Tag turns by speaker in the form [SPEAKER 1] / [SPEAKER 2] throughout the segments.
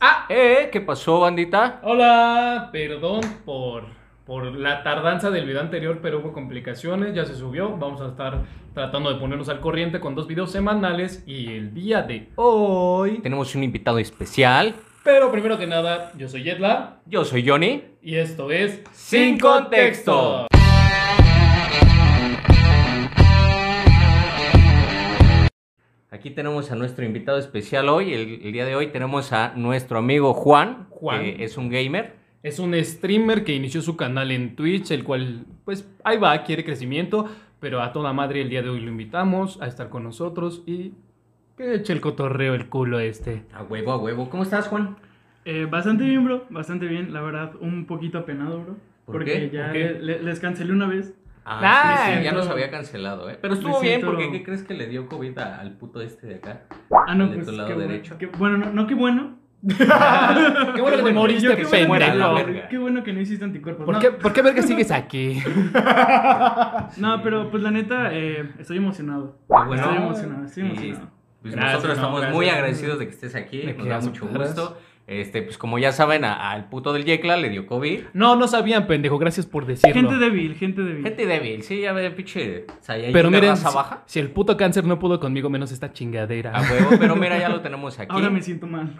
[SPEAKER 1] Ah, eh, ¿qué pasó, bandita?
[SPEAKER 2] Hola, perdón por, por la tardanza del video anterior, pero hubo complicaciones, ya se subió. Vamos a estar tratando de ponernos al corriente con dos videos semanales y el día de hoy.
[SPEAKER 1] Tenemos un invitado especial.
[SPEAKER 2] Pero primero que nada, yo soy Yetla
[SPEAKER 1] Yo soy Johnny.
[SPEAKER 2] y esto es
[SPEAKER 1] Sin Contexto. Aquí tenemos a nuestro invitado especial hoy. El, el día de hoy tenemos a nuestro amigo Juan,
[SPEAKER 2] Juan.
[SPEAKER 1] que es un gamer.
[SPEAKER 2] Es un streamer que inició su canal en Twitch, el cual, pues, ahí va, quiere crecimiento, pero a toda madre el día de hoy lo invitamos a estar con nosotros y que eche el cotorreo el culo este.
[SPEAKER 1] A huevo, a huevo. ¿Cómo estás, Juan?
[SPEAKER 3] Eh, bastante bien, bro. Bastante bien. La verdad, un poquito apenado, bro.
[SPEAKER 1] ¿Por
[SPEAKER 3] porque
[SPEAKER 1] qué?
[SPEAKER 3] ya
[SPEAKER 2] ¿Por qué?
[SPEAKER 3] le- les cancelé una vez.
[SPEAKER 1] Ah,
[SPEAKER 2] Ah,
[SPEAKER 1] sí, sí, ya
[SPEAKER 3] entonces-
[SPEAKER 1] nos había cancelado, ¿eh? Pero
[SPEAKER 3] Me
[SPEAKER 1] estuvo bien
[SPEAKER 3] siento-
[SPEAKER 1] porque ¿qué crees que le dio COVID a- al puto este de acá?
[SPEAKER 3] Ah, no,
[SPEAKER 1] De
[SPEAKER 3] pues.
[SPEAKER 1] tu lado
[SPEAKER 3] qué bueno,
[SPEAKER 1] derecho.
[SPEAKER 3] qué- bueno, no, no, qué bueno.
[SPEAKER 2] Qué bueno que
[SPEAKER 1] Pues
[SPEAKER 2] te moriste,
[SPEAKER 3] Yo, qué bueno que
[SPEAKER 1] muera
[SPEAKER 3] no-
[SPEAKER 1] la
[SPEAKER 2] pendejo.
[SPEAKER 1] verga.
[SPEAKER 3] Qué bueno que no hiciste anticuerpos.
[SPEAKER 2] ¿Por
[SPEAKER 3] no,
[SPEAKER 2] qué, ¿Por qué verga sigues aquí?
[SPEAKER 3] No, pero pues la neta, eh, estoy emocionado.
[SPEAKER 1] Qué bueno.
[SPEAKER 3] Estoy emocionado, estoy
[SPEAKER 1] Y,
[SPEAKER 3] emocionado.
[SPEAKER 1] pues,
[SPEAKER 2] Gracias,
[SPEAKER 1] nosotros
[SPEAKER 2] no,
[SPEAKER 1] estamos
[SPEAKER 2] gracias.
[SPEAKER 1] muy agradecidos de que estés aquí,
[SPEAKER 2] Me
[SPEAKER 1] nos da
[SPEAKER 2] quedas
[SPEAKER 1] mucho
[SPEAKER 2] caras.
[SPEAKER 1] gusto. Este, pues como ya saben, a- al puto del Yecla le dio COVID.
[SPEAKER 2] No, no sabían, pendejo, gracias por decirlo.
[SPEAKER 3] Gente débil, gente débil.
[SPEAKER 1] Gente débil, sí, ya ve, pinche. O sea, ya
[SPEAKER 2] pero
[SPEAKER 1] hay
[SPEAKER 2] miren,
[SPEAKER 1] raza
[SPEAKER 2] si-
[SPEAKER 1] baja. Ah,
[SPEAKER 2] si el puto cáncer no pudo conmigo, menos esta chingadera.
[SPEAKER 1] A huevo, pero mira, ya lo tenemos aquí.
[SPEAKER 3] Ahora me siento mal.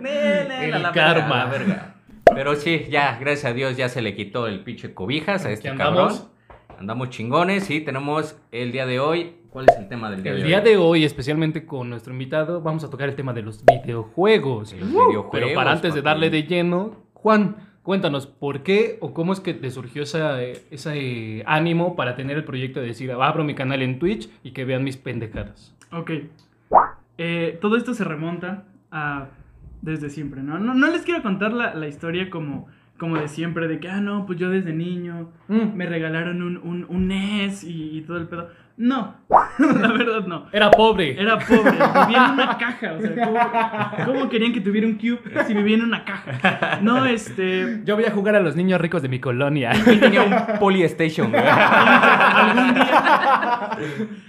[SPEAKER 1] Ne, ne,
[SPEAKER 2] El
[SPEAKER 1] la- la
[SPEAKER 2] karma.
[SPEAKER 1] verga, la verga. Pero sí, ya, gracias a Dios, ya se le quitó el pinche cobijas a
[SPEAKER 2] Aquí
[SPEAKER 1] este
[SPEAKER 2] andamos.
[SPEAKER 1] cabrón. Andamos chingones y tenemos el día de hoy. ¿Cuál es el tema del día de
[SPEAKER 2] El
[SPEAKER 1] hoy?
[SPEAKER 2] día de hoy, especialmente con nuestro invitado, vamos a tocar el tema de los videojuegos.
[SPEAKER 1] De los
[SPEAKER 2] Pero
[SPEAKER 1] videojuegos,
[SPEAKER 2] para antes de
[SPEAKER 1] papi.
[SPEAKER 2] darle de lleno, Juan, cuéntanos, ¿por qué o cómo es que te surgió esa, eh, ese eh, ánimo para tener el proyecto de decir, abro mi canal en Twitch y que vean mis pendejadas?
[SPEAKER 3] Ok. Eh, todo esto se remonta a desde siempre, ¿no? No, no les quiero contar la, la historia como, como de siempre, de que, ah, no, pues yo desde niño
[SPEAKER 2] Mm,
[SPEAKER 3] me regalaron un, un, un NES y, y todo el pedo. No, la verdad no.
[SPEAKER 2] Era pobre.
[SPEAKER 3] Era pobre, vivía en una caja. O sea, ¿cómo, cómo querían que tuviera un cube si vivía en una caja? No, este.
[SPEAKER 2] Yo voy a jugar a los niños ricos de mi colonia.
[SPEAKER 1] Y tenía un Polystation, güey.
[SPEAKER 3] algún día-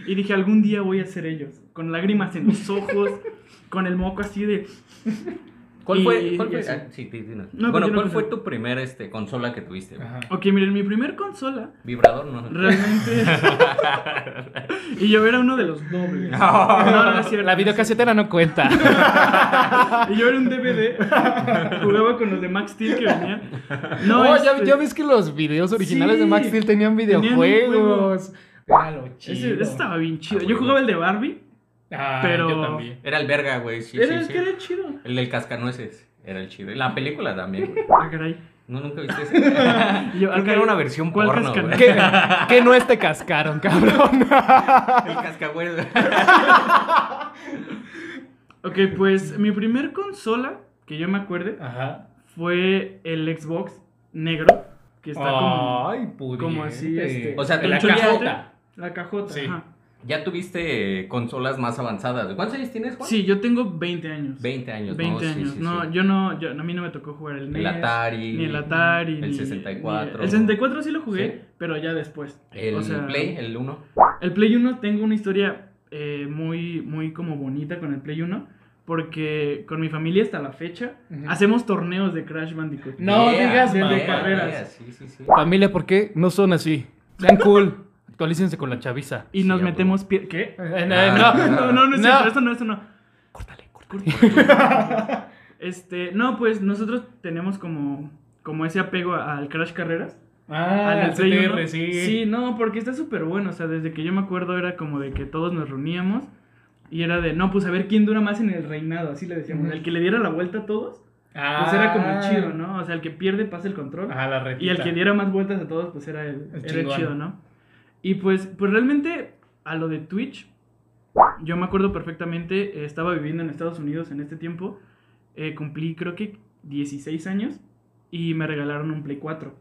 [SPEAKER 3] Y dije, algún día voy a ser ellos. Con lágrimas en los ojos, con el moco así de.
[SPEAKER 1] ¿Cuál
[SPEAKER 3] Y-
[SPEAKER 1] fue? cuál
[SPEAKER 3] y
[SPEAKER 1] fue-
[SPEAKER 3] así.
[SPEAKER 1] ah, sí, sí, sí, no.
[SPEAKER 3] No,
[SPEAKER 1] bueno,
[SPEAKER 3] continúa,
[SPEAKER 1] ¿cuál fue
[SPEAKER 3] continúa.
[SPEAKER 1] tu primera este, consola que tuviste? güey?
[SPEAKER 3] Ok, miren, mi primer consola
[SPEAKER 1] Vibrador, no.
[SPEAKER 3] realmente. y yo era uno de los dobles. No,
[SPEAKER 2] La
[SPEAKER 3] no es cierto, no es cierto.
[SPEAKER 2] videocasetera no cuenta.
[SPEAKER 3] Y yo era un DVD. Jugaba con los de Max Steel que venían. No,
[SPEAKER 2] No, Oh, ya,
[SPEAKER 3] este,
[SPEAKER 2] ya ves que los videos originales de
[SPEAKER 3] Sí,
[SPEAKER 2] Max Steel tenían
[SPEAKER 3] tenían un
[SPEAKER 2] videojuegos. Era lo
[SPEAKER 3] ese, ese estaba bien chido.
[SPEAKER 1] Ah,
[SPEAKER 3] Yo
[SPEAKER 1] bueno.
[SPEAKER 3] jugaba el de Barbie.
[SPEAKER 2] Ah,
[SPEAKER 3] pero-
[SPEAKER 2] yo también.
[SPEAKER 1] Era el verga, güey. Sí,
[SPEAKER 3] era
[SPEAKER 1] sí,
[SPEAKER 3] el
[SPEAKER 1] sí.
[SPEAKER 3] que era chido.
[SPEAKER 1] El del cascanueces. Era el chido. Y La película también, güey.
[SPEAKER 3] Ah, caray.
[SPEAKER 1] No, nunca viste ese.
[SPEAKER 3] Y yo,
[SPEAKER 1] Creo
[SPEAKER 3] ah,
[SPEAKER 1] que era
[SPEAKER 3] caray,
[SPEAKER 1] una versión
[SPEAKER 3] ¿cuál
[SPEAKER 1] porno,
[SPEAKER 3] cascan-
[SPEAKER 1] güey.
[SPEAKER 2] Que, que no te cascaron, cabrón.
[SPEAKER 1] El cascahuel.
[SPEAKER 3] Ok, pues mi primer consola que yo me acuerde
[SPEAKER 2] Ajá.
[SPEAKER 3] fue el Xbox negro. Que está
[SPEAKER 1] Ah,
[SPEAKER 3] como
[SPEAKER 2] Ay, pudiente.
[SPEAKER 3] como así, este,
[SPEAKER 1] O sea,
[SPEAKER 2] En la
[SPEAKER 3] tú ya-
[SPEAKER 2] cajota.
[SPEAKER 3] la cajota.
[SPEAKER 2] Sí.
[SPEAKER 3] ajá.
[SPEAKER 1] Ya tuviste eh, consolas más avanzadas. ¿Cuántos años tienes, Juan?
[SPEAKER 3] Sí, yo tengo 20 años.
[SPEAKER 1] 20 años,
[SPEAKER 3] 20
[SPEAKER 1] ¿no? Sí,
[SPEAKER 3] años.
[SPEAKER 1] sí,
[SPEAKER 3] no,
[SPEAKER 1] sí.
[SPEAKER 3] yo no, yo- a mí no me tocó jugar el E
[SPEAKER 1] El
[SPEAKER 3] NES.
[SPEAKER 1] Atari,
[SPEAKER 3] Ni el Atari.
[SPEAKER 1] el
[SPEAKER 3] ni-
[SPEAKER 1] 64.
[SPEAKER 3] ni- el 64 sí lo jugué,
[SPEAKER 1] Sí.
[SPEAKER 3] pero ya después.
[SPEAKER 1] El
[SPEAKER 3] O sea,
[SPEAKER 1] Play, el 1.
[SPEAKER 3] El Play 1 tengo una historia eh, muy, muy como bonita con el Play 1. Porque con mi familia hasta la fecha
[SPEAKER 2] Ujú.
[SPEAKER 3] hacemos torneos de Crash Bandicoot.
[SPEAKER 2] No digas
[SPEAKER 3] de
[SPEAKER 2] mamá.
[SPEAKER 3] carreras.
[SPEAKER 1] Sí, sí, sí.
[SPEAKER 2] Familia, ¿por qué no son así? Sean cool. Actualícense con la chaviza.
[SPEAKER 3] Y nos
[SPEAKER 1] Sí, a
[SPEAKER 3] metemos pie... ¿Qué?
[SPEAKER 2] Eh,
[SPEAKER 1] Ah.
[SPEAKER 2] no,
[SPEAKER 3] No, no, no es
[SPEAKER 2] No.
[SPEAKER 3] cierto, esto no, esto no.
[SPEAKER 2] Córtale, córtale.
[SPEAKER 3] Este, no, pues nosotros tenemos como, como ese apego al Crash Carreras.
[SPEAKER 2] Ah,
[SPEAKER 3] al
[SPEAKER 2] el
[SPEAKER 3] del Play
[SPEAKER 2] CTR,
[SPEAKER 3] uno.
[SPEAKER 2] sí.
[SPEAKER 3] Sí, no, porque está súper bueno. O sea, desde que yo me acuerdo era como de que todos nos reuníamos y era de, no, pues a ver quién dura más en el reinado, así le decíamos.
[SPEAKER 2] Ujú.
[SPEAKER 3] El que le diera la vuelta a todos,
[SPEAKER 2] Ah.
[SPEAKER 3] pues era como el chido, ¿no? O sea, el que pierde pasa el control.
[SPEAKER 2] Ajá, la retita.
[SPEAKER 3] y el que diera más vueltas a todos, pues era el,
[SPEAKER 2] El
[SPEAKER 3] era el
[SPEAKER 2] chingón.
[SPEAKER 3] chido, ¿no? Y pues, pues realmente a lo de Twitch, yo me acuerdo perfectamente, eh, estaba viviendo en Estados Unidos en este tiempo, eh, cumplí creo que 16 años y me regalaron un Play 4.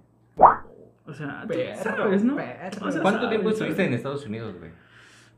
[SPEAKER 3] O sea, tú
[SPEAKER 2] Perro,
[SPEAKER 3] sabes, ¿no?
[SPEAKER 2] perro.
[SPEAKER 3] O sea,
[SPEAKER 1] ¿Cuánto
[SPEAKER 3] sabes,
[SPEAKER 1] tiempo
[SPEAKER 3] sabes.
[SPEAKER 1] estuviste en Estados Unidos, güey?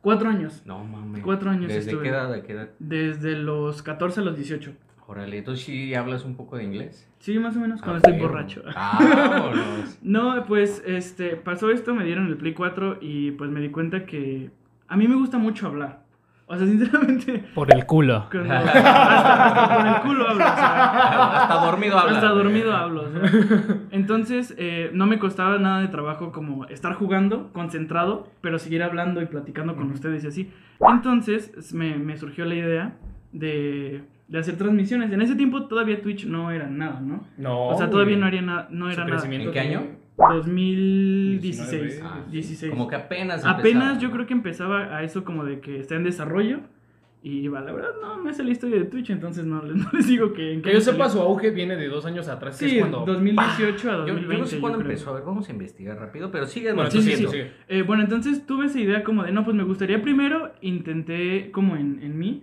[SPEAKER 3] Cuatro años,
[SPEAKER 1] No mames.
[SPEAKER 3] Cuatro años
[SPEAKER 1] ¿Desde
[SPEAKER 3] estuve.
[SPEAKER 1] qué edad? ¿A qué edad?
[SPEAKER 3] desde los 14 a los 18.
[SPEAKER 1] Órale, entonces sí hablas un poco de inglés.
[SPEAKER 3] Sí, más o menos, Pues cuando
[SPEAKER 1] Ah,
[SPEAKER 3] estoy
[SPEAKER 1] bueno.
[SPEAKER 3] borracho.
[SPEAKER 1] Vámonos.
[SPEAKER 3] No, pues este, pasó esto, me dieron el Play 4 y pues me di cuenta que a mí me gusta mucho hablar. O sea, sinceramente,
[SPEAKER 4] Por el culo.
[SPEAKER 3] creo- hasta, hasta por el culo hablo. o sea,
[SPEAKER 1] Hasta dormido habla.
[SPEAKER 3] hasta
[SPEAKER 1] güey.
[SPEAKER 3] dormido hablo. o sea. Entonces, eh, no me costaba nada de trabajo como estar jugando, concentrado, pero seguir hablando y platicando con
[SPEAKER 4] Ujú.
[SPEAKER 3] ustedes y así. Entonces, s- me, me surgió la idea de, de hacer transmisiones. En ese tiempo todavía Twitch no era nada, ¿no?
[SPEAKER 4] No.
[SPEAKER 3] O sea, todavía no, haría na- no era nada.
[SPEAKER 1] Oh. ¿En qué año?
[SPEAKER 3] 2016.
[SPEAKER 1] Ah,
[SPEAKER 3] 16.
[SPEAKER 1] Como que apenas.
[SPEAKER 3] Apenas
[SPEAKER 1] empezaba.
[SPEAKER 3] yo creo que empezaba a eso como de que está en desarrollo. Y va, la verdad, no me sé la historia de Twitch, entonces no, les- no les digo que... en qué
[SPEAKER 4] Que yo
[SPEAKER 3] año
[SPEAKER 4] sepa,
[SPEAKER 3] salió.
[SPEAKER 4] su auge viene de dos años atrás. que
[SPEAKER 3] Sí,
[SPEAKER 4] es cuando...
[SPEAKER 3] 2018 a
[SPEAKER 1] Yo, yo
[SPEAKER 3] 2020.
[SPEAKER 1] no sé cuándo
[SPEAKER 3] yo creo.
[SPEAKER 1] empezó. A ver, vamos a investigar rápido, pero sigue
[SPEAKER 4] Bueno,
[SPEAKER 3] sí, sí,
[SPEAKER 4] entonces,
[SPEAKER 3] sí.
[SPEAKER 4] sigue.
[SPEAKER 3] Eh, bueno, entonces tuve esa idea como de, no, pues me gustaría primero, intenté como en, en mí,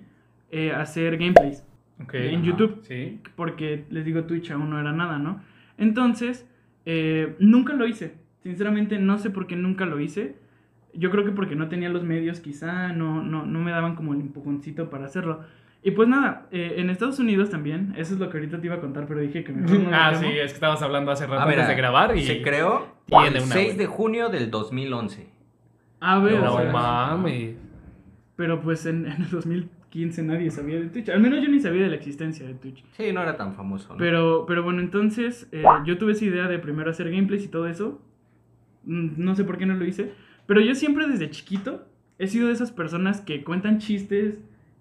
[SPEAKER 3] eh, hacer gameplays
[SPEAKER 4] Ok.
[SPEAKER 3] en
[SPEAKER 1] ajá.
[SPEAKER 3] YouTube.
[SPEAKER 4] Sí.
[SPEAKER 3] porque les digo Twitch aún no era nada, ¿no? Entonces, eh, nunca lo hice. Sinceramente no sé por qué nunca lo hice. Yo creo que porque no tenía los medios quizá, no, no, no me daban como el empujoncito para hacerlo. Y pues nada, eh, en Estados Unidos también, eso es lo que ahorita te iba a contar, pero dije que mejor no lo
[SPEAKER 4] Ah,
[SPEAKER 3] llamo.
[SPEAKER 4] sí, es que estabas hablando hace rato
[SPEAKER 1] A ver, ah,
[SPEAKER 4] antes de grabar y.
[SPEAKER 1] Se creó
[SPEAKER 4] tiene
[SPEAKER 1] el
[SPEAKER 4] una,
[SPEAKER 1] 6
[SPEAKER 4] güey.
[SPEAKER 1] de junio del 2011.
[SPEAKER 3] A ver,
[SPEAKER 1] No,
[SPEAKER 3] o sea,
[SPEAKER 4] mames.
[SPEAKER 3] pero pues en, en el 2015 nadie sabía de Twitch. Al menos yo ni sabía de la existencia de Twitch.
[SPEAKER 1] Sí, no era tan famoso. ¿no?
[SPEAKER 3] Pero, pero bueno, entonces eh, yo tuve esa idea de primero hacer gameplays y todo eso. Mm, No sé por qué no lo hice. Pero yo siempre desde chiquito he sido de esas personas que cuentan chistes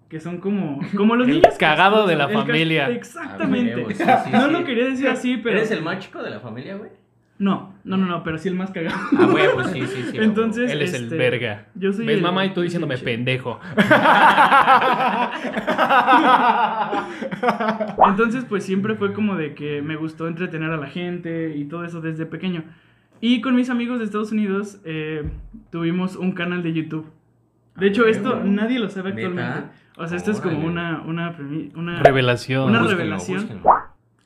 [SPEAKER 3] que son como, como los
[SPEAKER 4] El
[SPEAKER 3] niños.
[SPEAKER 4] cagado
[SPEAKER 3] castrosos,
[SPEAKER 4] de la
[SPEAKER 3] el cas-
[SPEAKER 4] familia.
[SPEAKER 1] A
[SPEAKER 3] Exactamente.
[SPEAKER 1] Ah, huevo, sí, sí,
[SPEAKER 3] no
[SPEAKER 1] sí.
[SPEAKER 3] lo quería decir así, pero.
[SPEAKER 1] ¿Eres el más chico de la familia, güey?
[SPEAKER 3] No, no, no, no, pero sí el más cagado.
[SPEAKER 1] A huevo, sí, sí, sí. a huevo.
[SPEAKER 3] Entonces-
[SPEAKER 4] Él es el
[SPEAKER 3] este,
[SPEAKER 4] verga.
[SPEAKER 3] Yo soy
[SPEAKER 4] ¿Ves,
[SPEAKER 3] el-
[SPEAKER 4] mamá? Y tú diciéndome pendejo.
[SPEAKER 3] Entonces, pues siempre fue como de que me gustó entretener a la gente y todo eso desde pequeño. Y con mis amigos de Estados Unidos eh, tuvimos un canal de YouTube. De hecho,
[SPEAKER 1] Ah,
[SPEAKER 3] esto
[SPEAKER 1] huevo.
[SPEAKER 3] nadie lo sabe
[SPEAKER 1] ¿Neta?
[SPEAKER 3] actualmente. O sea, esto es como
[SPEAKER 1] Órale.
[SPEAKER 3] una, una, premi- una-
[SPEAKER 4] Revelación.
[SPEAKER 3] Una
[SPEAKER 1] Búsquenlo,
[SPEAKER 3] revelación.
[SPEAKER 1] búsquenlo.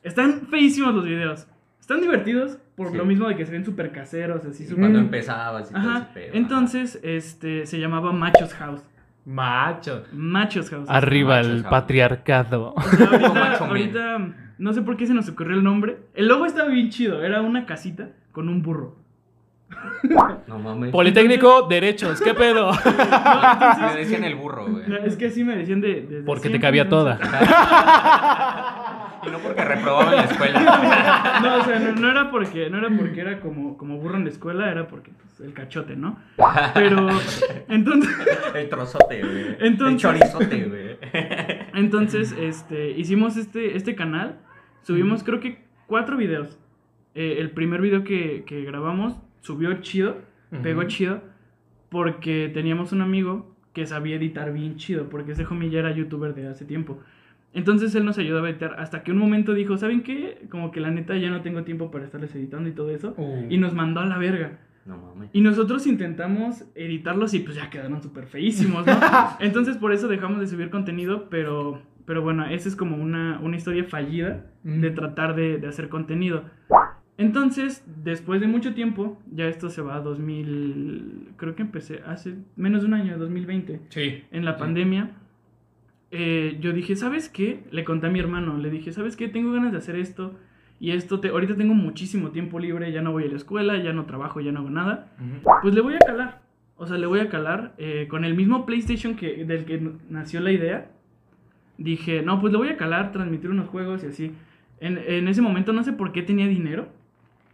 [SPEAKER 3] Están feísimos los videos. Están divertidos por
[SPEAKER 1] Sí.
[SPEAKER 3] lo mismo de que se ven súper caseros, así
[SPEAKER 1] Sí,
[SPEAKER 3] súper-
[SPEAKER 1] Cuando
[SPEAKER 4] Mm.
[SPEAKER 1] empezabas y todo ese
[SPEAKER 3] Ajá.
[SPEAKER 1] pedo, ajá.
[SPEAKER 3] Entonces, este, se llamaba Machos House.
[SPEAKER 4] Macho.
[SPEAKER 3] Machos House.
[SPEAKER 4] Arriba
[SPEAKER 1] Macho,
[SPEAKER 4] el
[SPEAKER 1] sabe.
[SPEAKER 4] patriarcado.
[SPEAKER 3] Ahorita,
[SPEAKER 1] Macho Man.
[SPEAKER 3] ahorita, no sé por qué se nos ocurrió el nombre. El logo estaba bien chido, era una casita con un burro.
[SPEAKER 1] No mames.
[SPEAKER 4] Politécnico, derechos, ¿qué pedo?
[SPEAKER 1] Me decían el burro, güey.
[SPEAKER 3] No, es que así me decían de... desde
[SPEAKER 4] Porque te
[SPEAKER 3] siempre,
[SPEAKER 4] cabía toda.
[SPEAKER 3] entonces-
[SPEAKER 1] Y no porque reprobaban la escuela.
[SPEAKER 3] No, o sea, no, no era porque, no era porque era como, como burro en la escuela, era porque pues, el cachote, ¿no? Pero entonces,
[SPEAKER 1] El trozote, güey. El
[SPEAKER 3] Entonces-
[SPEAKER 1] chorizote, güey.
[SPEAKER 3] entonces este, hicimos este, este canal, subimos creo que cuatro videos. Eh, el primer video que, que grabamos subió chido, pegó
[SPEAKER 4] Ujú.
[SPEAKER 3] chido, porque teníamos un amigo que sabía editar bien chido, porque ese homie ya era youtuber de hace tiempo. Entonces él nos ayudaba a editar hasta que un momento dijo, ¿saben qué? Como que la neta ya no tengo tiempo para estarles editando y todo eso.
[SPEAKER 4] Uh.
[SPEAKER 3] Y nos mandó a la verga.
[SPEAKER 1] No mames.
[SPEAKER 3] Y nosotros intentamos editarlos y pues ya quedaron súper feísimos, ¿no? Entonces por eso dejamos de subir contenido, pero, pero bueno, esa es como una, una historia fallida
[SPEAKER 4] Mm.
[SPEAKER 3] de tratar de, de hacer contenido. Entonces, después de mucho tiempo, ya esto se va a 2000, creo que empecé hace menos de un año, 2020,
[SPEAKER 4] Sí.
[SPEAKER 3] en la
[SPEAKER 1] Sí.
[SPEAKER 3] pandemia, eh, yo dije, ¿sabes qué? Le conté a mi hermano, le dije, ¿sabes qué? Tengo ganas de hacer esto y esto, te, ahorita tengo muchísimo tiempo libre, ya no voy a la escuela, ya no trabajo, ya no hago nada, pues le voy a calar. O sea, le voy a calar eh, con el mismo PlayStation que, del que n- nació la idea. Dije, no, pues le voy a calar, transmitir unos juegos y así. En, en ese momento no sé por qué tenía dinero.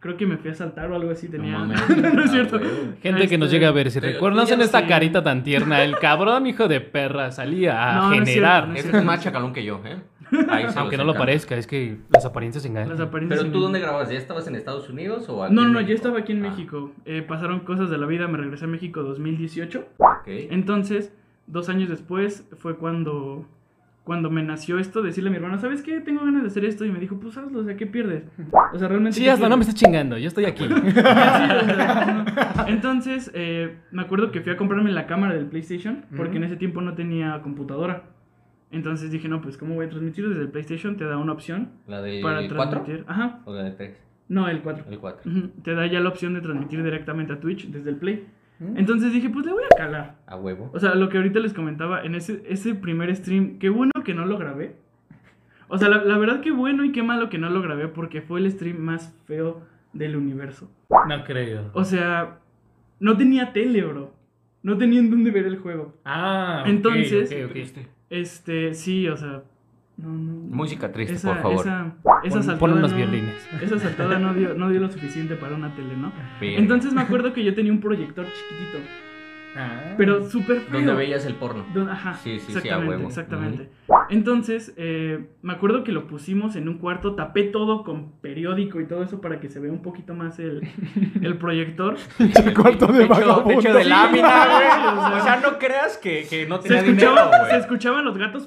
[SPEAKER 3] Creo que me fui a saltar o algo así. Tenía...
[SPEAKER 1] No
[SPEAKER 3] No,
[SPEAKER 1] mames.
[SPEAKER 3] no es
[SPEAKER 1] Ah,
[SPEAKER 3] cierto.
[SPEAKER 1] güey.
[SPEAKER 4] Gente que nos
[SPEAKER 3] Este,
[SPEAKER 4] llega a ver, si
[SPEAKER 1] pero
[SPEAKER 4] recuerdas
[SPEAKER 1] ya
[SPEAKER 4] en esta
[SPEAKER 3] sí.
[SPEAKER 4] carita tan tierna, el cabrón hijo de perra salía a
[SPEAKER 3] No, no es
[SPEAKER 4] generar.
[SPEAKER 3] cierto,
[SPEAKER 1] Este es más chacalón que yo, ¿eh? Ahí se
[SPEAKER 4] Aunque
[SPEAKER 1] los
[SPEAKER 4] no lo
[SPEAKER 1] encargo.
[SPEAKER 4] parezca, es que las apariencias engañan.
[SPEAKER 3] Las apariencias
[SPEAKER 1] Pero tú
[SPEAKER 3] en-
[SPEAKER 1] dónde grababas? ¿Ya estabas en Estados Unidos o aquí
[SPEAKER 3] No, no,
[SPEAKER 1] en
[SPEAKER 3] no, yo
[SPEAKER 1] México?
[SPEAKER 3] estaba aquí en
[SPEAKER 1] Ah,
[SPEAKER 3] México. Eh, pasaron cosas de la vida, me regresé a México 2018.
[SPEAKER 1] ok.
[SPEAKER 3] Entonces, dos años después fue cuando, cuando me nació esto, decirle a mi hermano, ¿sabes qué? Tengo ganas de hacer esto. Y me dijo, pues hazlo, o sea, ¿qué pierdes? O sea, realmente...
[SPEAKER 4] Sí,
[SPEAKER 3] ¿qué
[SPEAKER 4] hasta no me
[SPEAKER 3] pierdes?
[SPEAKER 4] está chingando, yo estoy aquí.
[SPEAKER 3] Ya, sí, o sea, no. Entonces, eh, me acuerdo que fui a comprarme la cámara del PlayStation, porque
[SPEAKER 4] Ujú.
[SPEAKER 3] en ese tiempo no tenía computadora. Entonces dije, no, pues ¿cómo voy a transmitir desde el PlayStation? Te da una opción
[SPEAKER 1] ¿La del
[SPEAKER 3] para
[SPEAKER 1] 4
[SPEAKER 3] transmitir. Ajá,
[SPEAKER 1] o la del 3?
[SPEAKER 3] no, el 4.
[SPEAKER 1] El 4.
[SPEAKER 3] Ujú, Te da ya la opción de transmitir directamente a Twitch desde el Play.
[SPEAKER 4] Mm.
[SPEAKER 3] Entonces dije, pues le voy a calar.
[SPEAKER 1] A huevo.
[SPEAKER 3] O sea, lo que ahorita les comentaba en ese, ese primer stream, qué bueno que no lo grabé. O sea, la, la verdad qué bueno y qué malo que no lo grabé porque fue el stream más feo del universo.
[SPEAKER 4] No creo.
[SPEAKER 3] O sea, no tenía tele, bro. no tenían dónde ver el juego.
[SPEAKER 2] Ah, ok,
[SPEAKER 3] Entonces-
[SPEAKER 2] ok, ok.
[SPEAKER 5] Triste.
[SPEAKER 3] Este, sí, o sea. No, no.
[SPEAKER 1] Música triste,
[SPEAKER 3] Esa-
[SPEAKER 1] por favor.
[SPEAKER 3] Esa, esa
[SPEAKER 2] Pon-
[SPEAKER 3] saltada
[SPEAKER 2] pon unos
[SPEAKER 3] no-
[SPEAKER 2] violines.
[SPEAKER 3] Esa saltada no dio, no dio lo suficiente para una tele, ¿no?
[SPEAKER 1] Verga.
[SPEAKER 3] Entonces me acuerdo que yo tenía un proyector chiquitito,
[SPEAKER 2] Ah.
[SPEAKER 3] pero súper feo.
[SPEAKER 1] ¿Dónde veías el porno?
[SPEAKER 3] Don- ajá,
[SPEAKER 1] Sí, sí, sí, a
[SPEAKER 3] exactamente,
[SPEAKER 1] huevo.
[SPEAKER 3] exactamente. Entonces, eh, me acuerdo que lo pusimos en un cuarto, tapé todo con periódico y todo eso para que se vea un poquito más el, el proyector.
[SPEAKER 5] Pinche cuarto de
[SPEAKER 1] techo,
[SPEAKER 5] vagabundo.
[SPEAKER 1] techo de lámina,
[SPEAKER 3] Sí, o
[SPEAKER 1] güey.
[SPEAKER 3] sea.
[SPEAKER 1] O sea, no creas que, que no
[SPEAKER 3] Se,
[SPEAKER 1] tenía dinero,
[SPEAKER 3] escuchaba- se
[SPEAKER 1] güey.
[SPEAKER 3] escuchaban los gatos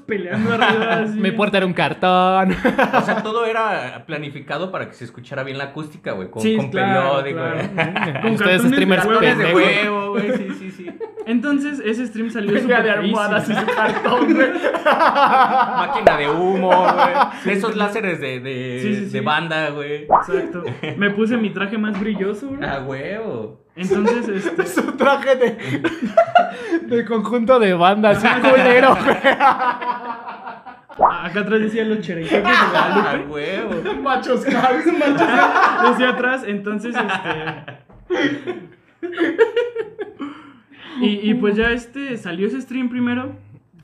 [SPEAKER 3] peleando arriba. así.
[SPEAKER 2] Mi puerta era un cartón.
[SPEAKER 1] O sea, todo era planificado para que se escuchara bien la acústica, güey. Con,
[SPEAKER 3] Sí,
[SPEAKER 1] con
[SPEAKER 3] claro,
[SPEAKER 1] periódico,
[SPEAKER 3] claro.
[SPEAKER 1] güey.
[SPEAKER 3] Con
[SPEAKER 2] Ustedes
[SPEAKER 3] cartones
[SPEAKER 2] streamers
[SPEAKER 3] de huevos.
[SPEAKER 1] Huevones de
[SPEAKER 2] Pendejo.
[SPEAKER 1] huevo, güey. Sí, sí, sí.
[SPEAKER 3] Entonces, ese stream salió
[SPEAKER 2] Venga
[SPEAKER 3] súper
[SPEAKER 2] de
[SPEAKER 3] feísimo.
[SPEAKER 2] almohadas y su cartón, güey.
[SPEAKER 1] Máquina de humo, güey. De esos láseres de, de,
[SPEAKER 3] Sí, sí, sí.
[SPEAKER 1] de banda, güey.
[SPEAKER 3] Exacto. Me puse mi traje más brilloso, bro.
[SPEAKER 1] A huevo.
[SPEAKER 3] Entonces, este,
[SPEAKER 5] Su traje de, de conjunto de bandas.
[SPEAKER 2] Ah.
[SPEAKER 5] Un culero, güey.
[SPEAKER 3] acá atrás decía los cherenqueques de
[SPEAKER 1] A
[SPEAKER 3] Guadalupe.
[SPEAKER 1] huevo.
[SPEAKER 2] Machos caros.
[SPEAKER 3] Decía atrás, entonces, este... Y, y pues ya este, salió ese stream primero.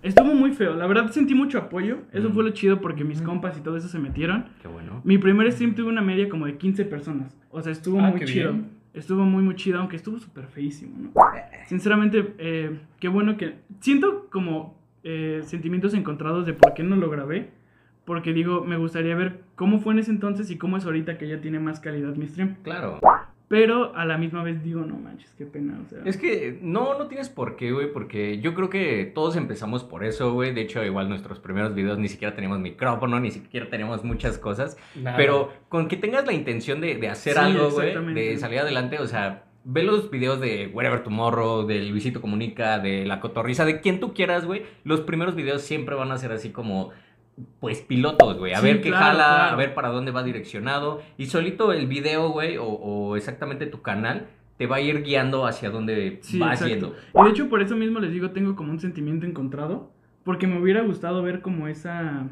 [SPEAKER 3] Estuvo muy feo, la verdad sentí mucho apoyo. Eso fue lo chido porque mis compas y todo eso se metieron.
[SPEAKER 1] Qué bueno.
[SPEAKER 3] Mi primer stream tuve una media como de 15 personas. O sea, estuvo
[SPEAKER 2] Ah,
[SPEAKER 3] muy
[SPEAKER 2] qué
[SPEAKER 3] chido.
[SPEAKER 2] bien.
[SPEAKER 3] Estuvo muy, muy chido, aunque estuvo súper feísimo, ¿no? Sinceramente, eh, qué bueno que... Siento como eh, sentimientos encontrados de por qué no lo grabé. Porque digo, me gustaría ver cómo fue en ese entonces y cómo es ahorita que ya tiene más calidad mi stream.
[SPEAKER 1] Claro.
[SPEAKER 3] Pero a la misma vez digo, no manches, qué pena. O sea,
[SPEAKER 1] Es que no, no tienes por qué, güey, porque yo creo que todos empezamos por eso, güey. De hecho, igual nuestros primeros videos ni siquiera tenemos micrófono, ni siquiera tenemos muchas cosas. Pero con que tengas la intención de, de hacer
[SPEAKER 3] Sí,
[SPEAKER 1] algo, güey,
[SPEAKER 3] exactamente.
[SPEAKER 1] de salir adelante, o sea, ve los videos de Wherever Tomorrow, de Luisito Comunica, de La Cotorriza, de quien tú quieras, güey. Los primeros videos siempre van a ser así como, pues, pilotos, güey. A
[SPEAKER 3] Sí,
[SPEAKER 1] ver qué
[SPEAKER 3] claro,
[SPEAKER 1] jala,
[SPEAKER 3] claro.
[SPEAKER 1] a ver para dónde va direccionado. Y solito el video, güey, o, o exactamente tu canal, te va a ir guiando hacia dónde
[SPEAKER 3] Sí,
[SPEAKER 1] vas
[SPEAKER 3] exacto.
[SPEAKER 1] yendo.
[SPEAKER 3] Y de hecho, por eso mismo les digo, tengo como un sentimiento encontrado. Porque me hubiera gustado ver como esa.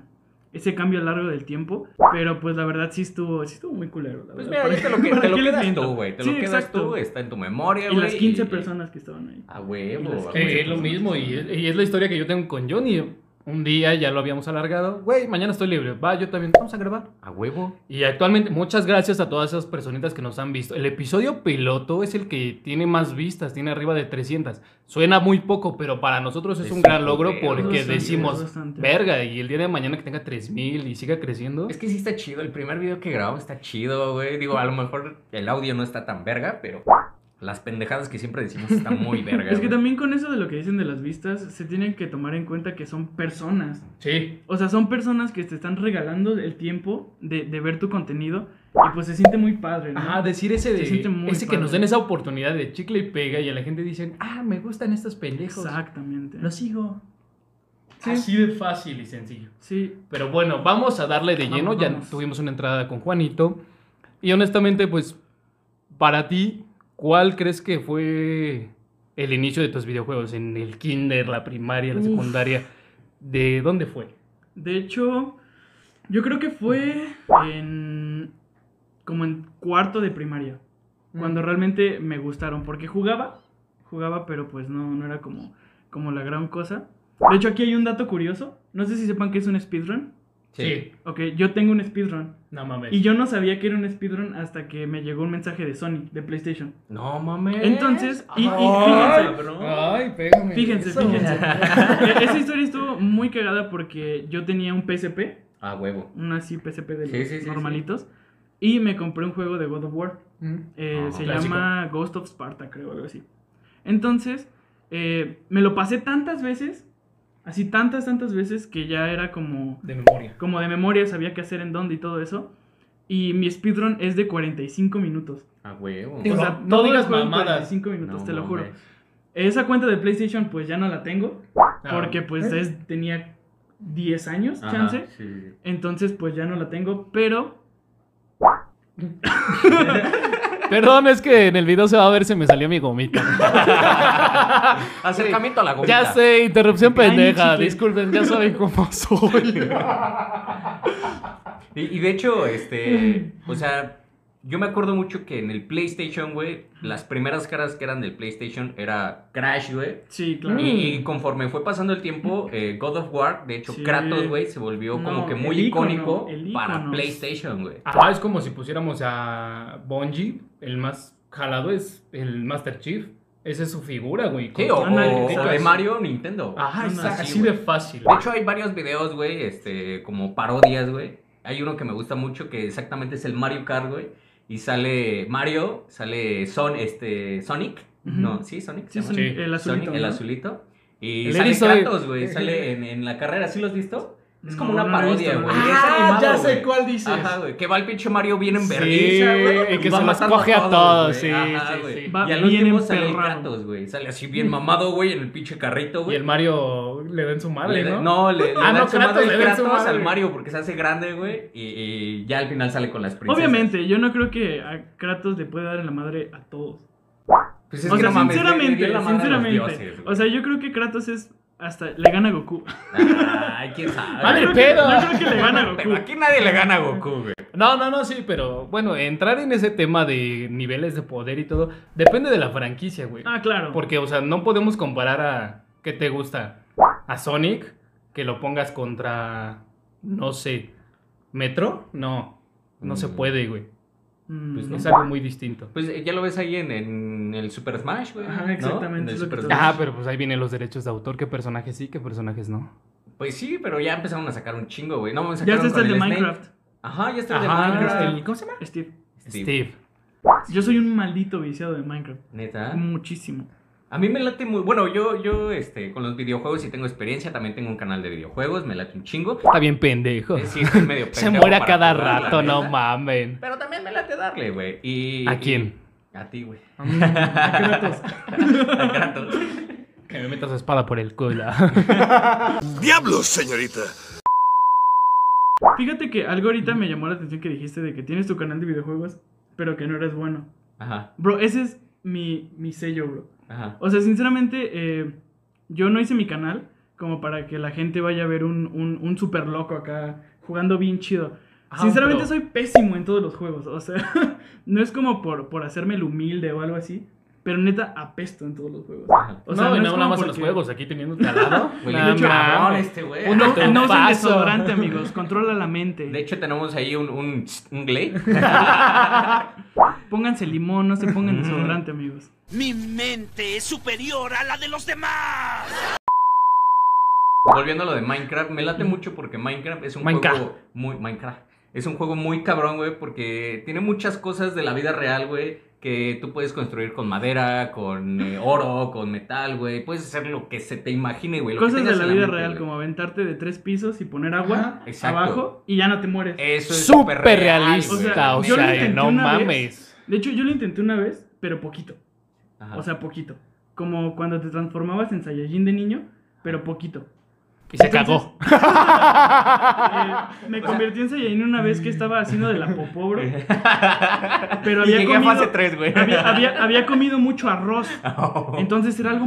[SPEAKER 3] Ese cambio a lo largo del tiempo. Pero pues la verdad sí estuvo, sí estuvo muy culero. La
[SPEAKER 1] Pues
[SPEAKER 3] verdad.
[SPEAKER 1] mira,
[SPEAKER 3] ¿Para
[SPEAKER 1] ya te
[SPEAKER 3] qué-
[SPEAKER 1] lo, que-
[SPEAKER 3] para
[SPEAKER 1] te lo
[SPEAKER 3] qué les
[SPEAKER 1] quedas
[SPEAKER 3] miento?
[SPEAKER 1] tú, güey. Te
[SPEAKER 3] Sí,
[SPEAKER 1] lo quedas
[SPEAKER 3] exacto.
[SPEAKER 1] tú, está en tu memoria,
[SPEAKER 3] Y
[SPEAKER 1] güey. Ah,
[SPEAKER 3] las 15 personas que estaban ahí.
[SPEAKER 1] A
[SPEAKER 3] Y las
[SPEAKER 1] huevo. a
[SPEAKER 3] quince
[SPEAKER 1] huevo.
[SPEAKER 2] es lo mismo y es, y es la historia que yo tengo con Johnny. Un día ya lo habíamos alargado. Güey, mañana estoy libre. Va, yo también. Vamos a grabar.
[SPEAKER 1] A huevo.
[SPEAKER 2] Y actualmente, muchas gracias a todas esas personitas que nos han visto. El episodio piloto es el que tiene más vistas, tiene arriba de 300. Suena muy poco, pero para nosotros es,
[SPEAKER 1] Es
[SPEAKER 2] un gran
[SPEAKER 1] un
[SPEAKER 2] logro
[SPEAKER 1] putero.
[SPEAKER 2] porque
[SPEAKER 3] Bastante,
[SPEAKER 2] decimos,
[SPEAKER 3] bastante.
[SPEAKER 2] verga, y el día de mañana que tenga 3000 y siga creciendo.
[SPEAKER 1] Es que sí está chido, el primer video que grabamos está chido, güey. Digo, a lo mejor el audio no está tan verga, pero las pendejadas que siempre decimos están muy verga.
[SPEAKER 3] Es que
[SPEAKER 1] güey.
[SPEAKER 3] también con eso de lo que dicen de las vistas, se tienen que tomar en cuenta que son personas.
[SPEAKER 2] Sí.
[SPEAKER 3] O sea, son personas que te están regalando el tiempo de, de ver tu contenido. Y pues se siente muy padre, ¿no?
[SPEAKER 2] Ajá, decir ese de.
[SPEAKER 3] Se siente muy
[SPEAKER 2] ese que
[SPEAKER 3] padre.
[SPEAKER 2] nos den esa oportunidad de chicle y pega y a la gente dicen, ah, me gustan estos pendejos.
[SPEAKER 3] Exactamente.
[SPEAKER 2] Lo sigo.
[SPEAKER 3] Sí.
[SPEAKER 2] Así de fácil y sencillo.
[SPEAKER 3] Sí,
[SPEAKER 2] Pero bueno, vamos a darle de
[SPEAKER 3] Vamos,
[SPEAKER 2] lleno. ya
[SPEAKER 3] vamos.
[SPEAKER 2] tuvimos una entrada con Juanito. Y honestamente, pues, para ti, ¿cuál crees que fue el inicio de tus videojuegos? ¿En el kinder, la primaria, la
[SPEAKER 3] Uf.
[SPEAKER 2] secundaria? ¿De dónde fue?
[SPEAKER 3] De hecho, yo creo que fue en como en cuarto de primaria,
[SPEAKER 1] Mm.
[SPEAKER 3] cuando realmente me gustaron, porque jugaba, jugaba, pero pues no, no era como, como la gran cosa. De hecho, aquí hay un dato curioso. No sé si sepan que es un speedrun.
[SPEAKER 2] Sí.
[SPEAKER 3] Ok, yo tengo un speedrun.
[SPEAKER 2] No mames.
[SPEAKER 3] Y yo no sabía que era un speedrun hasta que me llegó un mensaje de Sony, de PlayStation.
[SPEAKER 1] No mames.
[SPEAKER 3] Entonces, y- y
[SPEAKER 1] Ay,
[SPEAKER 3] fíjense.
[SPEAKER 1] cabrón.
[SPEAKER 2] Ay, pégame.
[SPEAKER 3] Fíjense,
[SPEAKER 2] Eso.
[SPEAKER 3] fíjense. E- Esa historia estuvo muy cagada porque yo tenía un PSP.
[SPEAKER 1] A huevo.
[SPEAKER 3] una así PSP de los
[SPEAKER 1] Sí, sí, sí,
[SPEAKER 3] normalitos. Y me compré un juego de God of War.
[SPEAKER 2] Mm.
[SPEAKER 3] Eh,
[SPEAKER 1] Ah,
[SPEAKER 3] se
[SPEAKER 2] clásico.
[SPEAKER 3] llama Ghost of Sparta, creo, algo así. Entonces, eh, me lo pasé tantas veces, así tantas, tantas veces, que ya era como,
[SPEAKER 2] De memoria.
[SPEAKER 3] como de memoria, sabía qué hacer en dónde y todo eso. Y mi speedrun es de 45 minutos.
[SPEAKER 1] A huevo.
[SPEAKER 2] Digo,
[SPEAKER 3] o
[SPEAKER 2] no-
[SPEAKER 3] sea,
[SPEAKER 2] no
[SPEAKER 3] todo el
[SPEAKER 2] digas
[SPEAKER 3] juego en
[SPEAKER 2] mamadas.
[SPEAKER 3] 45 minutos,
[SPEAKER 1] No
[SPEAKER 3] te lo juro.
[SPEAKER 1] mames.
[SPEAKER 3] Esa cuenta de PlayStation pues ya no la tengo,
[SPEAKER 2] Ah.
[SPEAKER 3] porque pues
[SPEAKER 2] Eh.
[SPEAKER 3] es- tenía 10 años,
[SPEAKER 1] Ah. Ajá,
[SPEAKER 3] chance.
[SPEAKER 1] sí.
[SPEAKER 3] Entonces, pues ya no la tengo, pero.
[SPEAKER 2] Perdón, es que en el video se va a ver, se me salió mi gomita.
[SPEAKER 1] Acercamiento a la gomita.
[SPEAKER 2] ya sé, interrupción
[SPEAKER 3] Ay, mi
[SPEAKER 2] pendeja.
[SPEAKER 3] chicle.
[SPEAKER 2] Disculpen, ya saben cómo soy.
[SPEAKER 1] Y, y de hecho, este, o sea, Yo me acuerdo mucho que en el PlayStation, güey, las primeras caras que eran del PlayStation era Crash, güey.
[SPEAKER 3] Sí, claro.
[SPEAKER 2] Mm.
[SPEAKER 1] Y conforme fue pasando el tiempo, eh, God of War, de hecho,
[SPEAKER 3] Sí.
[SPEAKER 1] Kratos, güey, se volvió como
[SPEAKER 3] No,
[SPEAKER 1] que
[SPEAKER 3] el
[SPEAKER 1] muy
[SPEAKER 3] ícono,
[SPEAKER 1] icónico
[SPEAKER 3] el Ah,
[SPEAKER 1] para
[SPEAKER 3] ícono.
[SPEAKER 1] PlayStation, güey.
[SPEAKER 2] Ajá, Ah, es como si pusiéramos a Bungie, el más jalado es el Master Chief. Esa es su figura, güey.
[SPEAKER 1] Sí, o,
[SPEAKER 2] Con-
[SPEAKER 3] Ándale,
[SPEAKER 1] o- o
[SPEAKER 3] exacto.
[SPEAKER 1] de Mario Nintendo.
[SPEAKER 2] Ajá,
[SPEAKER 3] No, no,
[SPEAKER 2] está
[SPEAKER 1] sí,
[SPEAKER 2] así
[SPEAKER 1] güey.
[SPEAKER 2] de fácil.
[SPEAKER 1] De hecho, hay varios videos, güey, este, como parodias, güey. Hay uno que me gusta mucho que exactamente es el Mario Kart, güey. Y sale Mario, sale Son, este, Sonic.
[SPEAKER 3] Ujú.
[SPEAKER 1] No, sí, Sonic. se
[SPEAKER 3] Sí,
[SPEAKER 1] llama?
[SPEAKER 3] son-
[SPEAKER 2] Sí.
[SPEAKER 3] el azulito.
[SPEAKER 1] Sonic, el
[SPEAKER 3] ¿no?
[SPEAKER 1] azulito. Y
[SPEAKER 2] El
[SPEAKER 1] sale
[SPEAKER 2] erizo de-
[SPEAKER 1] Kratos, güey. Sale en, en la carrera. ¿Sí lo has visto? Es como una
[SPEAKER 3] No, no lo he
[SPEAKER 1] parodia,
[SPEAKER 3] visto,
[SPEAKER 2] Ah,
[SPEAKER 1] güey.
[SPEAKER 3] no.
[SPEAKER 1] y es animado, güey.
[SPEAKER 6] cuál dices.
[SPEAKER 1] Ajá, güey. Que va el pinche Mario bien en
[SPEAKER 6] Sí,
[SPEAKER 1] vergüenza, güey.
[SPEAKER 6] y que
[SPEAKER 1] va
[SPEAKER 6] se los
[SPEAKER 1] matando
[SPEAKER 6] coge a todos,
[SPEAKER 1] güey.
[SPEAKER 6] sí,
[SPEAKER 1] Ajá,
[SPEAKER 6] sí,
[SPEAKER 1] güey.
[SPEAKER 6] sí.
[SPEAKER 3] Va
[SPEAKER 1] Y al
[SPEAKER 3] bien
[SPEAKER 1] último sale
[SPEAKER 3] emperrado.
[SPEAKER 1] Kratos, güey. Sale así bien mamado, güey, en el pinche carrito,
[SPEAKER 2] Y
[SPEAKER 1] güey.
[SPEAKER 2] el Mario le da en su madre,
[SPEAKER 1] Le-
[SPEAKER 2] ¿no?
[SPEAKER 1] le, le
[SPEAKER 2] Ah,
[SPEAKER 1] da
[SPEAKER 2] no,
[SPEAKER 1] su madre
[SPEAKER 2] Kratos le da en su
[SPEAKER 1] Kratos
[SPEAKER 2] madre.
[SPEAKER 1] al Mario porque se hace grande, güey. Y, y ya al final sale con las princesas.
[SPEAKER 3] Obviamente, yo no creo que a Kratos le pueda dar en la madre a todos.
[SPEAKER 1] Pues es
[SPEAKER 3] o
[SPEAKER 1] que
[SPEAKER 3] sea,
[SPEAKER 1] no mames, le- le dio
[SPEAKER 3] sinceramente,
[SPEAKER 1] la madre a los
[SPEAKER 3] sinceramente.
[SPEAKER 1] dioses, güey.
[SPEAKER 3] o sea, yo creo que Kratos es hasta le gana a Goku.
[SPEAKER 1] Ay, quién sabe.
[SPEAKER 2] Madre
[SPEAKER 3] yo creo que-
[SPEAKER 2] pedo.
[SPEAKER 3] yo creo que le gana a
[SPEAKER 1] Pero
[SPEAKER 3] Goku.
[SPEAKER 1] aquí nadie le gana a Goku, güey.
[SPEAKER 2] No, no, no, sí, pero bueno, entrar en ese tema de niveles de poder y todo depende de la franquicia, güey.
[SPEAKER 3] Ah, claro.
[SPEAKER 2] Porque, o sea, no podemos comparar a. ¿Qué te gusta? A Sonic, que lo pongas contra. No sé. ¿Metro? No. No se
[SPEAKER 1] Mm.
[SPEAKER 2] puede, güey.
[SPEAKER 3] Mm,
[SPEAKER 1] pues no.
[SPEAKER 2] Es algo muy distinto.
[SPEAKER 1] Pues eh, ya lo ves ahí en, en el Super Smash, güey.
[SPEAKER 3] Ajá,
[SPEAKER 1] ¿no?
[SPEAKER 3] exactamente,
[SPEAKER 1] En el
[SPEAKER 3] es lo
[SPEAKER 1] Super
[SPEAKER 3] que te-
[SPEAKER 1] Smash.
[SPEAKER 2] Ajá, pero pues ahí vienen los derechos de autor. ¿Qué personajes sí, qué personajes no?
[SPEAKER 1] Pues sí, pero ya empezaron a sacar un chingo, güey. No, me
[SPEAKER 3] ya
[SPEAKER 1] sacaron
[SPEAKER 3] está hasta
[SPEAKER 1] con
[SPEAKER 3] el de
[SPEAKER 1] Snake.
[SPEAKER 3] Minecraft.
[SPEAKER 1] Ajá, ya está
[SPEAKER 3] Este
[SPEAKER 1] el de
[SPEAKER 2] Ajá,
[SPEAKER 1] Minecraft.
[SPEAKER 2] el- este, ¿Cómo se llama?
[SPEAKER 3] Steve.
[SPEAKER 1] Steve.
[SPEAKER 2] Steve.
[SPEAKER 3] Yo soy un maldito viciado de Minecraft.
[SPEAKER 1] Neta.
[SPEAKER 2] mm.
[SPEAKER 3] Muchísimo.
[SPEAKER 1] A mí me late muy. Bueno, yo, yo, este, con los videojuegos sí tengo experiencia. También tengo un canal de videojuegos, me late un chingo.
[SPEAKER 2] Está bien pendejo.
[SPEAKER 1] Eh, Sí, estoy medio
[SPEAKER 2] se
[SPEAKER 1] pendejo
[SPEAKER 2] muere a
[SPEAKER 1] para
[SPEAKER 2] cada
[SPEAKER 1] jugar, la
[SPEAKER 2] rato, no
[SPEAKER 1] neta.
[SPEAKER 2] mamen.
[SPEAKER 1] Pero también me late darle, güey. Y,
[SPEAKER 2] ¿A quién?
[SPEAKER 1] y- a ti, güey.
[SPEAKER 3] Kratos.
[SPEAKER 1] A Kratos.
[SPEAKER 2] Que me metas espada por el culo.
[SPEAKER 7] ¡Diablos, señorita!
[SPEAKER 3] Fíjate que algo ahorita me llamó la atención que dijiste de que tienes tu canal de videojuegos, pero que no eres bueno.
[SPEAKER 1] Ajá,
[SPEAKER 3] Bro, ese es mi, mi sello, bro.
[SPEAKER 1] ajá.
[SPEAKER 3] O sea, sinceramente, eh, yo no hice mi canal como para que la gente vaya a ver un, un, un super loco acá jugando bien chido.
[SPEAKER 2] Ah,
[SPEAKER 3] Sinceramente
[SPEAKER 2] pero-
[SPEAKER 3] soy pésimo en todos los juegos, o sea, no es como por, por hacerme el humilde o algo así, pero neta apesto en todos los juegos.
[SPEAKER 1] ajá.
[SPEAKER 3] O sea,
[SPEAKER 2] no, y
[SPEAKER 3] es
[SPEAKER 2] no, nada
[SPEAKER 3] como
[SPEAKER 2] más en los
[SPEAKER 3] porque-
[SPEAKER 2] juegos, aquí teniéndote al lado.
[SPEAKER 1] Güey,
[SPEAKER 2] No
[SPEAKER 1] pinche
[SPEAKER 2] mames.
[SPEAKER 1] cabrón este, güey.
[SPEAKER 2] Un
[SPEAKER 3] No, no usen
[SPEAKER 2] Trumpazo.
[SPEAKER 3] desodorante, amigos, controla la mente.
[SPEAKER 1] De hecho, tenemos ahí un, un, un glay.
[SPEAKER 3] Pónganse limón, no se pongan desodorante, amigos.
[SPEAKER 7] Mi mente es superior a la de los demás.
[SPEAKER 1] Volviendo a lo de Minecraft, me late mucho porque Minecraft es un
[SPEAKER 2] Minecraft.
[SPEAKER 1] juego muy Minecraft. Es un juego muy cabrón, güey, porque tiene muchas cosas de la vida real, güey, que tú puedes construir con madera, con eh, oro, con metal, güey. Puedes hacer lo que se te imagine, güey. lo que
[SPEAKER 3] Cosas de
[SPEAKER 1] tengas
[SPEAKER 3] la
[SPEAKER 1] en
[SPEAKER 3] vida
[SPEAKER 1] mente,
[SPEAKER 3] real,
[SPEAKER 1] güey.
[SPEAKER 3] como aventarte de tres pisos y poner agua
[SPEAKER 1] Ajá, exacto. Eh.
[SPEAKER 3] abajo y ya no te mueres.
[SPEAKER 1] Eso es
[SPEAKER 2] Súper realista,
[SPEAKER 1] güey.
[SPEAKER 2] o
[SPEAKER 3] yo lo
[SPEAKER 2] sea,
[SPEAKER 3] intenté
[SPEAKER 2] no
[SPEAKER 3] una vez.
[SPEAKER 2] mames.
[SPEAKER 3] De hecho, yo lo intenté una vez, pero poquito.
[SPEAKER 1] Ajá.
[SPEAKER 3] O sea, poquito. Como cuando te transformabas en Saiyajin de niño, pero poquito.
[SPEAKER 2] Y se
[SPEAKER 3] Entonces,
[SPEAKER 2] cagó.
[SPEAKER 3] Eh, me convertí en Saiyajin una vez que estaba haciendo de la popó, bro. Pero
[SPEAKER 1] Y
[SPEAKER 3] había
[SPEAKER 1] llegué a
[SPEAKER 3] comido,
[SPEAKER 1] fase 3, güey. Ah,
[SPEAKER 3] había, había- había comido mucho arroz. Entonces era algo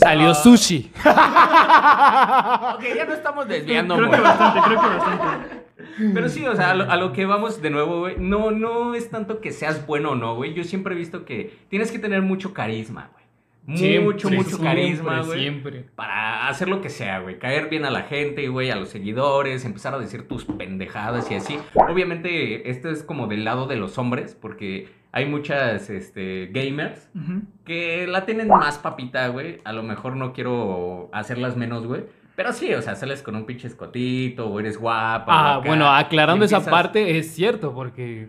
[SPEAKER 2] Salió sushi.
[SPEAKER 1] Ok, ya no estamos desviando,
[SPEAKER 3] creo que
[SPEAKER 1] güey.
[SPEAKER 3] bastante, creo que bastante.
[SPEAKER 1] Pero sí, o sea, a lo, a lo que vamos de nuevo, güey. No, no es tanto que seas bueno o no, güey. Yo siempre he visto que tienes que tener mucho carisma, güey. Mucho,
[SPEAKER 2] Siempre,
[SPEAKER 1] mucho carisma,
[SPEAKER 2] siempre,
[SPEAKER 1] güey.
[SPEAKER 2] Siempre.
[SPEAKER 1] Para hacer lo que sea, güey. Caer bien a la gente, güey, a los seguidores, empezar a decir tus pendejadas y así. Obviamente, esto es como del lado de los hombres, porque hay muchas este, gamers
[SPEAKER 3] Ujú.
[SPEAKER 1] que la tienen más papita, güey. A lo mejor no quiero hacerlas menos, güey. Pero sí, o sea, sales con un pinche escotito, o eres guapa.
[SPEAKER 2] Ah,
[SPEAKER 1] o acá,
[SPEAKER 2] bueno, aclarando
[SPEAKER 1] y
[SPEAKER 2] esa
[SPEAKER 1] empiezas-
[SPEAKER 2] parte, es cierto, porque.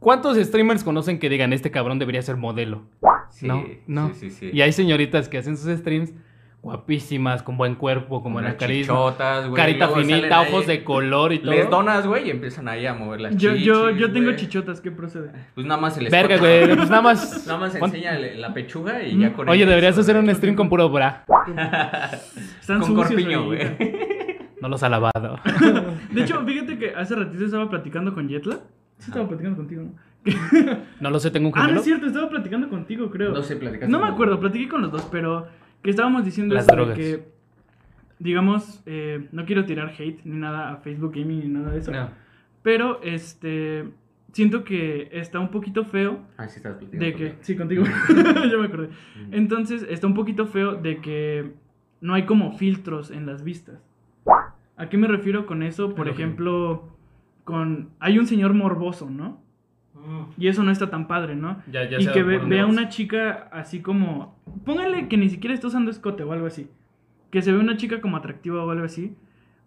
[SPEAKER 2] ¿Cuántos streamers conocen que digan este cabrón debería ser modelo?
[SPEAKER 1] Sí,
[SPEAKER 2] No, no.
[SPEAKER 1] Sí, sí, sí.
[SPEAKER 2] Y hay señoritas que hacen sus streams guapísimas, con buen cuerpo, con buena
[SPEAKER 1] Unas
[SPEAKER 2] carisma,
[SPEAKER 1] chichotas, güey,
[SPEAKER 2] carita
[SPEAKER 1] luego salen
[SPEAKER 2] finita,
[SPEAKER 1] ahí,
[SPEAKER 2] ojos de color y todo.
[SPEAKER 1] Les donas, güey, y empiezan ahí a mover las
[SPEAKER 3] Yo, yo,
[SPEAKER 1] chichis,
[SPEAKER 3] yo tengo
[SPEAKER 1] güey.
[SPEAKER 3] chichotas, ¿qué procede?
[SPEAKER 1] Pues nada más el
[SPEAKER 2] Verga,
[SPEAKER 1] escote.
[SPEAKER 2] güey. Pues nada más.
[SPEAKER 1] Nada más
[SPEAKER 2] pon-
[SPEAKER 1] enseña la pechuga y
[SPEAKER 3] Mm.
[SPEAKER 1] ya con
[SPEAKER 2] Oye,
[SPEAKER 1] eso,
[SPEAKER 2] deberías
[SPEAKER 1] güey.
[SPEAKER 2] hacer un stream con puro bra.
[SPEAKER 3] Están
[SPEAKER 1] Con
[SPEAKER 3] sucios,
[SPEAKER 1] corpiño,
[SPEAKER 3] Rayita.
[SPEAKER 1] güey.
[SPEAKER 2] No los ha lavado.
[SPEAKER 3] De hecho, fíjate que hace ratito estaba platicando con Yetla. Sí, estaba platicando contigo, ¿no?
[SPEAKER 2] No lo sé, tengo un
[SPEAKER 3] Ah, no
[SPEAKER 2] gemelo.
[SPEAKER 3] es cierto, estaba platicando contigo, creo.
[SPEAKER 1] No sé, platicas.
[SPEAKER 3] No me acuerdo, platiqué con los dos, pero que estábamos diciendo
[SPEAKER 2] Las
[SPEAKER 3] eso de
[SPEAKER 2] drogas.
[SPEAKER 3] que, digamos, eh, no quiero tirar hate ni nada a Facebook Gaming ni nada de eso.
[SPEAKER 2] No.
[SPEAKER 3] Pero, este, siento que está un poquito feo
[SPEAKER 1] Ah, sí, estás platicando
[SPEAKER 3] de que...
[SPEAKER 1] conmigo.
[SPEAKER 3] Sí, contigo. Yo me acordé.
[SPEAKER 1] Mm.
[SPEAKER 3] Entonces, está un poquito feo de que no hay como filtros en las vistas. ¿A qué me refiero con eso? Por
[SPEAKER 4] Es lo que-
[SPEAKER 3] ejemplo, con... Hay un señor morboso, ¿no? Y eso no está tan padre, ¿no?
[SPEAKER 4] Ya, ya
[SPEAKER 3] y
[SPEAKER 4] sé
[SPEAKER 3] que
[SPEAKER 4] por
[SPEAKER 3] ve-
[SPEAKER 4] dónde
[SPEAKER 3] vea
[SPEAKER 4] vas.
[SPEAKER 3] una chica así como... Póngale que ni siquiera está usando escote o algo así. Que se ve una chica como atractiva o algo así.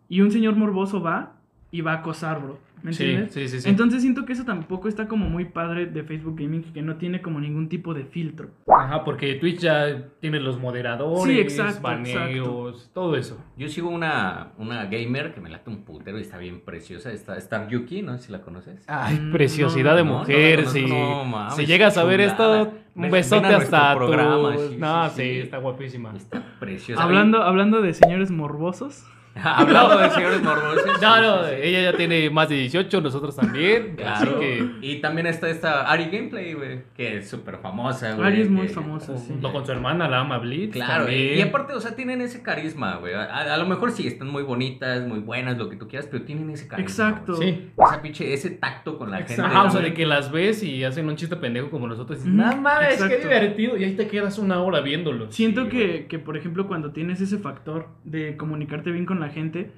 [SPEAKER 3] Y un señor morboso va y va a acosar, bro. ¿Me
[SPEAKER 4] Sí,
[SPEAKER 3] entiendes?
[SPEAKER 4] sí, sí, sí.
[SPEAKER 3] Entonces siento que eso tampoco está como muy padre de Facebook Gaming, que no tiene como ningún tipo de filtro.
[SPEAKER 4] Ajá, porque Twitch ya tiene los moderadores,
[SPEAKER 3] Sí, exacto,
[SPEAKER 4] baneos, todo eso.
[SPEAKER 1] Yo sigo una, una gamer que me late un putero y está bien preciosa. Está Star Yuki, no sé si la conoces.
[SPEAKER 2] Ay,
[SPEAKER 3] Mm,
[SPEAKER 2] preciosidad
[SPEAKER 3] no,
[SPEAKER 2] de
[SPEAKER 1] no,
[SPEAKER 2] mujer.
[SPEAKER 1] no, no,
[SPEAKER 2] si,
[SPEAKER 1] no, mames,
[SPEAKER 2] si llegas a ver
[SPEAKER 1] chulada.
[SPEAKER 2] esto, un
[SPEAKER 1] Ven-
[SPEAKER 2] besote
[SPEAKER 1] ven a nuestro
[SPEAKER 2] hasta
[SPEAKER 1] programa,
[SPEAKER 2] tu...
[SPEAKER 1] sí,
[SPEAKER 2] no, sí,
[SPEAKER 1] sí, sí.
[SPEAKER 2] está guapísima.
[SPEAKER 1] Está preciosa.
[SPEAKER 3] Hablando, hablando de señores morbosos.
[SPEAKER 1] Hablando de señores morbosos.
[SPEAKER 2] No, no,
[SPEAKER 1] sí, sí, sí.
[SPEAKER 2] ella ya tiene más de 18, nosotros también.
[SPEAKER 1] Claro.
[SPEAKER 2] Así que
[SPEAKER 1] Y también está esta Ari Gameplay, güey, que es súper famosa, güey.
[SPEAKER 3] Ari es muy
[SPEAKER 1] que-
[SPEAKER 3] famosa, sí.
[SPEAKER 4] Junto con su hermana, la ama Blitz.
[SPEAKER 1] Claro,
[SPEAKER 4] también.
[SPEAKER 1] y y aparte, o sea, tienen ese carisma, güey. A, a- a lo mejor sí, están muy bonitas, muy buenas, lo que tú quieras, pero tienen ese carisma.
[SPEAKER 3] Exacto.
[SPEAKER 1] güey.
[SPEAKER 4] Sí.
[SPEAKER 1] Esa pinche, ese tacto con la
[SPEAKER 3] Exacto. Ah,
[SPEAKER 1] gente.
[SPEAKER 4] Ajá, o sea,
[SPEAKER 1] güey.
[SPEAKER 4] de que las ves y hacen un chiste pendejo como nosotros. Y dices,
[SPEAKER 1] Mm,
[SPEAKER 3] Ujú,
[SPEAKER 4] no mames, qué
[SPEAKER 3] exacto.
[SPEAKER 4] divertido. Y ahí te quedas una hora viéndolo.
[SPEAKER 3] Siento
[SPEAKER 4] Sí, güey.
[SPEAKER 3] que, que, por ejemplo, cuando tienes ese factor de comunicarte bien con la gente,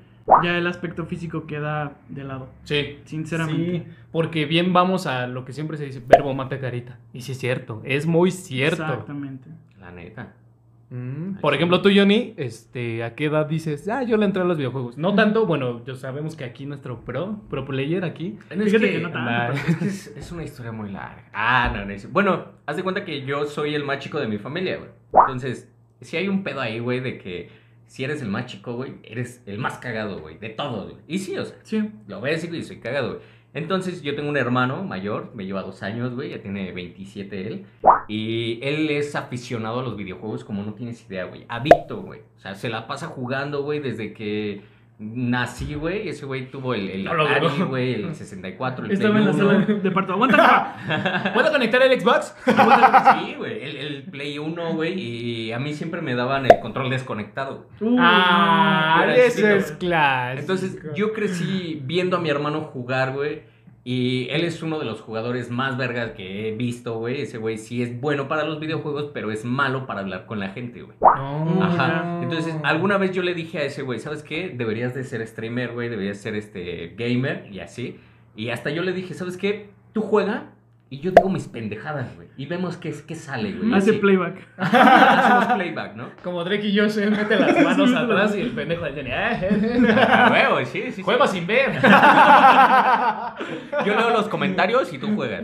[SPEAKER 3] ya el aspecto físico queda de lado,
[SPEAKER 4] Sí.
[SPEAKER 3] sinceramente.
[SPEAKER 4] Sí, porque bien vamos a lo que siempre se dice, verbo mata carita. Y sí es cierto, es muy cierto.
[SPEAKER 3] Exactamente.
[SPEAKER 1] La neta.
[SPEAKER 4] Mm, Por ejemplo, tú, Johnny, este, ¿a qué edad dices, ah, yo le entré a los videojuegos? No tanto, bueno, yo sabemos que aquí nuestro pro, pro player aquí.
[SPEAKER 3] Fíjate que no tanto,
[SPEAKER 1] la-
[SPEAKER 3] pero-
[SPEAKER 1] es, que es- es una historia muy larga. Ah, no, no es- Bueno, haz de cuenta que yo soy el más chico de mi familia, güey. Entonces, si hay un pedo ahí, güey, de que si eres el más chico, güey, eres el más cagado, güey, de todos, güey. Y sí, o sea,
[SPEAKER 3] Sí.
[SPEAKER 1] lo ves y soy cagado, güey. Entonces, yo tengo un hermano mayor, me lleva dos años, güey, ya tiene 27 él. Y él es aficionado a los videojuegos como no tienes idea, güey. Adicto, güey. O sea, se la pasa jugando, güey, desde que nací, güey. Ese güey tuvo el, el
[SPEAKER 4] No lo
[SPEAKER 1] Atari,
[SPEAKER 4] veo.
[SPEAKER 1] güey, el 64, el
[SPEAKER 3] Estaba en la
[SPEAKER 1] Play
[SPEAKER 3] sala
[SPEAKER 1] 1.
[SPEAKER 3] de de parto. ¡Aguanta!
[SPEAKER 4] ¿Puedo conectar el Xbox?
[SPEAKER 1] Sí, güey, el, el Play 1, güey. Y a mí siempre me daban el control desconectado.
[SPEAKER 3] Uh,
[SPEAKER 2] Ah,
[SPEAKER 3] no.
[SPEAKER 1] era
[SPEAKER 2] eso
[SPEAKER 1] chiquito.
[SPEAKER 2] es clásico.
[SPEAKER 1] Entonces, yo crecí viendo a mi hermano jugar, güey. Y él es uno de los jugadores más vergas que he visto, güey. Ese güey sí es bueno para los videojuegos, pero es malo para hablar con la gente, güey.
[SPEAKER 2] Mm,
[SPEAKER 4] No.
[SPEAKER 1] Ajá. Entonces, alguna vez yo le dije a ese güey, ¿sabes qué? Deberías de ser streamer, güey, deberías ser este gamer y así. Y hasta yo le dije, ¿sabes qué? Tú juega y yo digo mis pendejadas, güey. Y vemos qué, es- qué sale, güey. y
[SPEAKER 3] Hace
[SPEAKER 1] así.
[SPEAKER 3] playback.
[SPEAKER 1] Hacemos playback, ¿no?
[SPEAKER 4] Como Drake y yo se mete las manos atrás y el pendejo de Johnny. "Ah,
[SPEAKER 1] A huevo, sí, sí, sí.
[SPEAKER 4] Juego sin ver.
[SPEAKER 1] Yo leo los comentarios y tú juegas.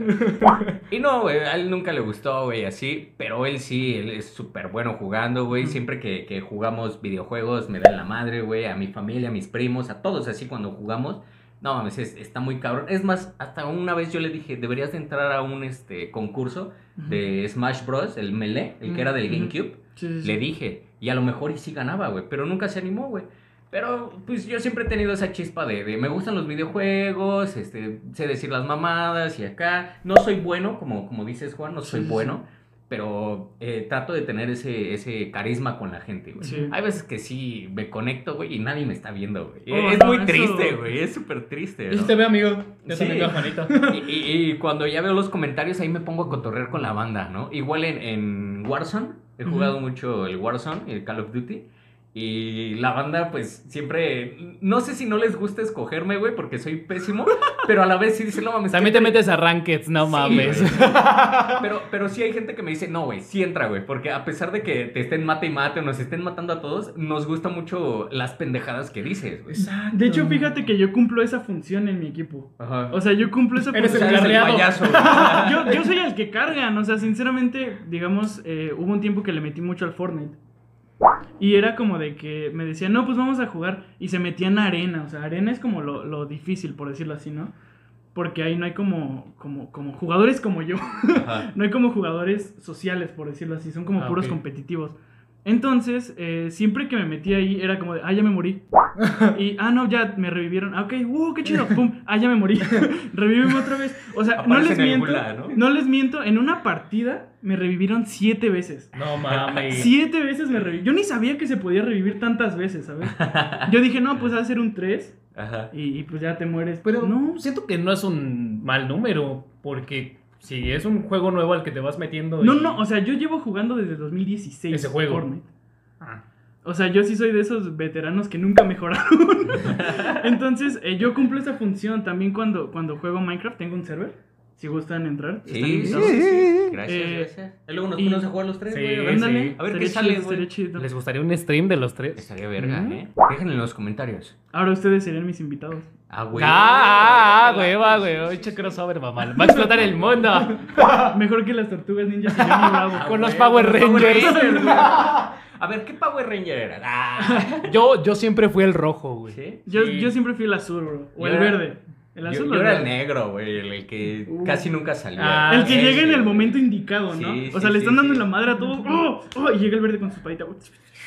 [SPEAKER 1] Y no, güey, a él nunca le gustó, güey, así. Pero él sí, él es súper bueno jugando, güey. Siempre que, que jugamos videojuegos, me da en la madre, güey. A mi familia, a mis primos, a todos así cuando jugamos. No mames, es- está muy cabrón. Es más, hasta una vez yo le dije, deberías de entrar a un este concurso de Smash Bros, el Melee, el que era del
[SPEAKER 3] Ujú.
[SPEAKER 1] GameCube.
[SPEAKER 3] Sí, sí, sí.
[SPEAKER 1] Le dije, y a lo mejor y sí ganaba, güey, pero nunca se animó, güey. Pero pues yo siempre he tenido esa chispa de, de me gustan los videojuegos, este, sé decir las mamadas y acá. No soy bueno, como, como dices Juan, no soy
[SPEAKER 3] Sí, sí,
[SPEAKER 1] bueno, pero eh, trato de tener ese, ese carisma con la gente, güey.
[SPEAKER 3] Sí.
[SPEAKER 1] Hay veces que sí me conecto, güey, y nadie me está viendo, güey.
[SPEAKER 3] Oh,
[SPEAKER 1] es
[SPEAKER 3] no,
[SPEAKER 1] muy
[SPEAKER 3] eso-
[SPEAKER 1] triste, güey, es súper triste.
[SPEAKER 4] Y
[SPEAKER 1] ¿no?
[SPEAKER 4] te ve, amigo. Ya
[SPEAKER 1] Sí.
[SPEAKER 4] se me veo, Juanito.
[SPEAKER 1] Y, y- y cuando ya veo los comentarios, ahí me pongo a cotorrear con la banda, ¿no? Igual en, en Warzone, he jugado mucho el Warzone, el Call of Duty. Y la banda, pues siempre. No sé si no les gusta escogerme, güey, porque soy pésimo. pero a la vez sí dicen, no mames.
[SPEAKER 2] También te metes a rankeds, no
[SPEAKER 1] Sí,
[SPEAKER 2] mames.
[SPEAKER 1] güey. Pero, pero sí hay gente que me dice, no, güey, sí entra, güey. Porque a pesar de que te estén mate y mate o nos estén matando a todos, nos gusta mucho las pendejadas que dices, güey.
[SPEAKER 3] De hecho, fíjate que yo cumplo esa función en mi equipo.
[SPEAKER 1] Ajá.
[SPEAKER 3] O sea, yo cumplo esa
[SPEAKER 4] Eres
[SPEAKER 1] O sea,
[SPEAKER 3] función.
[SPEAKER 4] el
[SPEAKER 1] eres
[SPEAKER 4] garreado.
[SPEAKER 1] payaso, güey.
[SPEAKER 3] yo, yo soy el que cargan, o sea, sinceramente, digamos, eh, hubo un tiempo que le metí mucho al Fortnite. Y era como de que me decían, no, pues vamos a jugar. Y se metían a arena, o sea, arena es como lo, lo difícil, por decirlo así, ¿no? Porque ahí no hay como, como, como jugadores como yo.
[SPEAKER 1] Ajá.
[SPEAKER 3] No hay como jugadores sociales, por decirlo así, son como
[SPEAKER 4] Ah,
[SPEAKER 3] puros
[SPEAKER 4] ok.
[SPEAKER 3] competitivos. Entonces, eh, siempre que me metí ahí era como de, ah, ya me morí. Y, ah, no, ya me revivieron. Ah, ok, wow, qué chido. Pum, ah, ya me morí. Revivíme otra vez. O sea, no
[SPEAKER 1] Aparece
[SPEAKER 3] les
[SPEAKER 1] en el
[SPEAKER 3] miento.
[SPEAKER 1] Gula,
[SPEAKER 3] ¿no?
[SPEAKER 1] ¿no?
[SPEAKER 3] les miento, en una partida me revivieron siete veces.
[SPEAKER 4] No mames.
[SPEAKER 3] Siete veces me revivieron. Yo ni sabía que se podía revivir tantas veces, ¿sabes? Yo dije, no, pues va a ser un tres.
[SPEAKER 1] Ajá.
[SPEAKER 3] Y, y pues ya te mueres.
[SPEAKER 2] Pero
[SPEAKER 3] no,
[SPEAKER 2] no, siento que no es un mal número, porque si es un juego nuevo al que te vas metiendo. y-
[SPEAKER 3] no, no, o sea, yo llevo jugando desde 2016.
[SPEAKER 2] Ese juego.
[SPEAKER 3] Fortnite.
[SPEAKER 2] Ah.
[SPEAKER 3] O sea, yo sí soy de esos veteranos que nunca mejoraron. Entonces, eh, yo cumplo esa función. También cuando, cuando juego Minecraft, tengo un server. Si gustan entrar.
[SPEAKER 1] Sí,
[SPEAKER 3] están
[SPEAKER 1] sí,
[SPEAKER 3] invitados.
[SPEAKER 1] sí, sí.
[SPEAKER 3] Eh,
[SPEAKER 1] Gracias, gracias. Y luego nos
[SPEAKER 3] y-
[SPEAKER 1] ponemos a jugar los tres,
[SPEAKER 2] Sí,
[SPEAKER 1] güey. a ver.
[SPEAKER 3] Ándale,
[SPEAKER 2] sí.
[SPEAKER 1] A ver qué
[SPEAKER 3] estaría chido,
[SPEAKER 1] sale, güey.
[SPEAKER 3] estaría chido.
[SPEAKER 2] ¿Les gustaría un stream de los tres?
[SPEAKER 1] Estaría verga,
[SPEAKER 3] Ujú.
[SPEAKER 1] ¿eh? Déjenlo en los comentarios.
[SPEAKER 3] Ahora ustedes serían mis invitados.
[SPEAKER 1] Ah,
[SPEAKER 2] Ah,
[SPEAKER 1] güey.
[SPEAKER 2] ah, ah, hueva, güey. Oye, crossover, mamá. Va a explotar el mundo.
[SPEAKER 3] Mejor que las tortugas ninjas y Johnny
[SPEAKER 1] Ah,
[SPEAKER 3] Bravo.
[SPEAKER 2] Con los Power Rangers.
[SPEAKER 1] A ver, ¿qué Power Ranger era? Ah,
[SPEAKER 2] Yo, yo siempre fui el rojo, güey.
[SPEAKER 1] ¿sí?
[SPEAKER 3] Yo,
[SPEAKER 2] Sí.
[SPEAKER 3] yo siempre fui el azul, bro.
[SPEAKER 1] Yo
[SPEAKER 3] O el
[SPEAKER 1] era-
[SPEAKER 3] verde. El
[SPEAKER 1] Yo,
[SPEAKER 3] azul
[SPEAKER 1] yo
[SPEAKER 3] o el
[SPEAKER 1] era el
[SPEAKER 3] verde.
[SPEAKER 1] negro, güey, el, el que
[SPEAKER 3] Uh.
[SPEAKER 1] casi nunca salía.
[SPEAKER 2] Ah,
[SPEAKER 3] El que
[SPEAKER 2] sí,
[SPEAKER 3] llega en
[SPEAKER 1] Ese,
[SPEAKER 3] el
[SPEAKER 1] güey.
[SPEAKER 3] momento indicado, ¿no?
[SPEAKER 1] Sí,
[SPEAKER 3] o
[SPEAKER 1] sí,
[SPEAKER 3] sea, le
[SPEAKER 1] sí,
[SPEAKER 3] están dando
[SPEAKER 1] sí.
[SPEAKER 3] la madre a todo. ¡Oh! ¡Oh! Y llega el verde con su paita.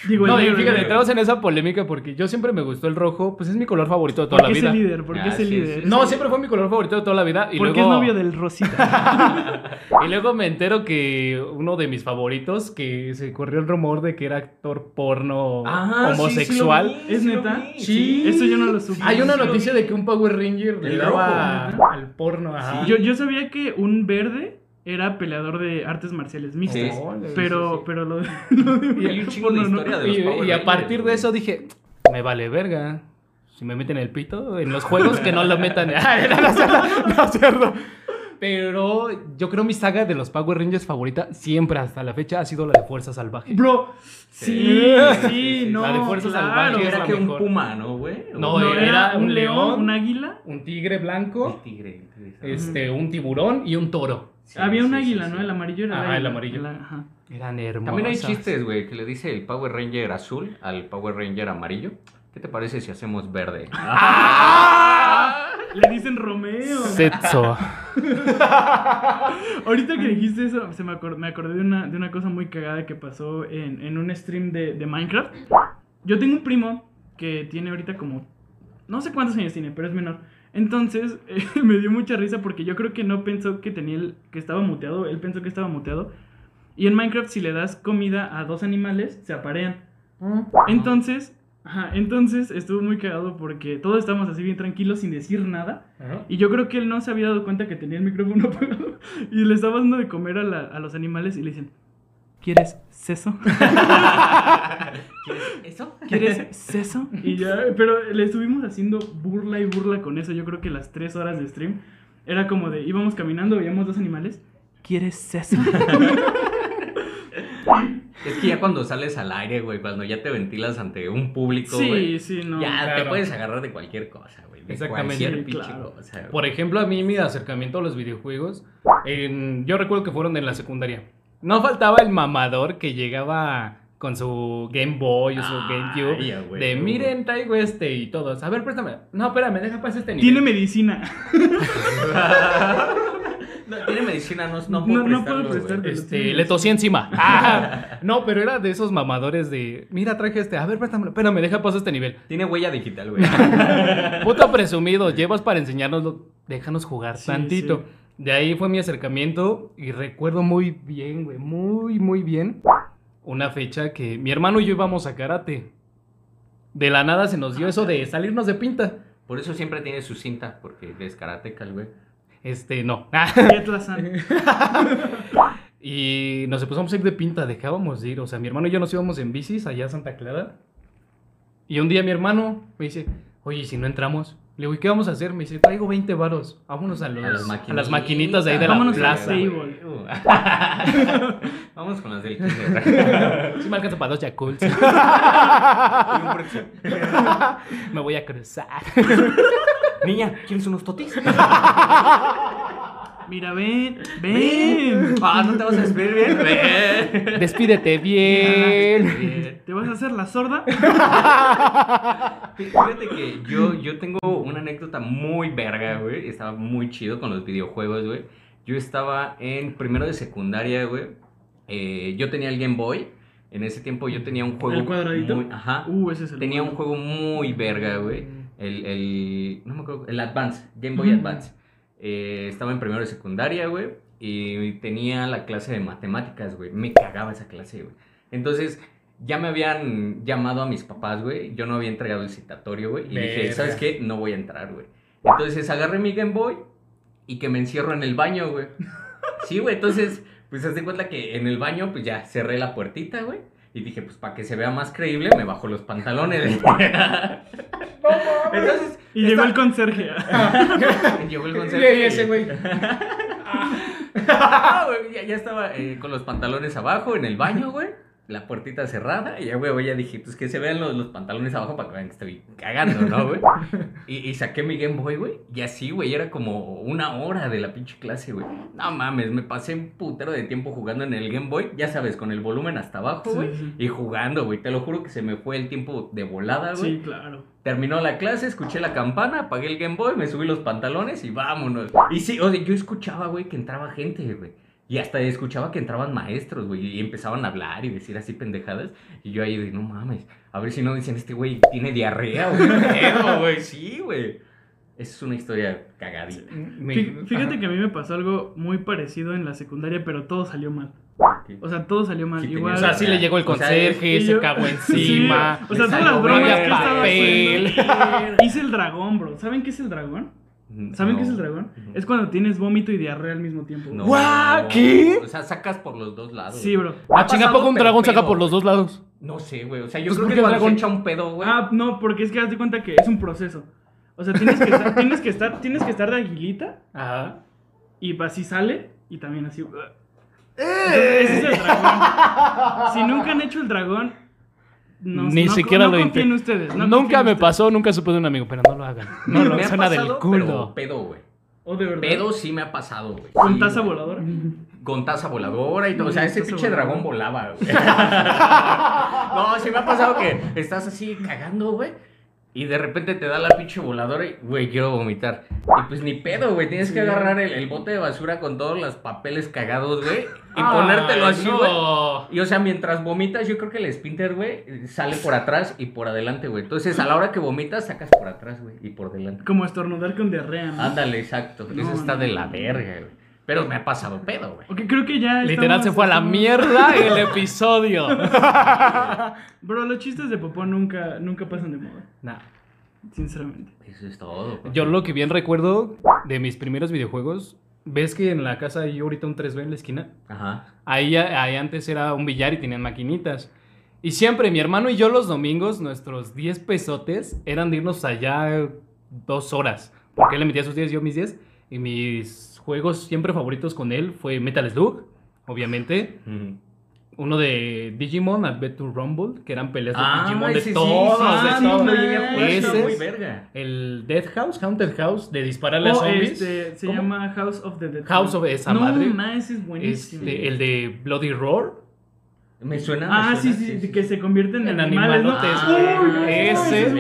[SPEAKER 3] Digo, el
[SPEAKER 2] No, y
[SPEAKER 3] negro,
[SPEAKER 2] fíjate,
[SPEAKER 3] el negro.
[SPEAKER 2] entramos en esa polémica porque yo siempre me gustó el rojo, pues es mi color favorito de toda
[SPEAKER 3] ¿Por
[SPEAKER 2] la
[SPEAKER 3] qué es el
[SPEAKER 2] vida.
[SPEAKER 3] líder? ¿Por qué
[SPEAKER 1] Ah,
[SPEAKER 3] es el
[SPEAKER 1] sí,
[SPEAKER 3] líder?
[SPEAKER 1] sí.
[SPEAKER 2] No, siempre fue mi color favorito de toda la vida. Y
[SPEAKER 3] Porque
[SPEAKER 2] luego,
[SPEAKER 3] es novio del Rosita.
[SPEAKER 2] Y luego me entero que uno de mis favoritos, que se corrió el rumor de que era actor porno
[SPEAKER 1] Ah, sí, sí lo
[SPEAKER 2] homosexual.
[SPEAKER 1] vi,
[SPEAKER 3] ¿Es
[SPEAKER 1] sí lo
[SPEAKER 3] neta?
[SPEAKER 1] vi,
[SPEAKER 2] Sí.
[SPEAKER 3] Eso yo no lo supe.
[SPEAKER 2] Hay una
[SPEAKER 3] Sí lo
[SPEAKER 2] noticia de que un Power Ranger le
[SPEAKER 1] El
[SPEAKER 2] daba
[SPEAKER 1] rojo,
[SPEAKER 2] al porno. Ajá.
[SPEAKER 1] Sí.
[SPEAKER 3] Yo, yo sabía que un verde era peleador de artes marciales mixtas.
[SPEAKER 1] Sí.
[SPEAKER 3] Pero, pero lo de. lo de-
[SPEAKER 1] Y hay un chingo de
[SPEAKER 3] no, no.
[SPEAKER 1] historia de los
[SPEAKER 2] Y, y
[SPEAKER 1] Power Rangers,
[SPEAKER 2] a partir de
[SPEAKER 1] güey.
[SPEAKER 2] eso dije, me vale verga. Si me meten el pito en los juegos, que no lo metan. Ah, no, es cierto, no es cierto. Pero yo creo mi saga de los Power Rangers favorita siempre hasta la fecha ha sido la de Fuerza Salvaje.
[SPEAKER 3] Bro, sí,
[SPEAKER 1] Sí,
[SPEAKER 3] sí,
[SPEAKER 1] sí,
[SPEAKER 3] no.
[SPEAKER 2] la de fuerza
[SPEAKER 3] claro.
[SPEAKER 2] salvaje.
[SPEAKER 1] Era
[SPEAKER 2] la
[SPEAKER 1] que un
[SPEAKER 2] mejor.
[SPEAKER 1] puma, ¿no, güey?
[SPEAKER 2] No,
[SPEAKER 3] No,
[SPEAKER 2] era
[SPEAKER 3] era
[SPEAKER 2] un
[SPEAKER 3] un león,
[SPEAKER 2] león,
[SPEAKER 3] un águila.
[SPEAKER 2] Un tigre
[SPEAKER 1] El
[SPEAKER 2] blanco,
[SPEAKER 1] tigre. el tigre, ¿sabes?
[SPEAKER 2] este, un tiburón y un toro.
[SPEAKER 1] Sí,
[SPEAKER 3] Había
[SPEAKER 1] sí,
[SPEAKER 3] un
[SPEAKER 1] sí,
[SPEAKER 3] águila,
[SPEAKER 1] sí.
[SPEAKER 3] ¿no? El amarillo era.
[SPEAKER 2] Ajá,
[SPEAKER 3] águila.
[SPEAKER 2] el amarillo.
[SPEAKER 3] La- ajá.
[SPEAKER 2] Eran hermosos.
[SPEAKER 1] También hay chistes, güey, que le dice el Power Ranger azul al Power Ranger amarillo. ¿Qué te parece si hacemos verde?
[SPEAKER 2] Ah.
[SPEAKER 3] Le dicen Romeo.
[SPEAKER 2] Sexo.
[SPEAKER 3] Ahorita que dijiste eso, se me, acor- me acordé de una, de una cosa muy cagada que pasó en, en un stream de, de Minecraft. Yo tengo un primo que tiene ahorita como... No sé cuántos años tiene, pero es menor. Entonces eh, me dio mucha risa porque yo creo que no pensó que tenía el, que estaba muteado. Él pensó que estaba muteado. Y en Minecraft si le das comida a dos animales, se aparean. Entonces, ajá, entonces estuvo muy cagado porque todos estábamos así bien tranquilos sin decir nada. Y yo creo que él no se había dado cuenta que tenía el micrófono apagado y le estaba dando de comer a, la- a los animales y le dicen, ¿quieres seso?
[SPEAKER 1] ¿Eso?
[SPEAKER 3] ¿Quieres seso? Y ya, pero le estuvimos haciendo burla y burla con eso. Yo creo que las tres horas de stream era como de íbamos caminando, veíamos dos animales. ¿Quieres seso?
[SPEAKER 1] Es que ya cuando sales al aire, güey, cuando ya te ventilas ante un público, güey.
[SPEAKER 3] Sí, sí, no.
[SPEAKER 1] ya
[SPEAKER 2] claro.
[SPEAKER 1] te puedes agarrar de cualquier cosa, güey. De
[SPEAKER 2] Exactamente,
[SPEAKER 1] cualquier
[SPEAKER 3] sí,
[SPEAKER 1] pinche
[SPEAKER 3] claro.
[SPEAKER 1] cosa, güey.
[SPEAKER 2] Por ejemplo, a mí mi acercamiento a los videojuegos, en- yo recuerdo que fueron en la secundaria. No faltaba el mamador que llegaba con su Game Boy o su
[SPEAKER 1] Ay,
[SPEAKER 2] GameCube.
[SPEAKER 1] ya, güey.
[SPEAKER 2] de miren, traigo este y todos. A ver, préstame. No, espérame, deja pasar este nivel.
[SPEAKER 3] Tiene medicina.
[SPEAKER 1] No, tiene medicina, no,
[SPEAKER 3] No,
[SPEAKER 1] no puedo
[SPEAKER 3] no
[SPEAKER 1] prestarlo,
[SPEAKER 3] puedo
[SPEAKER 1] güey.
[SPEAKER 3] prestar.
[SPEAKER 2] Este, le tosí encima. Ah, no, pero era de esos mamadores de, mira, traje este. A ver, préstame. Espérame, deja pasar este nivel.
[SPEAKER 1] Tiene huella digital, güey.
[SPEAKER 2] Puto presumido, llevas para enseñárnoslo. Déjanos jugar
[SPEAKER 3] Sí,
[SPEAKER 2] tantito.
[SPEAKER 3] sí.
[SPEAKER 2] De ahí fue mi acercamiento y recuerdo muy bien, güey, muy, muy bien. Una fecha que mi hermano y yo íbamos a karate. De la nada se nos dio eso de salirnos de pinta.
[SPEAKER 1] Por eso siempre tiene su cinta, porque es karateca, el güey.
[SPEAKER 2] Este, no.
[SPEAKER 3] Atlasan.
[SPEAKER 2] Y nos empezamos a ir de pinta, dejábamos de ir. O sea, mi hermano y yo nos íbamos en bicis allá a Santa Clara. Y un día mi hermano me dice, oye, ¿y si no entramos? Le digo, "¿Y qué vamos a hacer? Me dice, traigo 20 varos. Vámonos a, los- a las maquinitas de ahí de la
[SPEAKER 3] Vámonos a
[SPEAKER 2] plaza.
[SPEAKER 3] Save.
[SPEAKER 1] güey. Vamos con las del kinder.
[SPEAKER 2] Sí me alcanza para dos Yakults. me voy a cruzar.
[SPEAKER 1] Niña, ¿quieres unos totis?
[SPEAKER 3] Mira, ven, ven.
[SPEAKER 1] Ah, ¿no te vas a despedir bien? Ven.
[SPEAKER 2] Despídete bien.
[SPEAKER 3] Eh, ¿Te vas a hacer la sorda?
[SPEAKER 1] Fí- Fíjate que yo, yo tengo una anécdota muy verga, güey. Estaba muy chido con los videojuegos, güey. Yo estaba en primero de secundaria, güey. Eh, yo tenía el Game Boy. En ese tiempo yo tenía un juego.
[SPEAKER 3] ¿El cuadradito?
[SPEAKER 1] muy- ajá.
[SPEAKER 3] Uh, ese es el
[SPEAKER 1] tenía un
[SPEAKER 3] bueno.
[SPEAKER 1] juego muy verga, güey. El, el. No me acuerdo. El Advance. Game Boy
[SPEAKER 3] Ujú.
[SPEAKER 1] Advance. Eh, estaba en primero de secundaria, güey. Y tenía la clase de matemáticas, güey. Me cagaba esa clase, güey. Entonces, ya me habían llamado a mis papás, güey. Yo no había entregado el citatorio, güey. Y dije,
[SPEAKER 4] Verga.
[SPEAKER 1] ¿sabes qué? No voy a entrar, güey. Entonces agarré mi Game Boy y que me encierro en el baño, güey. Sí, güey. Entonces, pues haz de cuenta que en el baño, pues ya cerré la puertita, güey. Y dije, pues para que se vea más creíble, me bajo los pantalones. Entonces,
[SPEAKER 3] Y llegó el conserje.
[SPEAKER 1] llegó el
[SPEAKER 4] Sí,
[SPEAKER 1] conserje.
[SPEAKER 4] ese güey.
[SPEAKER 1] Ah, güey, ya, ya estaba eh, con los pantalones abajo en el baño, güey. La puertita cerrada. Y ya, güey, güey, ya dije, pues que se vean los, los pantalones abajo para que vean que estoy cagando, ¿no, güey? Y, y saqué mi Game Boy, güey. Y así, güey, era como una hora de la pinche clase, güey. No mames, me pasé un putero de tiempo jugando en el Game Boy. Ya sabes, con el volumen hasta abajo, güey.
[SPEAKER 3] sí.
[SPEAKER 1] Y jugando, güey. Te lo juro que se me fue el tiempo de volada, güey.
[SPEAKER 3] Ah, Sí, claro.
[SPEAKER 1] Terminó la clase, escuché la campana, apagué el Game Boy, me subí los pantalones y vámonos. Y sí, o sea, yo escuchaba, güey, que entraba gente, güey. Y hasta escuchaba que entraban maestros, güey, y empezaban a hablar y decir así pendejadas. Y yo ahí de, no mames, a ver si no dicen, este güey tiene diarrea, güey. ¿qué pedo, güey, sí, güey. Esa es una historia cagadita.
[SPEAKER 3] Fí-
[SPEAKER 4] Me-
[SPEAKER 3] Fíjate
[SPEAKER 4] Ajá.
[SPEAKER 3] que a mí me pasó algo muy parecido en la secundaria, pero todo salió mal. O sea, todo salió mal.
[SPEAKER 1] Sí, tenía-
[SPEAKER 3] Igual.
[SPEAKER 4] O sea, sí le llegó el
[SPEAKER 1] O sea,
[SPEAKER 4] conserje,
[SPEAKER 3] y
[SPEAKER 4] se
[SPEAKER 3] yo-
[SPEAKER 4] cagó
[SPEAKER 3] Sí,
[SPEAKER 4] encima.
[SPEAKER 2] Ah,
[SPEAKER 3] o sea,
[SPEAKER 1] le
[SPEAKER 3] todas
[SPEAKER 1] salió
[SPEAKER 3] las bromas
[SPEAKER 1] mal
[SPEAKER 3] que
[SPEAKER 1] el
[SPEAKER 3] estaba
[SPEAKER 4] papel.
[SPEAKER 3] haciendo. Hice el dragón, bro. ¿Saben qué es el dragón? ¿Saben
[SPEAKER 1] No.
[SPEAKER 3] qué es el dragón?
[SPEAKER 1] Ujú.
[SPEAKER 3] Es cuando tienes vómito y diarrea al mismo tiempo.
[SPEAKER 1] No.
[SPEAKER 2] Guau, ¿qué?
[SPEAKER 1] O sea, sacas por los dos lados.
[SPEAKER 3] Sí, bro.
[SPEAKER 2] Ah, chinga, ¿a
[SPEAKER 1] pasado,
[SPEAKER 2] poco un
[SPEAKER 1] pero
[SPEAKER 2] dragón saca
[SPEAKER 1] pedo,
[SPEAKER 2] por los dos lados?
[SPEAKER 1] No sé, güey. O sea, yo
[SPEAKER 2] Pues,
[SPEAKER 1] creo
[SPEAKER 2] ¿por
[SPEAKER 1] que
[SPEAKER 2] qué
[SPEAKER 1] cuando se
[SPEAKER 2] dragón?
[SPEAKER 1] echa un pedo, güey.
[SPEAKER 3] Ah, no, porque es que haz de cuenta que es un proceso. O sea, tienes que estar, tienes que estar, tienes que estar de aguilita
[SPEAKER 4] Ajá.
[SPEAKER 3] y va- así sale y también así. Entonces, ese es el dragón. Si nunca han hecho el dragón, no,
[SPEAKER 2] Ni
[SPEAKER 3] no-
[SPEAKER 2] siquiera
[SPEAKER 3] no
[SPEAKER 2] lo
[SPEAKER 3] confíen
[SPEAKER 2] intenté.
[SPEAKER 3] ustedes. no confíen
[SPEAKER 2] nunca
[SPEAKER 3] en
[SPEAKER 2] me
[SPEAKER 3] ustedes.
[SPEAKER 2] pasó, nunca supe de un amigo, pero no lo hagan. No
[SPEAKER 1] me
[SPEAKER 2] lo hagan,
[SPEAKER 1] ha
[SPEAKER 2] suena del
[SPEAKER 1] pasado,
[SPEAKER 2] culo.
[SPEAKER 1] pero pedo, güey.
[SPEAKER 3] Oh, de verdad.
[SPEAKER 1] Pedo sí me ha pasado, güey.
[SPEAKER 3] Con
[SPEAKER 1] Sí,
[SPEAKER 3] taza
[SPEAKER 1] güey.
[SPEAKER 3] voladora.
[SPEAKER 1] Con taza voladora y todo. O sea,
[SPEAKER 3] Mm,
[SPEAKER 1] ese
[SPEAKER 3] taza
[SPEAKER 1] pinche
[SPEAKER 3] voladora.
[SPEAKER 1] dragón volaba, güey. no, sí me ha pasado que estás así cagando, güey. Y de repente te da la pinche voladora y, güey, quiero vomitar. Y pues ni pedo, güey. Tienes que agarrar el, el bote de basura con todos los papeles cagados, güey. Y
[SPEAKER 3] Ah,
[SPEAKER 1] ponértelo
[SPEAKER 4] Ay,
[SPEAKER 1] así,
[SPEAKER 4] no.
[SPEAKER 1] güey. Y o sea, mientras vomitas, yo creo que el spinter, güey, sale por atrás y por adelante, güey. Entonces, a la hora que vomitas, sacas por atrás, güey, y por delante.
[SPEAKER 3] Como estornudar con diarrea. ¿no?
[SPEAKER 1] Ándale, exacto.
[SPEAKER 3] No,
[SPEAKER 1] Eso está
[SPEAKER 3] no,
[SPEAKER 1] de
[SPEAKER 3] no,
[SPEAKER 1] la
[SPEAKER 3] no.
[SPEAKER 1] verga, güey. Pero me ha pasado pedo, güey.
[SPEAKER 3] Ok, creo que ya.
[SPEAKER 2] Literal
[SPEAKER 3] estamos-
[SPEAKER 2] se fue a la
[SPEAKER 3] estamos-
[SPEAKER 2] mierda el episodio.
[SPEAKER 3] Bro, los chistes de popó nunca, nunca pasan de moda. Sinceramente.
[SPEAKER 1] Eso es todo, güey.
[SPEAKER 2] Yo lo que bien recuerdo de mis primeros videojuegos, ves que en la casa hay ahorita un 3B en la esquina.
[SPEAKER 1] Ajá.
[SPEAKER 2] Ahí, ahí antes era un billar y tenían maquinitas. Y siempre mi hermano y yo los domingos, nuestros 10 pesotes eran de irnos allá dos horas. Porque él le metía sus 10, yo mis 10. Y mis juegos siempre favoritos con él fue Metal Slug, obviamente.
[SPEAKER 1] Ujú.
[SPEAKER 2] Uno de Digimon, Adventure Rumble, que eran peleas de Digimon de
[SPEAKER 1] ese Ah, sí,
[SPEAKER 2] todos.
[SPEAKER 1] sí,
[SPEAKER 2] de
[SPEAKER 1] sí,
[SPEAKER 3] no
[SPEAKER 2] todos.
[SPEAKER 1] sí,
[SPEAKER 3] mames.
[SPEAKER 1] ya fue,
[SPEAKER 2] Ese
[SPEAKER 1] está muy
[SPEAKER 2] es-
[SPEAKER 1] verga.
[SPEAKER 2] El Death House, Haunted House, de dispararle a
[SPEAKER 3] O,
[SPEAKER 2] zombies.
[SPEAKER 3] este, se
[SPEAKER 2] ¿Cómo?
[SPEAKER 3] llama House of the Dead.
[SPEAKER 2] House of esa
[SPEAKER 3] no,
[SPEAKER 2] madre.
[SPEAKER 3] ma, ese es buenísimo.
[SPEAKER 2] Este, el de Bloody Roar.
[SPEAKER 1] Me suena. me
[SPEAKER 3] Ah,
[SPEAKER 1] suena,
[SPEAKER 3] sí, sí, que se convierten en,
[SPEAKER 2] En
[SPEAKER 3] animales. ¿no?
[SPEAKER 2] animalotes,
[SPEAKER 3] Uy,
[SPEAKER 2] güey.
[SPEAKER 3] no, ese
[SPEAKER 2] Ese-
[SPEAKER 3] es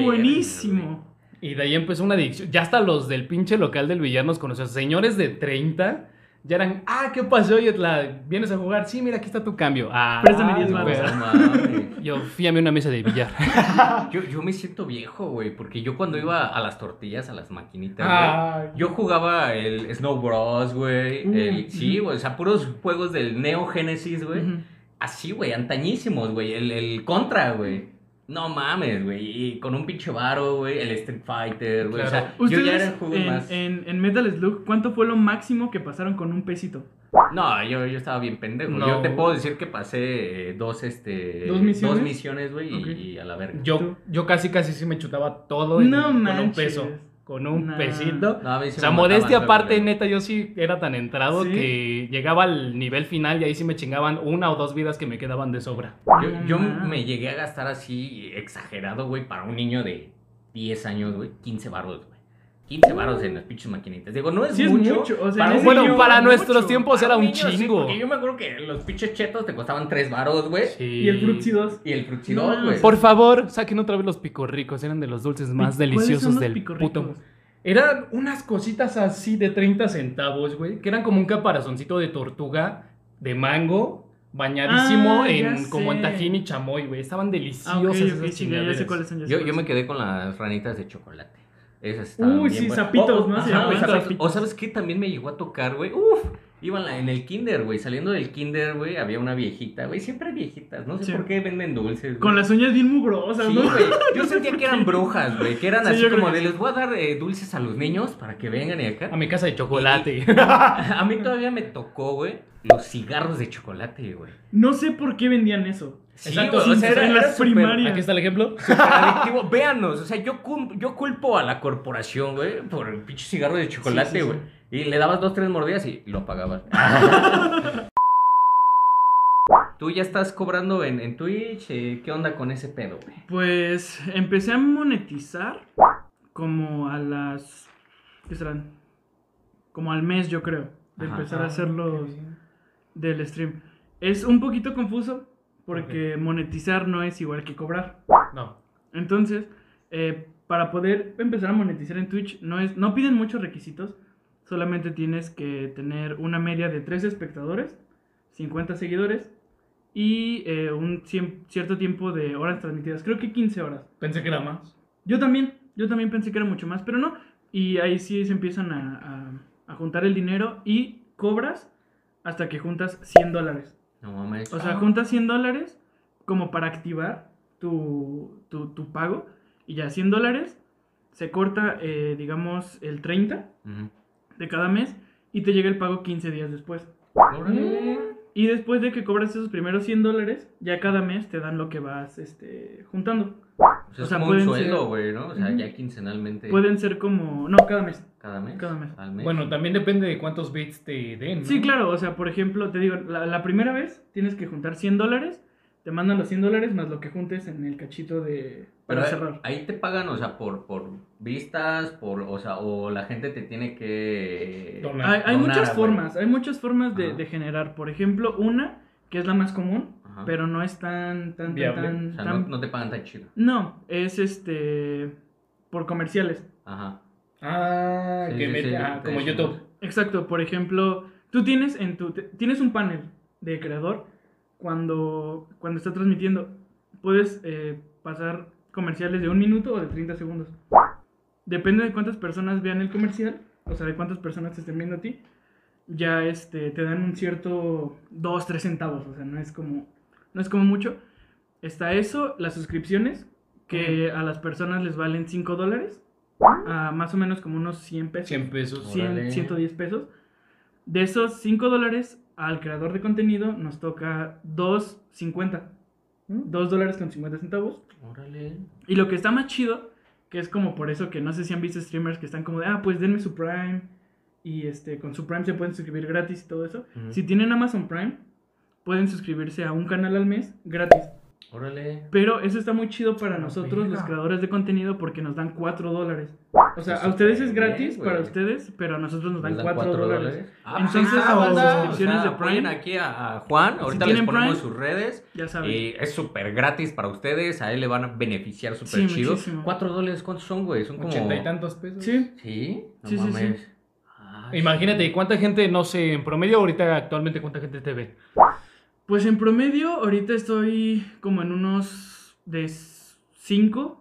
[SPEAKER 3] buenísimo.
[SPEAKER 2] Y de ahí empezó una adicción. Ya hasta los del pinche local del billar nos conocían. Señores de 30 ya eran, ah, ¿qué pasó? Yetla? ¿Vienes a jugar? Sí, mira, aquí está tu cambio. Ah,
[SPEAKER 3] Préstame diez
[SPEAKER 1] No,
[SPEAKER 2] güey.
[SPEAKER 3] varos.
[SPEAKER 1] mames.
[SPEAKER 2] Yo fíame una mesa de billar.
[SPEAKER 1] Yo, yo me siento viejo, güey, porque yo cuando iba a las tortillas, a las maquinitas, güey,
[SPEAKER 2] Ah.
[SPEAKER 4] Ay.
[SPEAKER 1] Yo jugaba el Snow Bros, güey.
[SPEAKER 3] Uh,
[SPEAKER 2] Mm.
[SPEAKER 1] el- sí,
[SPEAKER 3] ujú.
[SPEAKER 1] güey. O sea, puros juegos del Neo Genesis, güey.
[SPEAKER 3] Ujú.
[SPEAKER 1] Así, güey, antañísimos, güey. El, el Contra, güey. No mames, güey. Y con un pinche varo, güey. El Street Fighter, güey.
[SPEAKER 4] Claro.
[SPEAKER 1] O sea, yo ya
[SPEAKER 3] Ustedes
[SPEAKER 1] era juegos
[SPEAKER 3] en,
[SPEAKER 1] más.
[SPEAKER 3] en- en Metal Slug, ¿cuánto fue lo máximo que pasaron con un pesito?
[SPEAKER 1] No, yo, yo estaba bien pendejo.
[SPEAKER 4] No.
[SPEAKER 1] Yo te puedo decir que pasé eh, dos, este.
[SPEAKER 3] ¿Dos misiones?
[SPEAKER 1] misiones, güey. y-
[SPEAKER 3] Ok.
[SPEAKER 1] Y, a la verga.
[SPEAKER 2] Yo, yo casi, casi sí me chutaba todo en-
[SPEAKER 3] No
[SPEAKER 2] con un
[SPEAKER 3] manches.
[SPEAKER 2] peso. Con un
[SPEAKER 3] Nah.
[SPEAKER 2] pesito.
[SPEAKER 1] No, a mí sí
[SPEAKER 2] O sea,
[SPEAKER 1] me
[SPEAKER 2] modestia
[SPEAKER 1] mataban,
[SPEAKER 2] aparte,
[SPEAKER 1] güey.
[SPEAKER 2] neta, yo sí era tan entrado
[SPEAKER 3] ¿Sí?
[SPEAKER 2] que llegaba al nivel final y ahí sí me chingaban una o dos vidas que me quedaban de sobra.
[SPEAKER 1] Yo,
[SPEAKER 3] No
[SPEAKER 1] yo
[SPEAKER 3] mames.
[SPEAKER 1] me llegué a gastar así exagerado, güey, para un niño de 10 años, güey, 15 baros, güey. 15 baros en las pinches maquinitas. Digo, no es
[SPEAKER 3] Sí, es
[SPEAKER 1] mucho.
[SPEAKER 3] mucho, o sea, en
[SPEAKER 1] un
[SPEAKER 3] ese
[SPEAKER 1] niño-
[SPEAKER 2] Bueno, para
[SPEAKER 3] mucho.
[SPEAKER 2] nuestros tiempos
[SPEAKER 1] para
[SPEAKER 2] era un
[SPEAKER 1] niño, sí,
[SPEAKER 2] chingo.
[SPEAKER 1] porque yo me acuerdo que los pinches chetos te costaban 3 baros, güey.
[SPEAKER 3] Y el Fruitsy 2.
[SPEAKER 1] Y el
[SPEAKER 3] No
[SPEAKER 1] fruchidor,
[SPEAKER 3] mames.
[SPEAKER 1] güey.
[SPEAKER 2] Por favor, saquen otra vez los picorricos. Eran de los dulces más deliciosos del puto mundo.
[SPEAKER 4] Era.
[SPEAKER 2] Eran unas cositas así de 30 centavos, güey. Que eran como un caparazoncito de tortuga, de mango, bañadísimo
[SPEAKER 3] Ah, ya
[SPEAKER 2] en como en
[SPEAKER 3] sé.
[SPEAKER 2] tajín y chamoy, güey. Estaban deliciosas
[SPEAKER 3] Ah, ok, ok,
[SPEAKER 2] esas
[SPEAKER 3] chinga, ya
[SPEAKER 2] chingaderas.
[SPEAKER 3] sé cuáles son. ya sé
[SPEAKER 1] Yo, yo
[SPEAKER 3] cuáles
[SPEAKER 1] me quedé con las ranitas de chocolate. Esas estaban
[SPEAKER 3] Uy,
[SPEAKER 1] bien
[SPEAKER 3] sí,
[SPEAKER 1] buenas.
[SPEAKER 3] zapitos,
[SPEAKER 1] O-
[SPEAKER 3] ¿no? Se
[SPEAKER 1] Oh, ajá,
[SPEAKER 3] llaman
[SPEAKER 1] güey, zapitos.
[SPEAKER 3] zapitos.
[SPEAKER 1] O sabes qué también me llegó a tocar, güey. Uf, iban la- en el kinder, güey. Saliendo del kinder, güey, había una viejita, güey. Siempre hay viejitas, no sé
[SPEAKER 3] Sí.
[SPEAKER 1] por qué venden dulces. güey.
[SPEAKER 3] Con las uñas bien mugrosas,
[SPEAKER 1] Sí,
[SPEAKER 3] ¿no?
[SPEAKER 1] güey. Yo sentía que eran brujas, güey. Que eran
[SPEAKER 3] Sí,
[SPEAKER 1] así
[SPEAKER 3] yo creo
[SPEAKER 1] como
[SPEAKER 3] que
[SPEAKER 1] de les voy a dar eh, dulces a los niños para que vengan y acá.
[SPEAKER 2] A mi casa de chocolate.
[SPEAKER 1] A mí todavía me tocó, güey, los cigarros de chocolate, güey.
[SPEAKER 3] No sé por qué vendían eso.
[SPEAKER 1] Sí,
[SPEAKER 2] Exacto,
[SPEAKER 1] güey, o sea, era,
[SPEAKER 3] en
[SPEAKER 1] era
[SPEAKER 3] las
[SPEAKER 1] súper-
[SPEAKER 3] primarias.
[SPEAKER 2] Aquí está el ejemplo.
[SPEAKER 1] súper adictivo. Véanos, o sea, yo, cul- yo culpo a la corporación, güey, por el pinche cigarro de
[SPEAKER 3] Sí, sí,
[SPEAKER 1] chocolate,
[SPEAKER 3] sí.
[SPEAKER 1] güey. Y le dabas dos, tres mordidas y lo apagabas. Tú ya estás cobrando en, en Twitch, eh, ¿qué onda con ese pedo, güey?
[SPEAKER 3] Pues empecé a monetizar como a las. ¿Qué serán? Como al mes, yo creo. De
[SPEAKER 1] Ajá.
[SPEAKER 3] empezar a
[SPEAKER 2] Ah,
[SPEAKER 3] hacer los del stream. Es un poquito confuso porque monetizar no es igual que cobrar.
[SPEAKER 4] No.
[SPEAKER 3] Entonces, eh, para poder empezar a monetizar en Twitch, no, es, no piden muchos requisitos. Solamente tienes que tener una media de 3 espectadores, 50 seguidores y eh, un cien- cierto tiempo de horas transmitidas. Creo que 15 horas.
[SPEAKER 4] Pensé que era más.
[SPEAKER 3] Yo también, yo también pensé que era mucho más, pero no. Y ahí sí se empiezan a, a- a juntar el dinero y cobras hasta que juntas 100 dólares.
[SPEAKER 1] No mames. Ah.
[SPEAKER 3] O sea, juntas 100 dólares como para activar tu, tu, tu pago. Y ya 100 dólares se corta, eh, digamos, el 30
[SPEAKER 1] Ujú.
[SPEAKER 3] de cada mes y te llega el pago 15 días después.
[SPEAKER 1] Órale.
[SPEAKER 3] Y después de que cobras esos primeros 100 dólares, ya cada mes te dan lo que vas este, juntando.
[SPEAKER 1] O sea,
[SPEAKER 3] O
[SPEAKER 1] Pues es
[SPEAKER 3] sea,
[SPEAKER 1] como un
[SPEAKER 3] pueden
[SPEAKER 1] sueldo,
[SPEAKER 3] ser-
[SPEAKER 1] güey, ¿no? O sea,
[SPEAKER 3] Ujú.
[SPEAKER 1] ya quincenalmente.
[SPEAKER 3] Pueden ser como... No, cada mes.
[SPEAKER 1] Cada mes.
[SPEAKER 3] cada mes.
[SPEAKER 1] Al mes.
[SPEAKER 4] Bueno, también depende de cuántos bits te den. ¿no?
[SPEAKER 3] Sí, claro, o sea, por ejemplo, te digo, la, la primera vez tienes que juntar 100 dólares, te mandan los 100 dólares más lo que juntes en el cachito de...
[SPEAKER 1] Pero eh,
[SPEAKER 3] para
[SPEAKER 1] ahí-
[SPEAKER 3] cerrar.
[SPEAKER 1] ahí te pagan, o sea, por, por vistas, por, o sea, o la gente te tiene que...
[SPEAKER 4] Donar.
[SPEAKER 3] Hay, hay
[SPEAKER 1] donar,
[SPEAKER 3] muchas
[SPEAKER 1] güey.
[SPEAKER 3] formas, hay muchas formas de,
[SPEAKER 1] Ajá.
[SPEAKER 3] de generar. Por ejemplo, una, que es la más común,
[SPEAKER 1] Ajá.
[SPEAKER 3] pero no es tan, tan, tan,
[SPEAKER 4] Viable.
[SPEAKER 3] tan...
[SPEAKER 1] O sea, no,
[SPEAKER 3] tan-
[SPEAKER 1] no te pagan tan chido.
[SPEAKER 3] no, es este... por comerciales.
[SPEAKER 1] Ajá.
[SPEAKER 4] Ah,
[SPEAKER 1] Sí,
[SPEAKER 4] que
[SPEAKER 1] sí,
[SPEAKER 4] mete-
[SPEAKER 1] sí,
[SPEAKER 4] ah,
[SPEAKER 1] te
[SPEAKER 4] como
[SPEAKER 1] dicen.
[SPEAKER 4] YouTube.
[SPEAKER 3] Exacto, por ejemplo, tú tienes en tu te- tienes un panel de creador cuando cuando está transmitiendo puedes eh, pasar comerciales de un minuto o de 30 segundos. Depende de cuántas personas vean el comercial, o sea, de cuántas personas te estén viendo a ti, ya este te dan un cierto 2, 3 centavos, o sea, no es como no es como mucho. Está eso, las suscripciones que a las personas les valen 5 dólares, a más o menos como unos 100 pesos.
[SPEAKER 4] 100 pesos.
[SPEAKER 1] 100. Órale.
[SPEAKER 3] 100, 110 pesos. De esos 5 dólares al creador de contenido nos toca 2.50.
[SPEAKER 1] Mm.
[SPEAKER 3] 2 dólares con 50 centavos.
[SPEAKER 1] Órale.
[SPEAKER 3] Y lo que está más chido, que es como por eso que no sé si han visto streamers que están como de, ah, pues denme su Prime. Y este, con su Prime se pueden suscribir gratis y todo eso.
[SPEAKER 1] Ujú.
[SPEAKER 3] Si tienen Amazon Prime, pueden suscribirse a un canal al mes gratis.
[SPEAKER 1] Órale.
[SPEAKER 3] Pero eso está muy chido para
[SPEAKER 4] Ah,
[SPEAKER 3] nosotros,
[SPEAKER 4] mira.
[SPEAKER 3] los creadores de contenido, porque nos dan 4 dólares. O sea,
[SPEAKER 1] Está
[SPEAKER 3] a ustedes
[SPEAKER 1] súper
[SPEAKER 3] es gratis
[SPEAKER 1] bien,
[SPEAKER 3] para
[SPEAKER 1] güey.
[SPEAKER 3] ustedes, pero a nosotros nos dan 4
[SPEAKER 1] cuatro
[SPEAKER 3] dólares.
[SPEAKER 1] Ah,
[SPEAKER 3] Entonces,
[SPEAKER 1] ah,
[SPEAKER 3] las
[SPEAKER 1] banda,
[SPEAKER 3] suscripciones
[SPEAKER 1] o sea,
[SPEAKER 3] de Prime-
[SPEAKER 1] apoyen aquí a, a Juan. Ahorita les
[SPEAKER 3] tienen
[SPEAKER 1] ponemos
[SPEAKER 3] Prime,
[SPEAKER 1] sus redes.
[SPEAKER 3] Ya saben.
[SPEAKER 1] Y es súper gratis para ustedes. A él le van a beneficiar súper
[SPEAKER 3] Sí,
[SPEAKER 1] chido.
[SPEAKER 3] muchísimo.
[SPEAKER 1] Cuatro dólares, ¿cuántos son, güey? Son como.
[SPEAKER 4] Ochenta y tantos pesos.
[SPEAKER 3] Sí,
[SPEAKER 1] Sí, no
[SPEAKER 3] Sí, sí, sí.
[SPEAKER 1] mames. Ah,
[SPEAKER 2] E Imagínate, ¿cuánta gente, no sé, en promedio ahorita actualmente cuánta gente te ve?
[SPEAKER 3] pues en promedio ahorita estoy como en unos de 5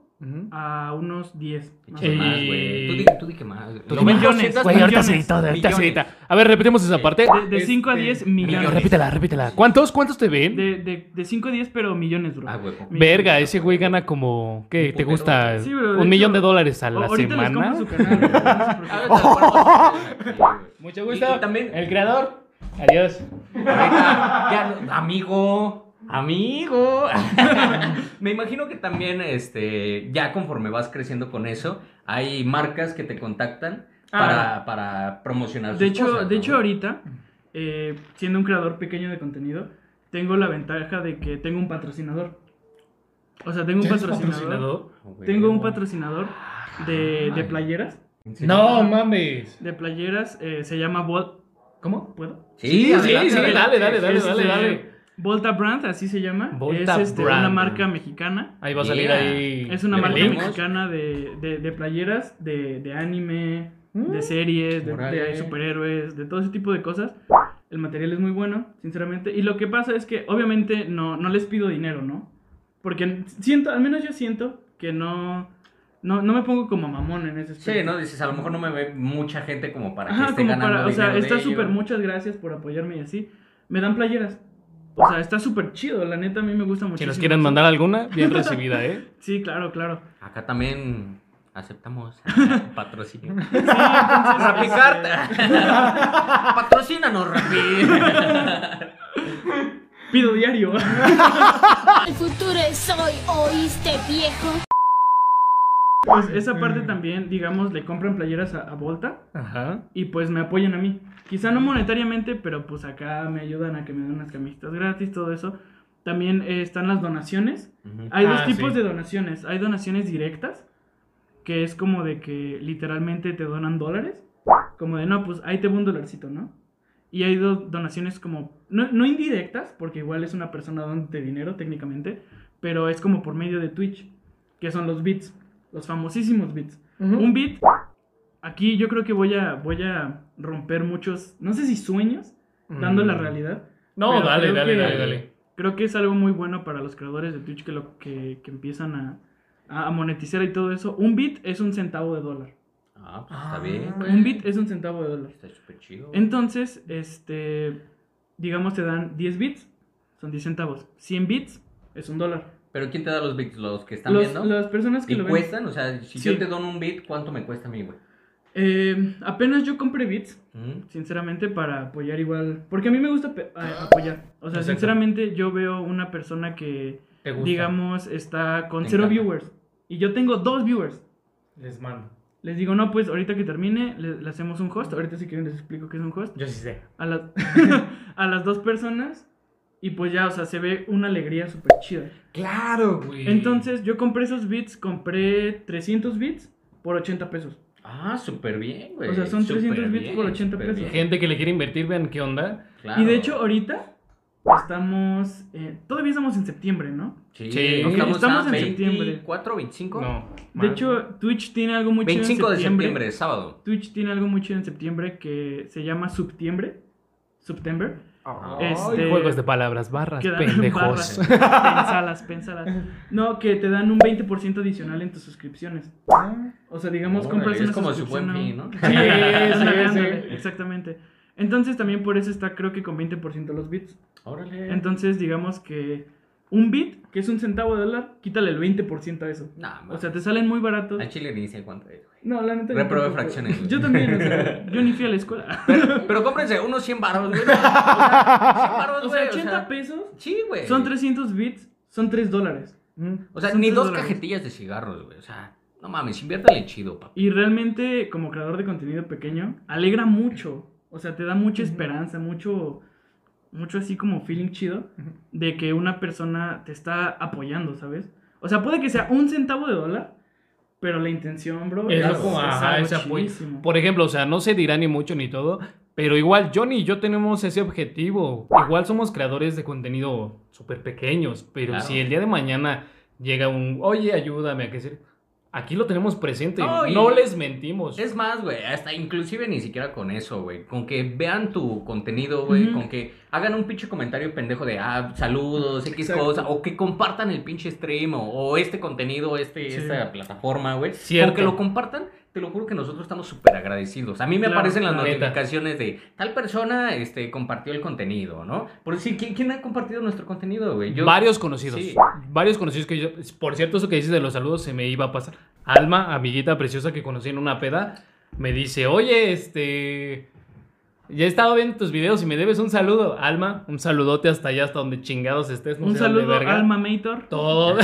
[SPEAKER 3] a unos 10. más o
[SPEAKER 1] Eche
[SPEAKER 2] Eh,
[SPEAKER 3] menos.
[SPEAKER 1] más, güey. Tú di, tú di que más.
[SPEAKER 2] Tú di-
[SPEAKER 3] Millones,
[SPEAKER 2] Güey, ahorita se
[SPEAKER 3] millones,
[SPEAKER 2] editó, ahorita
[SPEAKER 1] millones.
[SPEAKER 2] se edita. A ver, repetimos esa parte.
[SPEAKER 3] De 5 a
[SPEAKER 4] este,
[SPEAKER 3] 10
[SPEAKER 2] No,
[SPEAKER 3] millones.
[SPEAKER 2] repítela, repítela. ¿Cuántos, cuántos te ven?
[SPEAKER 3] De, de, 5 a 10, pero millones, bro.
[SPEAKER 1] Ah, güey. con-
[SPEAKER 2] Verga, ese güey gana como, ¿qué?
[SPEAKER 1] Un
[SPEAKER 2] ¿Te
[SPEAKER 1] putero.
[SPEAKER 2] gusta?
[SPEAKER 3] Sí, bro, de
[SPEAKER 2] un
[SPEAKER 3] hecho,
[SPEAKER 2] millón de dólares a
[SPEAKER 3] O-
[SPEAKER 2] la
[SPEAKER 3] ahorita les
[SPEAKER 2] semana.
[SPEAKER 3] compro su canal. bro, no se
[SPEAKER 1] Ah,
[SPEAKER 3] preocupen.
[SPEAKER 1] te acuerdas.
[SPEAKER 2] Mucho
[SPEAKER 1] gusto. Y- y también- El
[SPEAKER 2] creador. Adiós.
[SPEAKER 1] Ahorita, ya no- amigo, amigo. Me imagino que también, este, ya conforme vas creciendo con eso, hay marcas que te contactan para, para promocionar
[SPEAKER 3] De
[SPEAKER 1] sus
[SPEAKER 3] hecho,
[SPEAKER 1] cosas,
[SPEAKER 3] de
[SPEAKER 1] ¿no?
[SPEAKER 3] hecho ahorita, eh, siendo un creador pequeño de contenido, tengo la ventaja de que tengo un patrocinador. O sea, tengo un patrocinador. Tengo un patrocinador de, de
[SPEAKER 1] Ay.
[SPEAKER 3] playeras.
[SPEAKER 1] ¿En serio?
[SPEAKER 4] No mames.
[SPEAKER 3] De playeras eh, se llama Vol... ¿Cómo? ¿Puedo?
[SPEAKER 1] Sí,
[SPEAKER 2] Sí,
[SPEAKER 1] adelante,
[SPEAKER 2] sí,
[SPEAKER 1] adelante.
[SPEAKER 2] dale, dale, dale,
[SPEAKER 3] Este,
[SPEAKER 2] dale, dale.
[SPEAKER 3] Volta Brand, así se llama.
[SPEAKER 2] Volta
[SPEAKER 3] es este,
[SPEAKER 2] Brand.
[SPEAKER 3] una marca mexicana.
[SPEAKER 2] Ahí va a salir
[SPEAKER 1] Yeah.
[SPEAKER 2] ahí.
[SPEAKER 3] Es una
[SPEAKER 2] el
[SPEAKER 3] marca
[SPEAKER 2] link.
[SPEAKER 3] mexicana de, de- de playeras, de, de anime, de series, de,
[SPEAKER 1] Órale.
[SPEAKER 3] de superhéroes, de todo ese tipo de cosas. El material es muy bueno, sinceramente. Y lo que pasa es que obviamente no, no les pido dinero, ¿no? Porque siento, al menos yo siento que no, No, no me pongo como mamón en ese aspecto.
[SPEAKER 1] Sí, ¿no? Dices, a lo mejor no me ve mucha gente como para que
[SPEAKER 3] Ajá,
[SPEAKER 1] esté
[SPEAKER 3] como
[SPEAKER 1] ganando
[SPEAKER 3] para, o sea,
[SPEAKER 1] dinero de
[SPEAKER 3] está
[SPEAKER 1] ello.
[SPEAKER 3] súper muchas gracias por apoyarme y así. Me dan playeras. O sea, está súper chido, la neta a mí me gusta mucho.
[SPEAKER 2] Si nos quieren mandar alguna, bien recibida, ¿eh?
[SPEAKER 3] Sí, claro, claro.
[SPEAKER 1] Acá también aceptamos patrocinio.
[SPEAKER 3] Rapicarte.
[SPEAKER 1] Patrocínanos, Rapi.
[SPEAKER 3] Pido diario.
[SPEAKER 8] El futuro es hoy, ¿oíste viejo?
[SPEAKER 3] Pues esa parte también, digamos, le compran playeras a, a Volta
[SPEAKER 2] Ajá.
[SPEAKER 3] y pues me apoyan a mí. Quizá no monetariamente, pero pues acá me ayudan a que me den unas camisetas gratis, todo eso. También eh, están las donaciones. Hay
[SPEAKER 4] Ah,
[SPEAKER 3] dos tipos
[SPEAKER 4] sí.
[SPEAKER 3] de donaciones. Hay donaciones directas, que es como de que literalmente te donan dólares. Como de, no, pues ahí te va un dolarcito, ¿no? Y hay dos donaciones como, no, no indirectas, porque igual es una persona dándote dinero técnicamente, pero es como por medio de Twitch, que son los bits, los famosísimos bits.
[SPEAKER 2] ¿Mm?
[SPEAKER 3] Un bit, aquí yo creo que voy a, voy a romper muchos, no sé si sueños, dando la
[SPEAKER 2] Mm.
[SPEAKER 3] realidad.
[SPEAKER 4] No,
[SPEAKER 3] Pero
[SPEAKER 4] dale,
[SPEAKER 3] creo
[SPEAKER 4] dale,
[SPEAKER 3] que-
[SPEAKER 4] dale, dale.
[SPEAKER 3] Creo que es algo muy bueno para los creadores de Twitch que, lo, que, que empiezan a, a monetizar y todo eso. Un bit es un centavo de dólar.
[SPEAKER 1] Ah, pues está bien. güey.
[SPEAKER 3] Un bit es un centavo de dólar.
[SPEAKER 1] Está súper chido.
[SPEAKER 3] Entonces, este, digamos, te dan 10 bits, son 10 centavos. 100 bits es un dólar.
[SPEAKER 1] Pero ¿quién te da los bits? ¿Los que están
[SPEAKER 3] Los,
[SPEAKER 1] viendo?
[SPEAKER 3] las personas que
[SPEAKER 1] ¿Y
[SPEAKER 3] lo ven,
[SPEAKER 1] cuestan? O sea, si
[SPEAKER 3] Sí.
[SPEAKER 1] yo te dono un bit, ¿cuánto me cuesta a mí, güey?
[SPEAKER 3] eh, apenas yo compré bits,
[SPEAKER 1] ¿Mm?
[SPEAKER 3] sinceramente, para apoyar igual. Porque a mí me gusta pe- a- apoyar. O sea,
[SPEAKER 4] Exacto.
[SPEAKER 3] sinceramente, yo veo una persona que,
[SPEAKER 4] Te gusta.
[SPEAKER 3] digamos, está con
[SPEAKER 1] Me
[SPEAKER 3] cero
[SPEAKER 1] encanta.
[SPEAKER 3] viewers. Y yo tengo dos viewers.
[SPEAKER 4] Les mando.
[SPEAKER 3] Les digo, no, pues ahorita que termine, le, le hacemos un host. Ahorita si quieren les explico qué es un host.
[SPEAKER 4] Yo sí sé.
[SPEAKER 3] A, la- a las dos personas. Y pues ya, o sea, se ve una alegría súper chida.
[SPEAKER 4] Claro, güey.
[SPEAKER 3] Entonces yo compré esos bits, compré 300 bits por 80 pesos.
[SPEAKER 1] Ah, súper bien, güey.
[SPEAKER 3] O sea, son
[SPEAKER 1] Súper
[SPEAKER 3] 300 bits por
[SPEAKER 1] bien,
[SPEAKER 3] 80
[SPEAKER 1] súper
[SPEAKER 3] pesos.
[SPEAKER 1] bien.
[SPEAKER 2] Gente que le quiere invertir, vean qué onda.
[SPEAKER 1] Claro.
[SPEAKER 3] Y de hecho ahorita estamos... eh, todavía estamos en septiembre, ¿no?
[SPEAKER 1] sí,
[SPEAKER 2] Sí,
[SPEAKER 1] ¿no estamos,
[SPEAKER 3] estamos
[SPEAKER 1] a
[SPEAKER 3] en septiembre.
[SPEAKER 1] ¿24, 25?
[SPEAKER 2] No.
[SPEAKER 3] De
[SPEAKER 2] más.
[SPEAKER 3] hecho, Twitch tiene algo muy chido en
[SPEAKER 1] 25 de septiembre, sábado.
[SPEAKER 3] Twitch tiene algo muy chido en septiembre que se llama Septiembre. September.
[SPEAKER 1] Ah,
[SPEAKER 2] Ay,
[SPEAKER 3] este-
[SPEAKER 2] juegos de palabras, barras,
[SPEAKER 3] que dan
[SPEAKER 2] pendejos.
[SPEAKER 3] barras. Pensalas, pensalas. No, que te dan un 20% adicional en tus suscripciones.
[SPEAKER 2] Ah.
[SPEAKER 3] O sea, digamos,
[SPEAKER 1] Órale,
[SPEAKER 3] compras
[SPEAKER 1] es
[SPEAKER 3] una
[SPEAKER 1] como su
[SPEAKER 3] suscripción
[SPEAKER 1] buen
[SPEAKER 3] a
[SPEAKER 1] fin, ¿no?
[SPEAKER 3] un- Sí,
[SPEAKER 1] Sí,
[SPEAKER 3] ándale,
[SPEAKER 4] sí.
[SPEAKER 3] ándale, Exactamente. Entonces también por eso está creo que con 20% los bits.
[SPEAKER 1] Órale.
[SPEAKER 3] Entonces digamos que un bit, que es un centavo de dólar, quítale el 20% a eso.
[SPEAKER 1] Nah,
[SPEAKER 3] O sea, te salen muy baratos.
[SPEAKER 1] al chile ni sé cuánto es, güey.
[SPEAKER 3] No, la neta. yo
[SPEAKER 1] Reprobé
[SPEAKER 3] tampoco.
[SPEAKER 1] fracciones, güey.
[SPEAKER 3] Yo también, o sea, yo ni fui a la escuela.
[SPEAKER 1] Pero, pero cómprense unos 100 baros, güey. O sea, 100 baros,
[SPEAKER 3] O
[SPEAKER 1] güey.
[SPEAKER 3] sea,
[SPEAKER 1] o
[SPEAKER 3] 80
[SPEAKER 1] sea,
[SPEAKER 3] pesos
[SPEAKER 1] Sí, güey.
[SPEAKER 3] son 300 bits, son 3 dólares.
[SPEAKER 1] O sea,
[SPEAKER 3] son
[SPEAKER 1] ni
[SPEAKER 3] tres
[SPEAKER 1] dos
[SPEAKER 3] dólares.
[SPEAKER 1] cajetillas de cigarros, güey. O sea, no mames, inviértale chido, papá.
[SPEAKER 3] Y realmente, como creador de contenido pequeño, alegra mucho. O sea, te da mucha esperanza, mucho, mucho así como feeling chido de que una persona te está apoyando, ¿sabes? O sea, puede que sea un centavo de dólar, pero la intención, bro,
[SPEAKER 4] Es como, ajá,
[SPEAKER 3] algo
[SPEAKER 4] ese apoyo.
[SPEAKER 3] chidísimo.
[SPEAKER 2] Por ejemplo, o sea, no se dirá ni mucho ni todo, pero igual Johnny y yo tenemos ese objetivo. Igual somos creadores de contenido súper pequeños, pero
[SPEAKER 1] Claro.
[SPEAKER 2] si el día de mañana llega un, oye, ayúdame a crecer, aquí lo tenemos presente,
[SPEAKER 1] No, y-
[SPEAKER 2] no les mentimos.
[SPEAKER 1] Pues Es más, güey, hasta inclusive ni siquiera con eso, güey. Con que vean tu contenido, güey.
[SPEAKER 3] Ujú.
[SPEAKER 1] Con que hagan un pinche comentario pendejo de, ah, saludos, X
[SPEAKER 3] Exacto.
[SPEAKER 1] cosa. O que compartan el pinche stream o, o este contenido, este,
[SPEAKER 3] Sí.
[SPEAKER 1] esta plataforma, güey.
[SPEAKER 2] Cierto.
[SPEAKER 1] Con que lo compartan, te lo juro que nosotros estamos súper agradecidos. A mí me
[SPEAKER 3] Claro,
[SPEAKER 1] aparecen las
[SPEAKER 2] la neta.
[SPEAKER 1] notificaciones de tal persona este, compartió el contenido, ¿no? Por decir, ¿quién, quién ha compartido nuestro contenido, güey? Yo-
[SPEAKER 2] Varios conocidos.
[SPEAKER 1] Sí.
[SPEAKER 2] Varios conocidos que yo. Por cierto, eso que dices de los saludos se me iba a pasar. Alma, amiguita preciosa que conocí en una peda, me dice: Oye, este. Ya he estado viendo tus videos y me debes un saludo. Alma, un saludote hasta allá, hasta donde chingados estés. no
[SPEAKER 3] Un
[SPEAKER 2] sé dónde,
[SPEAKER 3] saludo
[SPEAKER 2] verga.
[SPEAKER 3] al Mamator.
[SPEAKER 2] Todo.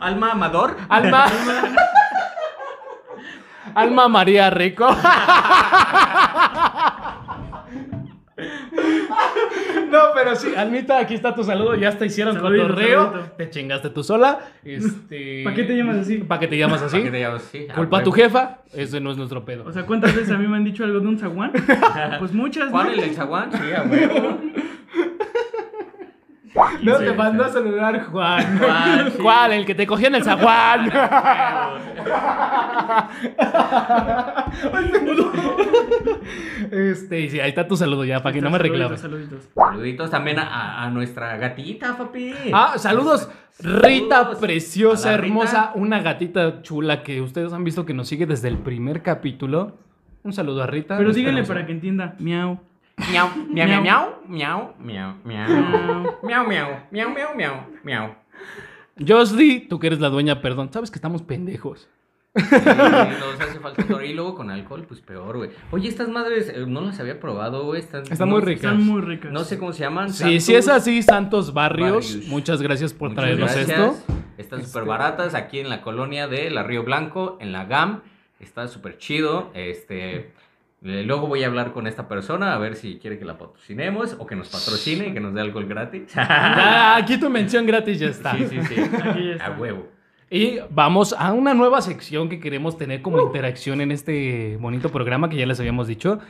[SPEAKER 1] Alma Amador.
[SPEAKER 2] Alma. Alma María Rico. No, pero sí, Almita, aquí está tu saludo. Ya te hicieron
[SPEAKER 3] Saludito,
[SPEAKER 2] cotorreo.
[SPEAKER 3] saludito.
[SPEAKER 2] Te chingaste tú sola. Este...
[SPEAKER 3] ¿Para qué te llamas así?
[SPEAKER 2] ¿Para qué te llamas así?
[SPEAKER 1] Pa' que te digas, sí, ah,
[SPEAKER 2] Culpa a
[SPEAKER 1] güey.
[SPEAKER 2] tu jefa. Ese no es nuestro pedo.
[SPEAKER 3] O sea, ¿cuántas veces a mí me han dicho algo de un zaguán? Pues muchas, ¿no?
[SPEAKER 1] Juan el del Chaguán, sí, a huevo.
[SPEAKER 4] No
[SPEAKER 1] Sí,
[SPEAKER 4] te mandó a
[SPEAKER 1] sí.
[SPEAKER 4] saludar, Juan.
[SPEAKER 1] Juan, Ah, sí.
[SPEAKER 2] ¿Cuál? El que te cogió en el zaguán. este, y sí, ahí está tu saludo ya, para que no me reclames.
[SPEAKER 3] Saluditos, saluditos.
[SPEAKER 1] Saluditos también a, a nuestra gatita, papi.
[SPEAKER 2] Ah, saludos. Rita
[SPEAKER 1] Este, Saludos
[SPEAKER 2] preciosa,
[SPEAKER 1] a la Rita.
[SPEAKER 2] hermosa, una gatita chula que ustedes han visto que nos sigue desde el primer capítulo. Un saludo a Rita.
[SPEAKER 3] Pero
[SPEAKER 2] Nos
[SPEAKER 3] díganle
[SPEAKER 2] esperamos.
[SPEAKER 3] para que entienda. Miau.
[SPEAKER 1] Miau, miau, miau,
[SPEAKER 3] Miau.
[SPEAKER 1] miau, miau, miau,
[SPEAKER 3] Miau.
[SPEAKER 1] miau, miau, miau, miau, miau, miau.
[SPEAKER 2] Josly, tú que eres la dueña, perdón. Sabes que estamos pendejos.
[SPEAKER 1] Sí, nos hace falta todo. Y luego con alcohol, pues peor, güey. Oye, estas madres eh, no las había probado, güey. Están,
[SPEAKER 2] Están
[SPEAKER 1] no-
[SPEAKER 2] muy ricas.
[SPEAKER 3] Están muy ricas.
[SPEAKER 1] No sé cómo se llaman.
[SPEAKER 2] Sí, si es
[SPEAKER 1] Santos.
[SPEAKER 2] así, Santos Barrios,
[SPEAKER 1] Barrios.
[SPEAKER 2] muchas gracias por
[SPEAKER 1] Muchas
[SPEAKER 2] traernos
[SPEAKER 1] gracias.
[SPEAKER 2] esto. Este-
[SPEAKER 1] Están súper baratas aquí en la colonia de La Río Blanco, en la GAM. Está súper chido. Este, eh, luego voy a hablar con esta persona a ver si quiere que la patrocinemos o que nos patrocine y que nos dé alcohol gratis.
[SPEAKER 2] Ya, aquí tu mención gratis ya está.
[SPEAKER 1] sí, sí, sí.
[SPEAKER 3] Aquí ya está.
[SPEAKER 1] A huevo.
[SPEAKER 2] Y vamos a una nueva sección que queremos tener
[SPEAKER 3] Uh.
[SPEAKER 2] como interacción en este bonito programa que ya les habíamos dicho,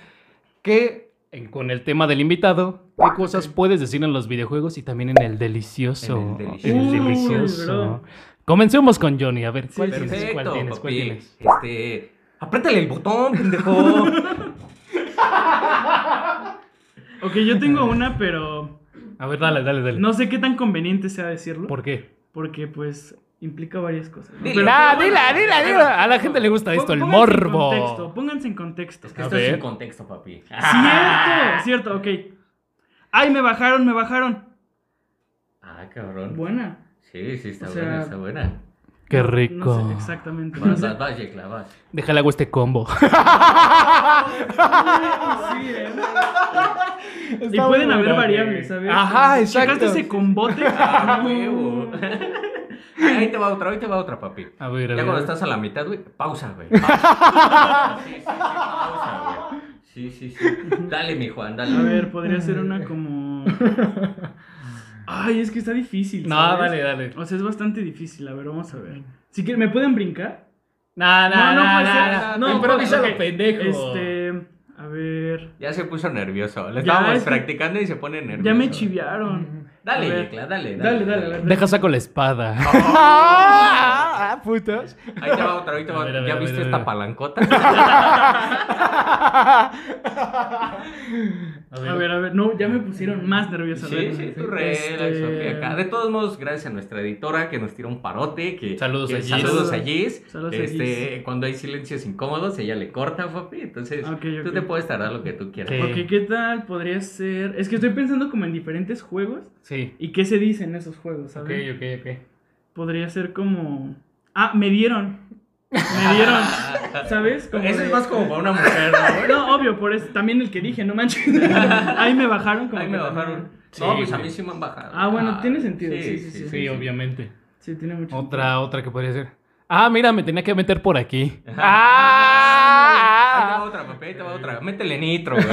[SPEAKER 2] que en- con el tema del invitado,
[SPEAKER 3] Ah,
[SPEAKER 2] ¿qué cosas puedes decir en los videojuegos y también en el delicioso?
[SPEAKER 1] En el delicioso.
[SPEAKER 2] En el
[SPEAKER 3] Uy,
[SPEAKER 2] delicioso.
[SPEAKER 3] bro.
[SPEAKER 2] Comencemos con Johnny, a ver, ¿cuál tienes? ¿Cuál
[SPEAKER 1] Perfecto,
[SPEAKER 2] tienes? ¿Cuál
[SPEAKER 1] papi.
[SPEAKER 2] tienes?
[SPEAKER 1] Este, apriétale el botón, pendejo.
[SPEAKER 3] Ok, yo tengo una, pero
[SPEAKER 2] A ver, dale, dale, dale.
[SPEAKER 3] no sé qué tan conveniente sea decirlo.
[SPEAKER 2] ¿Por qué?
[SPEAKER 3] Porque, pues, implica varias cosas. ¿no?
[SPEAKER 1] Dile.
[SPEAKER 3] Pero
[SPEAKER 2] Nah,
[SPEAKER 1] bueno,
[SPEAKER 2] dila, dila, dila. A la gente le gusta
[SPEAKER 3] pon-
[SPEAKER 2] esto, el
[SPEAKER 3] pónganse en
[SPEAKER 2] morbo.
[SPEAKER 3] contexto, pónganse en contexto.
[SPEAKER 1] es que Ah.
[SPEAKER 2] A
[SPEAKER 1] esto es
[SPEAKER 2] ver.
[SPEAKER 1] sin contexto, papi.
[SPEAKER 3] Cierto, cierto, ok. Ay, me bajaron, me bajaron.
[SPEAKER 1] Ah, cabrón.
[SPEAKER 3] Buena.
[SPEAKER 1] Sí, sí, está
[SPEAKER 3] O
[SPEAKER 1] buena,
[SPEAKER 3] sea,
[SPEAKER 1] está buena.
[SPEAKER 2] Qué
[SPEAKER 3] No
[SPEAKER 2] rico.
[SPEAKER 3] sé exactamente. No
[SPEAKER 1] Vas,
[SPEAKER 3] sé.
[SPEAKER 1] vas, vas, Yecla, vas.
[SPEAKER 2] Déjale hago este combo.
[SPEAKER 3] Sí, eh. Y pueden haber variables, ¿sabes?
[SPEAKER 2] Ajá, exacto.
[SPEAKER 3] Checaste ese combote.
[SPEAKER 1] Ah, huevo. Ahí te va otra, ahí te va otra, papi.
[SPEAKER 2] A ver, a
[SPEAKER 1] Ya
[SPEAKER 2] ver.
[SPEAKER 1] cuando estás a la mitad, güey, pausa, güey. pausa. Sí, sí, sí, pausa, güey. Sí, sí, sí. Dale, mi Juan, dale.
[SPEAKER 3] A ver, podría ser una como. Ay, es que está difícil.
[SPEAKER 2] No,
[SPEAKER 3] ¿sabes?
[SPEAKER 2] dale, dale.
[SPEAKER 3] O sea, es bastante difícil. A ver, vamos a ver. Si quieren, ¿me pueden brincar?
[SPEAKER 2] No, no,
[SPEAKER 3] No, no
[SPEAKER 2] no,
[SPEAKER 3] puede ser.
[SPEAKER 2] no,
[SPEAKER 3] No,
[SPEAKER 2] no. Improvisa
[SPEAKER 3] puede-
[SPEAKER 2] lo pendejo.
[SPEAKER 3] Este. A ver.
[SPEAKER 1] Ya se puso nervioso. Le
[SPEAKER 3] Ya,
[SPEAKER 1] estábamos
[SPEAKER 3] es que-
[SPEAKER 1] practicando y se pone nervioso.
[SPEAKER 3] Ya me chiviaron.
[SPEAKER 1] Dale,
[SPEAKER 3] A ver.
[SPEAKER 1] Yecla, dale,
[SPEAKER 3] Dale,
[SPEAKER 1] dale.
[SPEAKER 3] dale, dale.
[SPEAKER 2] Deja saco la espada. Ah, ah, putas.
[SPEAKER 1] Ahí te va otra, ahí te va
[SPEAKER 2] A ver, a
[SPEAKER 1] ¿Ya
[SPEAKER 2] ver, a
[SPEAKER 1] viste
[SPEAKER 2] ver, a
[SPEAKER 1] esta
[SPEAKER 2] ver.
[SPEAKER 1] palancota?
[SPEAKER 3] A ver, a ver. No, ya me pusieron más nerviosa. A
[SPEAKER 1] sí,
[SPEAKER 3] ver,
[SPEAKER 1] sí, tú
[SPEAKER 3] este,
[SPEAKER 1] relax, ok, acá. De todos modos, gracias a nuestra editora que nos tira un parote. Que,
[SPEAKER 2] Saludos
[SPEAKER 1] que-
[SPEAKER 2] a Gis.
[SPEAKER 1] Saludos a Gis.
[SPEAKER 3] Saludos a
[SPEAKER 1] este, Cuando hay silencios incómodos, ella le corta, papi. Entonces,
[SPEAKER 3] Ok, ok.
[SPEAKER 1] tú te puedes tardar lo que tú quieras.
[SPEAKER 2] Sí.
[SPEAKER 3] Ok, ¿qué tal podría ser? Es que estoy pensando como en diferentes juegos
[SPEAKER 2] Sí.
[SPEAKER 3] y qué se dice en esos juegos, ¿sabes?
[SPEAKER 2] ok, ok.
[SPEAKER 3] Podría ser como. Ah, me dieron. Me dieron. ¿Sabes? Como
[SPEAKER 1] Eso es
[SPEAKER 3] de-
[SPEAKER 1] más ¿eh? como para una mujer, ¿no?
[SPEAKER 3] No, obvio, por eso. También el que dije, no manches. Ahí me bajaron como.
[SPEAKER 1] Ahí me
[SPEAKER 3] que también.
[SPEAKER 1] bajaron.
[SPEAKER 2] Sí,
[SPEAKER 1] no, pues a
[SPEAKER 2] güey.
[SPEAKER 1] mí sí me han bajado.
[SPEAKER 3] Ah, bueno, tiene sentido, sí, sí, sí.
[SPEAKER 2] Sí, obviamente.
[SPEAKER 3] Sí, tiene mucho.
[SPEAKER 2] Otra, otra que podría ser. Ah, mira, me tenía que meter por aquí.
[SPEAKER 1] Ahí te va
[SPEAKER 2] Ah,
[SPEAKER 1] otra, papá, ahí te va otra. Métele nitro, güey.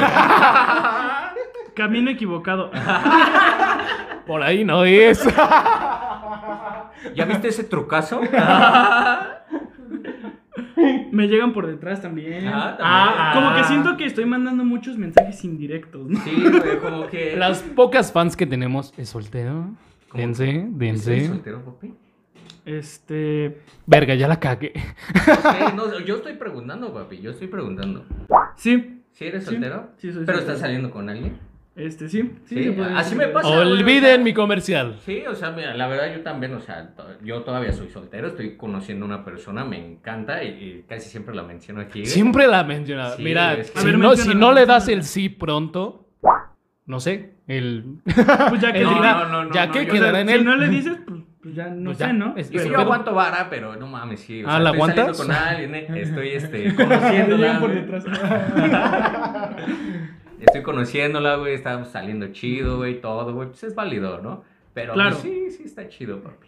[SPEAKER 3] Camino equivocado.
[SPEAKER 2] por ahí no es.
[SPEAKER 1] ¿Ya viste ese trucazo?
[SPEAKER 3] Ah. me llegan por detrás también.
[SPEAKER 1] Ah,
[SPEAKER 3] Como que siento que estoy mandando muchos mensajes indirectos, ¿no?
[SPEAKER 1] también. Sí, güey, como que.
[SPEAKER 2] Las pocas fans que tenemos es soltero.
[SPEAKER 1] ¿Cómo?
[SPEAKER 2] Dense,
[SPEAKER 1] ¿Estoy
[SPEAKER 2] dense.
[SPEAKER 1] soltero, papi?
[SPEAKER 3] Este.
[SPEAKER 2] Verga, ya la cagué.
[SPEAKER 1] Sí, no, yo estoy preguntando, papi. Yo estoy preguntando.
[SPEAKER 3] Sí.
[SPEAKER 1] ¿Sí eres
[SPEAKER 3] Sí.
[SPEAKER 1] soltero?
[SPEAKER 3] Sí, soy
[SPEAKER 1] ¿Pero
[SPEAKER 3] soltero.
[SPEAKER 1] estás saliendo con alguien?
[SPEAKER 3] Este, sí. Sí,
[SPEAKER 1] Sí,
[SPEAKER 3] se puede
[SPEAKER 1] así
[SPEAKER 3] decir.
[SPEAKER 1] me pasa.
[SPEAKER 2] Olviden mi comercial.
[SPEAKER 1] Sí, o sea, mira, la verdad yo también, o sea, to- yo todavía soy soltero, estoy conociendo a una persona, me encanta y, y casi siempre la menciono aquí. güey.
[SPEAKER 2] Siempre la menciona.
[SPEAKER 1] Sí,
[SPEAKER 2] Mira,
[SPEAKER 1] es que-
[SPEAKER 2] si,
[SPEAKER 3] A ver,
[SPEAKER 2] no,
[SPEAKER 3] menciona,
[SPEAKER 2] si no le das
[SPEAKER 3] menciona.
[SPEAKER 2] el sí pronto, no sé, el...
[SPEAKER 3] Pues ya que
[SPEAKER 2] el
[SPEAKER 1] No,
[SPEAKER 2] dirá,
[SPEAKER 1] no, no, no,
[SPEAKER 2] ya
[SPEAKER 1] no,
[SPEAKER 2] que
[SPEAKER 1] yo-
[SPEAKER 3] O sea,
[SPEAKER 2] quedará en
[SPEAKER 3] si
[SPEAKER 2] él.
[SPEAKER 3] no le dices, pues, pues ya no
[SPEAKER 2] Pues
[SPEAKER 3] sé,
[SPEAKER 2] ya,
[SPEAKER 3] ¿no?
[SPEAKER 2] es-
[SPEAKER 1] Y si yo
[SPEAKER 2] Pero-
[SPEAKER 1] aguanto vara, pero no mames, sí. o
[SPEAKER 2] Ah, ¿la
[SPEAKER 1] estoy saliendo
[SPEAKER 2] aguantas?
[SPEAKER 1] con alguien, eh, estoy este,
[SPEAKER 3] Me llegan
[SPEAKER 1] conociéndola.
[SPEAKER 3] por
[SPEAKER 1] güey.
[SPEAKER 3] detrás.
[SPEAKER 1] Estoy conociéndola, güey, estamos saliendo chido, güey, todo, güey, pues es válido, ¿no? Pero
[SPEAKER 3] Claro.
[SPEAKER 1] pues, sí, sí está chido, papi.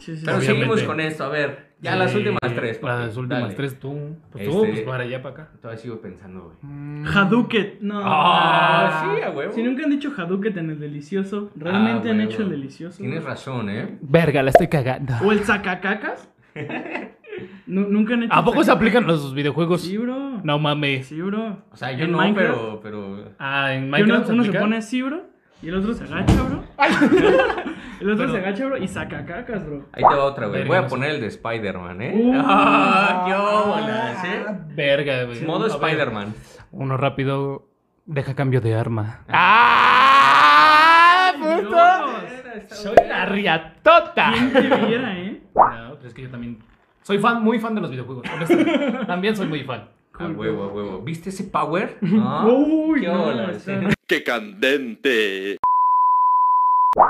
[SPEAKER 3] Sí, sí,
[SPEAKER 1] Pero
[SPEAKER 3] sí.
[SPEAKER 2] Obviamente.
[SPEAKER 1] seguimos con esto, a ver, ya las
[SPEAKER 2] Sí,
[SPEAKER 1] últimas tres, papi.
[SPEAKER 2] Las últimas
[SPEAKER 1] dale.
[SPEAKER 2] tres, tú. Pues tú,
[SPEAKER 1] Este-
[SPEAKER 2] pues para allá, para acá.
[SPEAKER 1] Todavía sigo pensando, güey.
[SPEAKER 2] Mm.
[SPEAKER 3] Mm. Hadouken. No.
[SPEAKER 1] Ah, sí, a huevo.
[SPEAKER 3] Si nunca han dicho Hadouken en el delicioso, ¿realmente
[SPEAKER 1] Ah,
[SPEAKER 3] han
[SPEAKER 1] huevo.
[SPEAKER 3] hecho el delicioso?
[SPEAKER 1] Tienes razón, ¿eh?
[SPEAKER 2] Verga, la estoy cagando.
[SPEAKER 3] ¿O el sacacacas? Nu- ¿Nunca han hecho
[SPEAKER 2] ¿A poco se
[SPEAKER 3] sacacacas?
[SPEAKER 2] aplican los videojuegos?
[SPEAKER 3] Sí, bro.
[SPEAKER 2] No mames.
[SPEAKER 3] Sí, bro.
[SPEAKER 1] O sea, yo
[SPEAKER 3] ¿En
[SPEAKER 1] no,
[SPEAKER 3] Minecraft?
[SPEAKER 1] pero, pero...
[SPEAKER 2] Ah, en
[SPEAKER 3] Que uno
[SPEAKER 2] Minecraft
[SPEAKER 3] uno se
[SPEAKER 2] aplica?
[SPEAKER 3] pone sí, bro. Y el otro se agacha, bro. El otro se agacha, bro, y saca cacas, bro.
[SPEAKER 1] Ahí te va otra, güey.
[SPEAKER 2] Verga,
[SPEAKER 1] Voy a
[SPEAKER 2] no sé.
[SPEAKER 1] poner el de Spider-Man, ¿eh?
[SPEAKER 3] Uh.
[SPEAKER 1] ¡Ah! ¡Qué óbolas, eh!
[SPEAKER 2] Verga, güey.
[SPEAKER 1] Modo
[SPEAKER 2] A ver,
[SPEAKER 1] Spider-Man.
[SPEAKER 2] Uno rápido. Deja cambio de arma. ¡Ah! ¡Puto! Soy la riatota.
[SPEAKER 3] ¿Quién te viera, eh?
[SPEAKER 2] No, pero es que yo también soy fan, muy fan de los videojuegos. honestamente. También soy muy fan.
[SPEAKER 1] A huevo, a huevo. ¿Viste ese power? Ah,
[SPEAKER 3] Uy,
[SPEAKER 1] ¡Qué
[SPEAKER 3] no,
[SPEAKER 1] óbolas,
[SPEAKER 3] está-
[SPEAKER 1] eh!
[SPEAKER 7] ¡Qué candente!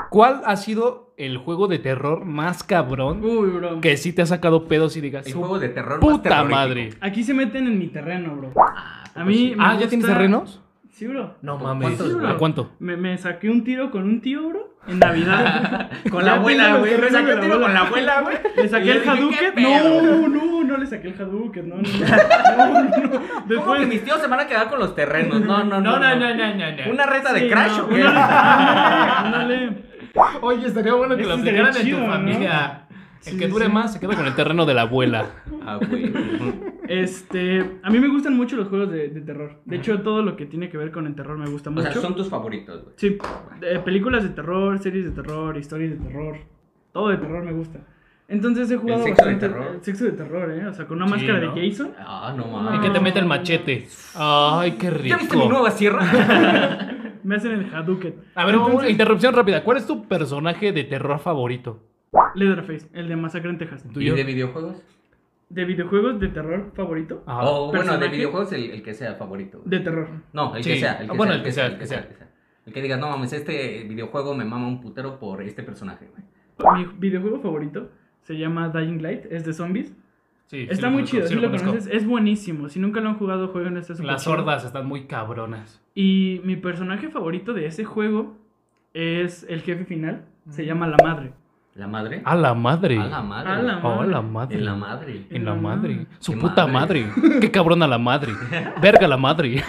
[SPEAKER 2] ¿Cuál ha sido el juego de terror más cabrón
[SPEAKER 3] Uy, bro.
[SPEAKER 2] que sí te ha sacado pedos y digas,
[SPEAKER 1] El
[SPEAKER 2] "Su
[SPEAKER 1] juego de terror más
[SPEAKER 2] puta
[SPEAKER 1] terrorífico.
[SPEAKER 2] madre?
[SPEAKER 3] Aquí se meten en mi terreno, bro. A mí. me
[SPEAKER 2] Ah, ¿ya tienes
[SPEAKER 3] gusta-
[SPEAKER 2] terrenos?
[SPEAKER 3] Sí, bro.
[SPEAKER 2] No
[SPEAKER 1] mames.
[SPEAKER 2] ¿A cuánto?
[SPEAKER 3] Me, me saqué un tiro con un tío, bro, en Navidad.
[SPEAKER 1] Con la
[SPEAKER 3] Ya
[SPEAKER 1] abuela,
[SPEAKER 3] tengo
[SPEAKER 1] güey.
[SPEAKER 3] los
[SPEAKER 1] Me saqué
[SPEAKER 3] terrenos
[SPEAKER 1] un
[SPEAKER 3] de
[SPEAKER 1] tiro con la
[SPEAKER 3] abuela.
[SPEAKER 1] abuela, güey.
[SPEAKER 3] ¿Le
[SPEAKER 1] Y
[SPEAKER 3] saqué
[SPEAKER 1] yo
[SPEAKER 3] el
[SPEAKER 1] dije,
[SPEAKER 3] Hadouken?
[SPEAKER 1] ¿qué pedo?
[SPEAKER 3] No, no, no le saqué el Hadouken, no, no. no, no.
[SPEAKER 1] ¿Cómo que
[SPEAKER 3] Después.
[SPEAKER 1] mis tíos se van a quedar con los terrenos? No, no, no. Una reta de
[SPEAKER 3] Sí,
[SPEAKER 1] Crash,
[SPEAKER 3] no,
[SPEAKER 1] ¿o qué?
[SPEAKER 3] una- Ándale.
[SPEAKER 2] Oye, estaría bueno
[SPEAKER 3] que lo dejaran en tu familia.
[SPEAKER 2] El
[SPEAKER 3] Sí,
[SPEAKER 2] que dure
[SPEAKER 3] sí.
[SPEAKER 2] más se queda con el terreno de la abuela.
[SPEAKER 1] Ah, güey.
[SPEAKER 3] Este, a mí me gustan mucho los juegos de, de terror. De hecho, todo lo que tiene que ver con el terror me gusta
[SPEAKER 1] O
[SPEAKER 3] mucho.
[SPEAKER 1] sea, son tus favoritos, güey.
[SPEAKER 3] Sí, de- películas de terror, series de terror, historias de terror. Todo de terror me gusta. Entonces he jugado
[SPEAKER 1] ¿El sexo de
[SPEAKER 3] bastante-
[SPEAKER 1] terror?
[SPEAKER 3] el sexo de terror, ¿eh? O sea, con una
[SPEAKER 2] Sí,
[SPEAKER 3] máscara
[SPEAKER 2] ¿no?
[SPEAKER 3] de Jason.
[SPEAKER 1] Ah, no
[SPEAKER 2] Y
[SPEAKER 1] mames.
[SPEAKER 2] que te mete el machete. Ay, qué
[SPEAKER 1] ¿Ya viste mi
[SPEAKER 2] rico.
[SPEAKER 1] nueva sierra?
[SPEAKER 3] Me hacen el Hadouken.
[SPEAKER 2] A ver,
[SPEAKER 3] Entonces,
[SPEAKER 2] una interrupción rápida. ¿Cuál es tu personaje de terror favorito?
[SPEAKER 3] Leatherface, el de Masacre en Texas.
[SPEAKER 1] ¿Y de videojuegos?
[SPEAKER 3] ¿De videojuegos de terror favorito?
[SPEAKER 2] Ah,
[SPEAKER 1] O bueno, de
[SPEAKER 3] personaje.
[SPEAKER 1] videojuegos el, el que sea favorito. güey.
[SPEAKER 3] De terror.
[SPEAKER 1] No, el
[SPEAKER 2] Sí.
[SPEAKER 1] que sea. El que
[SPEAKER 2] Bueno,
[SPEAKER 1] sea,
[SPEAKER 2] el que sea, el que
[SPEAKER 1] El que sea. El que digas, no mames, este videojuego me mama un putero por este personaje, güey.
[SPEAKER 3] Mi videojuego favorito se llama Dying Light, es de zombies.
[SPEAKER 2] sí, sí
[SPEAKER 3] Está
[SPEAKER 2] lo
[SPEAKER 3] muy
[SPEAKER 2] conozco,
[SPEAKER 3] chido,
[SPEAKER 2] sí
[SPEAKER 3] si
[SPEAKER 2] lo
[SPEAKER 3] lo
[SPEAKER 2] conozco.
[SPEAKER 3] conoces, es buenísimo. Si nunca lo han jugado, jueguen este súper
[SPEAKER 2] Las
[SPEAKER 3] chido.
[SPEAKER 2] hordas están muy cabronas.
[SPEAKER 3] Y mi personaje favorito de ese juego es el jefe final.
[SPEAKER 2] Mm.
[SPEAKER 3] Se llama La Madre.
[SPEAKER 1] ¿La madre?
[SPEAKER 2] A la madre. Oh,
[SPEAKER 1] A la madre.
[SPEAKER 3] A la
[SPEAKER 2] Ah, A la madre.
[SPEAKER 1] En la madre.
[SPEAKER 2] En la
[SPEAKER 3] En la
[SPEAKER 2] madre.
[SPEAKER 3] madre.
[SPEAKER 2] Su
[SPEAKER 1] Qué
[SPEAKER 2] puta madre. Qué cabrona la madre. Verga la madre.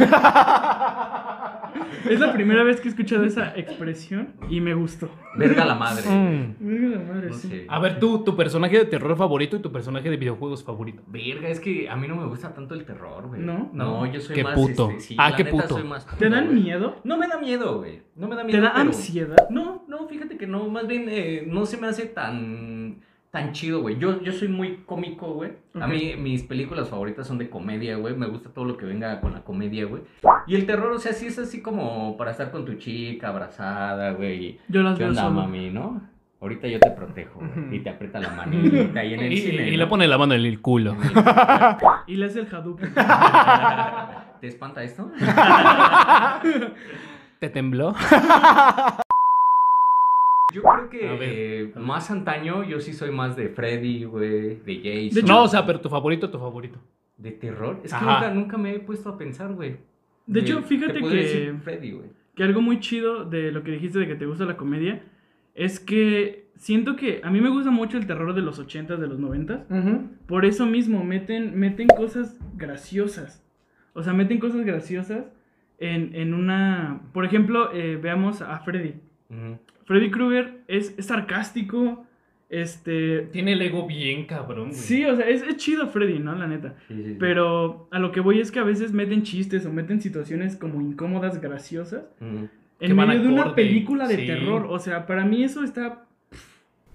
[SPEAKER 3] Es la primera vez que he escuchado esa expresión y me gustó.
[SPEAKER 1] Verga la madre.
[SPEAKER 2] Mm.
[SPEAKER 3] Verga, La Madre,
[SPEAKER 1] No
[SPEAKER 3] sí.
[SPEAKER 1] sé.
[SPEAKER 2] A ver, tú, tu personaje de terror favorito y tu personaje de videojuegos favorito.
[SPEAKER 1] Verga, es que a mí no me gusta tanto el terror, güey.
[SPEAKER 3] ¿No?
[SPEAKER 1] No, yo soy
[SPEAKER 2] Qué
[SPEAKER 1] más.
[SPEAKER 2] puto.
[SPEAKER 1] este, sí,
[SPEAKER 2] Ah,
[SPEAKER 1] la
[SPEAKER 2] qué
[SPEAKER 1] neta,
[SPEAKER 2] puto.
[SPEAKER 1] soy más puto,
[SPEAKER 3] ¿Te dan
[SPEAKER 1] güey.
[SPEAKER 3] miedo?
[SPEAKER 1] No me da miedo, güey. No me da miedo.
[SPEAKER 3] ¿Te da
[SPEAKER 1] pero-
[SPEAKER 3] ansiedad?
[SPEAKER 1] No, no, fíjate que no. Más bien, eh, no se me hace tan, tan chido, güey. Yo, yo soy muy cómico, güey. A
[SPEAKER 3] Ok.
[SPEAKER 1] mí, mis películas favoritas son de comedia, güey. Me gusta todo lo que venga con la comedia, güey. Y el terror, o sea, sí es así como para estar con tu chica abrazada, güey.
[SPEAKER 3] Yo las
[SPEAKER 2] Pues
[SPEAKER 1] ¿Qué
[SPEAKER 3] veo
[SPEAKER 1] onda,
[SPEAKER 3] solo.
[SPEAKER 1] mami, no? Ahorita yo te protejo, güey. Y te aprieta la manita y en
[SPEAKER 2] Y,
[SPEAKER 1] el cine.
[SPEAKER 2] y
[SPEAKER 1] ¿no?
[SPEAKER 2] le pone la mano en el culo.
[SPEAKER 3] Y le hace el Hadouken.
[SPEAKER 1] ¿Te espanta esto?
[SPEAKER 2] ¿Te tembló?
[SPEAKER 1] Yo creo que
[SPEAKER 2] A ver.
[SPEAKER 1] eh, más antaño, yo sí soy más de Freddy, güey, de Jason.
[SPEAKER 3] De hecho-
[SPEAKER 2] No, o sea, pero tu favorito, tu favorito.
[SPEAKER 1] ¿De terror? Es que
[SPEAKER 2] Ajá.
[SPEAKER 1] nunca, nunca me he puesto a pensar, güey.
[SPEAKER 3] De hecho, fíjate
[SPEAKER 1] te podría
[SPEAKER 3] que-
[SPEAKER 1] decir Freddy, güey.
[SPEAKER 3] que algo muy chido de lo que dijiste de que te gusta la comedia es que siento que a mí me gusta mucho el terror de los 80s, de los 90s. Por eso mismo, meten, meten cosas graciosas. O sea, meten cosas graciosas en, en una... Por ejemplo, eh, veamos a Freddy.
[SPEAKER 1] Ujú.
[SPEAKER 3] Freddy Krueger es, es sarcástico, este...
[SPEAKER 2] Tiene el ego bien cabrón, güey.
[SPEAKER 3] Sí, o sea, es, es chido Freddy, ¿no? La neta.
[SPEAKER 1] Sí, sí, sí.
[SPEAKER 3] Pero a lo que voy es que a veces meten chistes o meten situaciones como incómodas, graciosas,
[SPEAKER 1] Ujú.
[SPEAKER 3] en
[SPEAKER 2] Que van
[SPEAKER 3] medio de una
[SPEAKER 2] acorde,
[SPEAKER 3] película de
[SPEAKER 2] sí.
[SPEAKER 3] terror. O sea, para mí eso está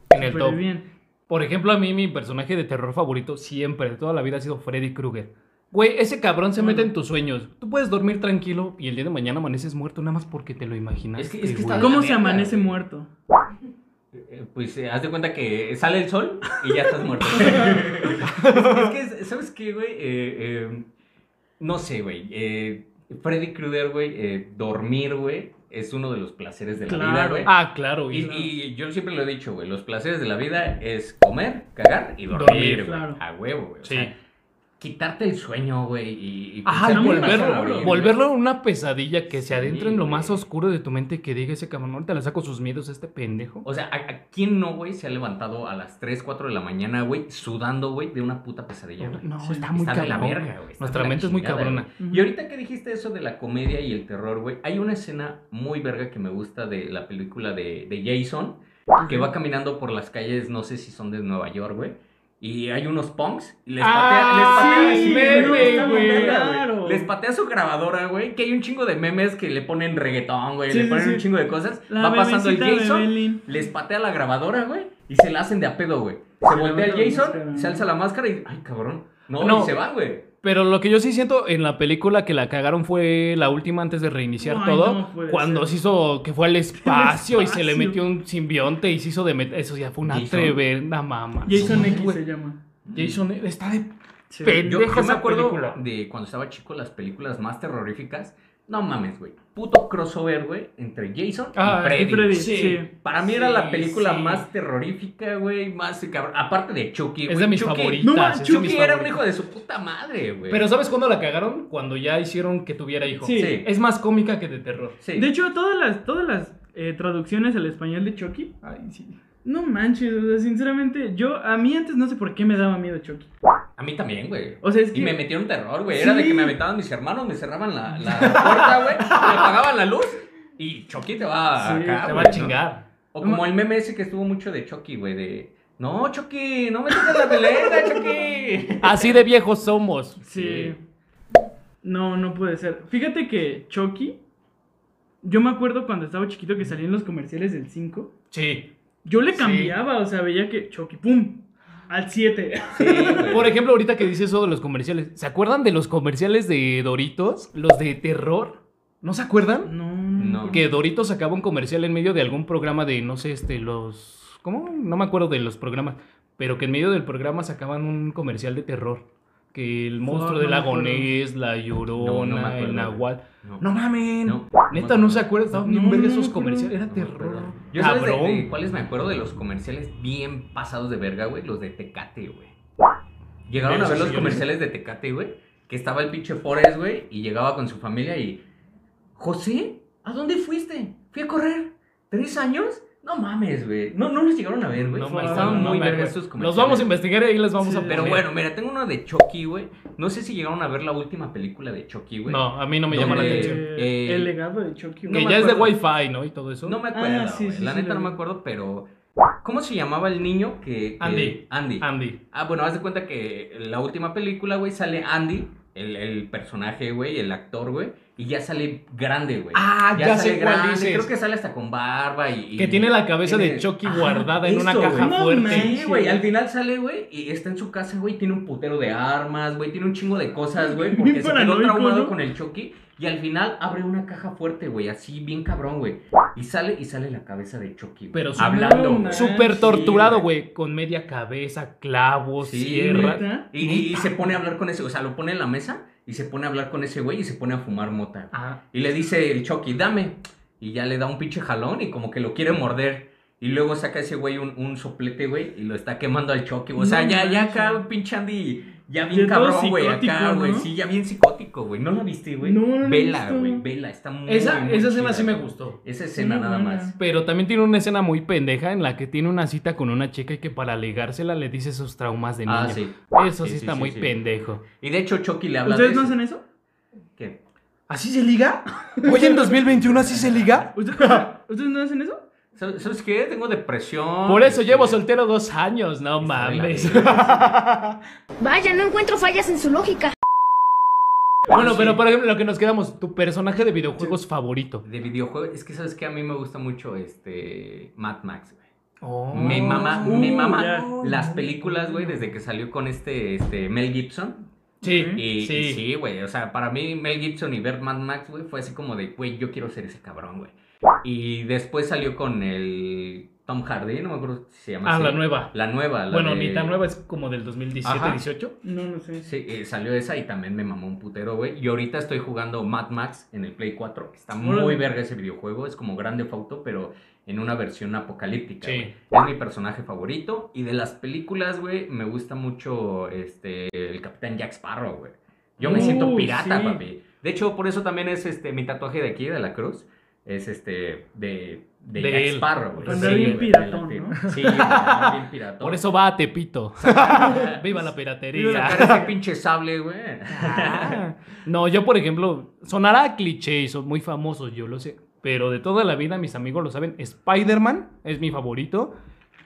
[SPEAKER 2] En el
[SPEAKER 3] súper
[SPEAKER 2] top.
[SPEAKER 3] bien.
[SPEAKER 2] Por ejemplo, a mí mi personaje de terror favorito siempre, de toda la vida, ha sido Freddy Krueger. Güey, ese cabrón se mete en tus sueños. Tú puedes dormir tranquilo y el día de mañana amaneces muerto nada más porque te lo imaginas.
[SPEAKER 1] Es que- es que está-
[SPEAKER 3] ¿Cómo
[SPEAKER 1] La
[SPEAKER 3] se
[SPEAKER 1] neta,
[SPEAKER 3] amanece
[SPEAKER 1] güey.
[SPEAKER 3] muerto?
[SPEAKER 1] Eh, Pues eh, haz de cuenta que sale el sol y ya estás muerto. es que, es- ¿sabes qué, güey? Eh, eh, no sé, güey. Eh, Freddy Krueger, güey, eh, dormir, güey, es uno de los placeres de la vida,
[SPEAKER 3] Claro.
[SPEAKER 1] güey.
[SPEAKER 2] Ah, claro. güey.
[SPEAKER 1] Y, y yo siempre lo he dicho, güey, los placeres de la vida es comer, cagar y dormir,
[SPEAKER 2] Dormir,
[SPEAKER 1] güey.
[SPEAKER 3] claro.
[SPEAKER 1] A huevo, güey. O
[SPEAKER 2] Sí.
[SPEAKER 1] sea, quitarte el sueño, güey, y, y
[SPEAKER 2] Ajá,
[SPEAKER 1] pensar
[SPEAKER 3] no,
[SPEAKER 1] que vas a
[SPEAKER 3] volver-
[SPEAKER 1] morir,
[SPEAKER 2] volverlo,
[SPEAKER 1] güey.
[SPEAKER 2] volverlo una pesadilla que se
[SPEAKER 1] Sí,
[SPEAKER 2] adentre en lo más
[SPEAKER 1] güey.
[SPEAKER 2] oscuro de tu mente y que diga ese cabrón, ahorita le saco sus miedos a este pendejo.
[SPEAKER 1] O sea, ¿a, a quién no, güey, se ha levantado a las 3, 4 de la mañana, güey, sudando, güey, de una puta pesadilla, güey?
[SPEAKER 2] No,
[SPEAKER 3] Sí,
[SPEAKER 2] está muy
[SPEAKER 1] Está de la
[SPEAKER 2] cabrón.
[SPEAKER 1] verga, güey. está
[SPEAKER 2] Nuestra
[SPEAKER 1] de la
[SPEAKER 2] mente es muy
[SPEAKER 1] chingada,
[SPEAKER 2] cabrona.
[SPEAKER 1] güey. Y ahorita que dijiste eso de la comedia y el terror, güey, hay una escena muy verga que me gusta de la película de, de Jason, que va caminando por las calles, no sé si son de Nueva York, güey, y hay unos punks y les
[SPEAKER 4] Ah,
[SPEAKER 1] patea, les patea,
[SPEAKER 4] sí,
[SPEAKER 1] güey,
[SPEAKER 4] güey,
[SPEAKER 1] está
[SPEAKER 4] güey.
[SPEAKER 1] mamada, güey.
[SPEAKER 3] Claro.
[SPEAKER 1] Les patea su grabadora, güey, que hay un chingo de memes que le ponen reggaetón, güey,
[SPEAKER 3] Sí,
[SPEAKER 1] le
[SPEAKER 3] sí,
[SPEAKER 1] ponen
[SPEAKER 3] sí.
[SPEAKER 1] un chingo de cosas.
[SPEAKER 3] La
[SPEAKER 1] Va pasando el
[SPEAKER 3] bebecita de
[SPEAKER 1] Jason,
[SPEAKER 3] Belín.
[SPEAKER 1] les patea la grabadora, güey, y se la hacen de a pedo, güey. Se voltea el
[SPEAKER 3] levanta la
[SPEAKER 1] Jason,
[SPEAKER 3] máscara,
[SPEAKER 1] se
[SPEAKER 3] ¿no?
[SPEAKER 1] alza la máscara y ay, cabrón. No,
[SPEAKER 2] No.
[SPEAKER 1] y se van, güey.
[SPEAKER 2] Pero lo que yo sí siento en la película que la cagaron fue la última antes de reiniciar
[SPEAKER 3] Ay,
[SPEAKER 2] todo.
[SPEAKER 3] no puede
[SPEAKER 2] cuando
[SPEAKER 3] ser.
[SPEAKER 2] se hizo que fue al espacio y se le
[SPEAKER 3] espacio.
[SPEAKER 2] metió un simbionte y se hizo de met- Eso ya fue una
[SPEAKER 1] Jason.
[SPEAKER 2] tremenda mama.
[SPEAKER 3] Jason X
[SPEAKER 2] güey.
[SPEAKER 3] se llama.
[SPEAKER 2] Jason está de
[SPEAKER 3] Sí.
[SPEAKER 1] Yo,
[SPEAKER 2] pendejo
[SPEAKER 1] yo me
[SPEAKER 2] esa
[SPEAKER 1] acuerdo
[SPEAKER 2] película.
[SPEAKER 1] de cuando estaba chico las películas más terroríficas. No mames, güey. Puto crossover, güey, entre Jason
[SPEAKER 2] Ah,
[SPEAKER 1] y Freddy.
[SPEAKER 3] Freddy,
[SPEAKER 1] Sí.
[SPEAKER 3] sí.
[SPEAKER 1] Para mí era
[SPEAKER 4] Sí,
[SPEAKER 1] la película
[SPEAKER 4] sí.
[SPEAKER 1] más terrorífica, güey, más cabrón. Aparte de Chucky,
[SPEAKER 2] Es
[SPEAKER 1] güey.
[SPEAKER 2] de mis
[SPEAKER 1] Chucky-
[SPEAKER 2] favoritas.
[SPEAKER 3] No,
[SPEAKER 2] es de
[SPEAKER 1] Chucky
[SPEAKER 2] mis
[SPEAKER 1] era un
[SPEAKER 2] favoritas.
[SPEAKER 1] hijo de su puta madre, güey.
[SPEAKER 2] Pero ¿sabes cuándo la cagaron? Cuando ya hicieron que tuviera hijo.
[SPEAKER 3] Sí.
[SPEAKER 1] Sí.
[SPEAKER 2] Es más cómica que de terror.
[SPEAKER 1] Sí.
[SPEAKER 3] De hecho, todas las, todas las eh, traducciones al español de Chucky. No manches, o sea, sinceramente, yo a mí antes no sé por qué me daba miedo Chucky.
[SPEAKER 1] a mí también, güey.
[SPEAKER 3] O sea, es
[SPEAKER 1] Y
[SPEAKER 3] que
[SPEAKER 1] me metieron terror, güey. Era de que
[SPEAKER 3] Sí.
[SPEAKER 1] me aventaban mis hermanos, me cerraban la, la puerta, güey, me apagaban la luz y Chucky te va
[SPEAKER 3] Sí,
[SPEAKER 1] acá,
[SPEAKER 2] Te va
[SPEAKER 1] güey,
[SPEAKER 2] a
[SPEAKER 1] ¿no?
[SPEAKER 2] chingar.
[SPEAKER 1] O como el meme ese que estuvo mucho de Chucky, güey, de... No, Chucky, no me toques la pelea, Chucky.
[SPEAKER 2] Así de viejos somos.
[SPEAKER 3] Sí. No, no puede ser. Fíjate que Chucky, yo me acuerdo cuando estaba chiquito que salían los comerciales del 5.
[SPEAKER 2] Sí.
[SPEAKER 3] Yo le cambiaba, o sea, veía que Chucky, ¡pum! Al 7.
[SPEAKER 1] Sí, güey.
[SPEAKER 2] Por ejemplo, ahorita que dices eso de los comerciales, ¿se acuerdan de los comerciales de Doritos? Los de terror. ¿No se acuerdan?
[SPEAKER 3] No,
[SPEAKER 1] No.
[SPEAKER 2] Que Doritos sacaba un comercial en medio de algún programa de, no sé, este, los... ¿Cómo? No me acuerdo de los programas. Pero que en medio del programa sacaban un comercial de terror. Que el monstruo
[SPEAKER 3] no
[SPEAKER 2] del
[SPEAKER 3] me acuerdo.
[SPEAKER 2] lagonés,
[SPEAKER 1] No, no
[SPEAKER 2] la
[SPEAKER 1] me
[SPEAKER 2] llorona,
[SPEAKER 1] acuerdo,
[SPEAKER 2] el
[SPEAKER 1] güey.
[SPEAKER 2] nahual.
[SPEAKER 1] No.
[SPEAKER 2] No mamen.
[SPEAKER 1] No,
[SPEAKER 2] Neta,
[SPEAKER 1] me
[SPEAKER 2] no
[SPEAKER 1] acuerdo.
[SPEAKER 2] se acuerda. Estaban bien
[SPEAKER 3] No,
[SPEAKER 2] verga
[SPEAKER 3] no me
[SPEAKER 2] esos
[SPEAKER 3] acuerdo.
[SPEAKER 2] comerciales. Era
[SPEAKER 1] No me
[SPEAKER 2] terror.
[SPEAKER 1] acuerdo. Yo sabes de,
[SPEAKER 2] Cabrón.
[SPEAKER 1] de cuáles me acuerdo de los comerciales bien pasados de verga, güey, los de Tecate, güey. Llegaron
[SPEAKER 4] De
[SPEAKER 1] a ver
[SPEAKER 4] esos
[SPEAKER 1] los
[SPEAKER 4] señores.
[SPEAKER 1] comerciales de Tecate, güey, que estaba el pinche Forrest, güey, y llegaba con su familia y José, ¿a dónde fuiste? Fui a correr. ¿Tres años? No mames, güey. No, no los llegaron a ver, güey.
[SPEAKER 2] No me acuerdo,
[SPEAKER 1] Estaban
[SPEAKER 2] no
[SPEAKER 1] muy
[SPEAKER 2] me
[SPEAKER 1] vergas
[SPEAKER 2] acuerdo.
[SPEAKER 1] esos comerciales.
[SPEAKER 2] Los vamos a investigar y ahí les vamos
[SPEAKER 3] Sí.
[SPEAKER 2] a poner.
[SPEAKER 1] Pero bueno, mira, tengo uno de Chucky, güey. No sé si llegaron a ver la última película de Chucky, güey.
[SPEAKER 2] No, a mí no me llama la
[SPEAKER 1] Donde-
[SPEAKER 2] atención.
[SPEAKER 1] eh,
[SPEAKER 3] el legado de Chucky.
[SPEAKER 1] no
[SPEAKER 2] que
[SPEAKER 1] me
[SPEAKER 2] ya es de
[SPEAKER 1] acuerdo.
[SPEAKER 2] Wi-Fi, ¿no? Y todo eso.
[SPEAKER 1] No me acuerdo,
[SPEAKER 3] Ah, sí,
[SPEAKER 1] güey.
[SPEAKER 3] sí,
[SPEAKER 1] La
[SPEAKER 3] sí,
[SPEAKER 1] neta
[SPEAKER 3] lo
[SPEAKER 1] no me
[SPEAKER 3] vi.
[SPEAKER 1] acuerdo, pero... ¿Cómo se llamaba el niño que... que-
[SPEAKER 2] Andy.
[SPEAKER 1] Andy.
[SPEAKER 2] Andy.
[SPEAKER 1] Ah, bueno, haz de cuenta que en la última película, güey, sale Andy, el, el personaje, güey, el actor, güey, y ya sale grande, güey.
[SPEAKER 2] Ah, ya sé cuál dices.
[SPEAKER 1] Creo que sale hasta con barba y... y-
[SPEAKER 2] Que tiene la cabeza de
[SPEAKER 1] tiene-
[SPEAKER 2] Chucky
[SPEAKER 1] Ajá,
[SPEAKER 2] guardada en una
[SPEAKER 1] eso,
[SPEAKER 2] caja
[SPEAKER 1] güey.
[SPEAKER 3] No
[SPEAKER 2] fuerte.
[SPEAKER 3] manches.
[SPEAKER 1] Sí, güey, al final sale, güey, y está en su casa, güey, tiene un putero de armas, güey, tiene un chingo de cosas, güey, porque
[SPEAKER 3] Bien
[SPEAKER 1] se quedó
[SPEAKER 3] paranoico,
[SPEAKER 1] traumado
[SPEAKER 3] ¿no?
[SPEAKER 1] con el Chucky. Y al final abre una caja fuerte, güey, así bien cabrón, güey. Y sale, y sale la cabeza de Chucky, güey.
[SPEAKER 2] Pero su-
[SPEAKER 1] hablando.
[SPEAKER 3] No,
[SPEAKER 1] güey.
[SPEAKER 3] man.
[SPEAKER 2] Súper
[SPEAKER 3] Sí,
[SPEAKER 2] torturado,
[SPEAKER 1] güey.
[SPEAKER 2] güey. Con media cabeza, clavos,
[SPEAKER 1] Sí,
[SPEAKER 2] sierra.
[SPEAKER 1] güey.
[SPEAKER 3] ¿Neta?
[SPEAKER 1] Y, y- y se pone a hablar con ese, o sea, lo pone en la mesa y se pone a hablar con ese güey y se pone a fumar mota.
[SPEAKER 2] Ah,
[SPEAKER 1] Y le dice el Chucky, dame. Y ya le da un pinche jalón y como que lo quiere morder. Y luego saca ese güey un, un soplete, güey, y lo está quemando al Chucky. O sea,
[SPEAKER 3] No
[SPEAKER 1] ya, ya
[SPEAKER 3] manches.
[SPEAKER 1] acá, pinche Andy, ya bien
[SPEAKER 3] Ya todo
[SPEAKER 1] cabrón, güey, acá,
[SPEAKER 3] psicótico,
[SPEAKER 1] güey.
[SPEAKER 3] ¿no?
[SPEAKER 1] Sí, ya bien psicótico, güey. ¿No la viste, güey?
[SPEAKER 3] No, no la he
[SPEAKER 1] Vela,
[SPEAKER 3] visto.
[SPEAKER 1] güey, vela. Está muy,
[SPEAKER 2] esa
[SPEAKER 1] muy
[SPEAKER 2] esa escena
[SPEAKER 1] chida,
[SPEAKER 2] sí me
[SPEAKER 1] güey.
[SPEAKER 2] gustó.
[SPEAKER 1] Esa escena
[SPEAKER 3] Sí,
[SPEAKER 1] nada
[SPEAKER 3] buena.
[SPEAKER 1] más.
[SPEAKER 2] Pero también tiene una escena muy pendeja en la que tiene una cita con una chica y que para ligársela le dice sus traumas de niño.
[SPEAKER 1] Ah, sí.
[SPEAKER 2] Eso sí,
[SPEAKER 1] Sí, sí,
[SPEAKER 2] está
[SPEAKER 1] sí,
[SPEAKER 2] muy
[SPEAKER 1] sí.
[SPEAKER 2] pendejo.
[SPEAKER 1] Y de hecho Chucky le habla
[SPEAKER 3] ¿Ustedes
[SPEAKER 1] de
[SPEAKER 3] no
[SPEAKER 1] eso.
[SPEAKER 3] hacen eso?
[SPEAKER 1] ¿Qué?
[SPEAKER 2] ¿Así se liga? Oye, en 2021 así se liga.
[SPEAKER 3] ¿Ustedes, ¿ustedes no hacen eso?
[SPEAKER 1] ¿Sabes sabes qué? Tengo depresión.
[SPEAKER 2] Por eso llevo
[SPEAKER 1] este,
[SPEAKER 2] soltero dos años, no mames.
[SPEAKER 8] Vaya, no encuentro fallas en su lógica.
[SPEAKER 2] Bueno, pero por ejemplo, lo que nos quedamos, tu personaje de videojuegos favorito.
[SPEAKER 1] De videojuegos, es que sabes que a mí me gusta mucho este Mad Max, güey.
[SPEAKER 2] Oh.
[SPEAKER 1] Me mama,
[SPEAKER 3] Uh,
[SPEAKER 1] me mama
[SPEAKER 3] ya.
[SPEAKER 1] las películas, güey, desde que salió con este, este Mel Gibson.
[SPEAKER 2] Sí,
[SPEAKER 1] Y y
[SPEAKER 2] sí.
[SPEAKER 1] sí, güey, o sea, para mí Mel Gibson y ver Mad Max, güey, fue así como de, güey, yo quiero ser ese cabrón, güey. Y después salió con el Tom Hardy, no me acuerdo si se llama
[SPEAKER 2] Ah,
[SPEAKER 1] así.
[SPEAKER 2] la nueva.
[SPEAKER 1] La nueva. la
[SPEAKER 2] bueno,
[SPEAKER 1] de-
[SPEAKER 2] ni tan nueva, es como del 2017,
[SPEAKER 1] Ajá.
[SPEAKER 2] 18.
[SPEAKER 3] No, no sé.
[SPEAKER 1] Sí, eh, salió esa y también me mamó un putero, güey. Y ahorita estoy jugando Mad Max en el Play 4. Está muy
[SPEAKER 3] Órale.
[SPEAKER 1] verga ese videojuego. Es como Grande Auto, pero en una versión apocalíptica.
[SPEAKER 2] Sí.
[SPEAKER 1] güey. Es mi personaje favorito. Y de las películas, güey, me gusta mucho este, el Capitán Jack Sparrow, güey. Yo me
[SPEAKER 3] Uh,
[SPEAKER 1] siento pirata,
[SPEAKER 3] sí.
[SPEAKER 1] papi. De hecho, por eso también es este mi tatuaje de aquí, de la cruz. Es este, de, de,
[SPEAKER 2] De
[SPEAKER 1] Jack
[SPEAKER 2] él.
[SPEAKER 1] Sparrow, güey.
[SPEAKER 2] Andaba
[SPEAKER 1] Sí,
[SPEAKER 2] bien
[SPEAKER 1] güey,
[SPEAKER 3] piratón,
[SPEAKER 1] de la-
[SPEAKER 3] ¿no?
[SPEAKER 1] Sí, güey, andaba bien piratón.
[SPEAKER 2] Por eso va a Tepito. Viva la
[SPEAKER 1] Sacar
[SPEAKER 2] piratería.
[SPEAKER 1] ese pinche sable, güey.
[SPEAKER 2] Ah. no, yo por ejemplo, sonará cliché y son muy famosos, yo lo sé. Pero de toda la vida, mis amigos lo saben, Spider-Man es mi favorito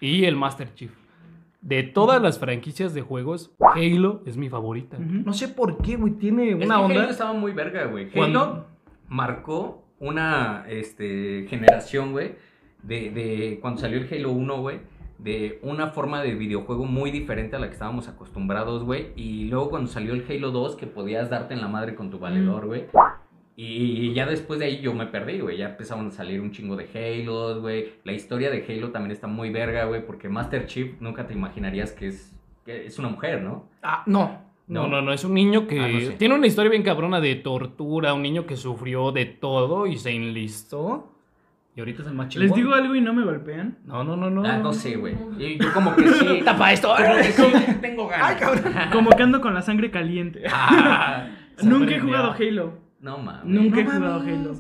[SPEAKER 2] y el Master Chief. De todas las franquicias de juegos, Halo es mi favorita.
[SPEAKER 3] Ujú.
[SPEAKER 2] No sé por qué, güey, tiene
[SPEAKER 1] Es
[SPEAKER 2] una
[SPEAKER 1] que
[SPEAKER 2] onda.
[SPEAKER 1] Halo estaba muy verga, güey.
[SPEAKER 2] Cuando-
[SPEAKER 1] Halo marcó una este, generación, güey, de, de cuando salió el Halo 1, güey, de una forma de videojuego muy diferente a la que estábamos acostumbrados, güey. Y luego cuando salió el Halo 2, que podías darte en la madre
[SPEAKER 2] Mm.
[SPEAKER 1] con tu valedor, güey. Y ya después de ahí yo me perdí, güey. Ya empezaron a salir un chingo de Halos, güey. La historia de Halo también está muy verga, güey. Porque Master Chief nunca te imaginarías que es, que es una mujer, ¿no?
[SPEAKER 2] Ah, no. No,
[SPEAKER 1] No.
[SPEAKER 2] no, no, es un niño que
[SPEAKER 1] Ah, no sé.
[SPEAKER 2] tiene una historia bien cabrona de tortura, un niño que sufrió de todo y se enlistó. Y ahorita es el más chingón.
[SPEAKER 3] Les digo algo y no me golpean.
[SPEAKER 2] No, no, no, no.
[SPEAKER 1] Ah, no sé, güey. Y Yo como que sí.
[SPEAKER 2] Tapa esto.
[SPEAKER 1] Como que sí tengo ganas.
[SPEAKER 3] Como que ando con la sangre caliente.
[SPEAKER 1] Ah,
[SPEAKER 3] Nunca he
[SPEAKER 2] sorprendía.
[SPEAKER 3] jugado Halo.
[SPEAKER 1] no mames.
[SPEAKER 3] Nunca he jugado Halo.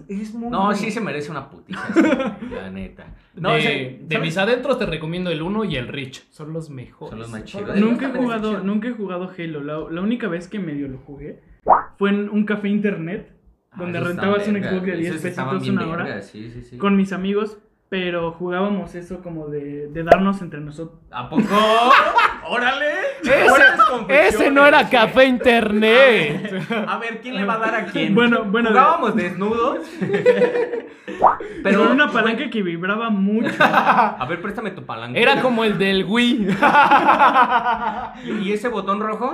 [SPEAKER 1] No, sí se merece una putiza. ese güey, la neta. No,
[SPEAKER 2] de,
[SPEAKER 1] o sea,
[SPEAKER 2] de
[SPEAKER 1] ¿sabes?
[SPEAKER 2] mis adentros te recomiendo el 1 y el Rich. Son los mejores.
[SPEAKER 1] Son los más chidos.
[SPEAKER 3] Nunca he jugado, nunca he jugado Halo. La, la única vez que medio lo jugué fue en un café internet
[SPEAKER 1] Ah,
[SPEAKER 3] donde
[SPEAKER 1] esos
[SPEAKER 3] rentabas un
[SPEAKER 1] estaban
[SPEAKER 3] Xbox de
[SPEAKER 1] verga,
[SPEAKER 3] 10
[SPEAKER 1] esos estaban
[SPEAKER 3] pesitos
[SPEAKER 1] bien
[SPEAKER 3] una hora
[SPEAKER 1] verga, Sí, sí, sí.
[SPEAKER 3] con mis amigos, pero jugábamos eso como de, de darnos entre nosotros.
[SPEAKER 1] ¿A poco? ¡Órale! Buenas confesiones,
[SPEAKER 2] Ese no era
[SPEAKER 1] güey.
[SPEAKER 2] café internet.
[SPEAKER 1] A ver, ¿quién le va a dar a quién?
[SPEAKER 3] Bueno, bueno, de-
[SPEAKER 1] Jugábamos desnudos.
[SPEAKER 3] Pero
[SPEAKER 1] Pero
[SPEAKER 3] con una palanca que vibraba mucho.
[SPEAKER 1] A ver, préstame tu palanca.
[SPEAKER 2] Era como el del Wii.
[SPEAKER 1] ¿Y ese botón rojo?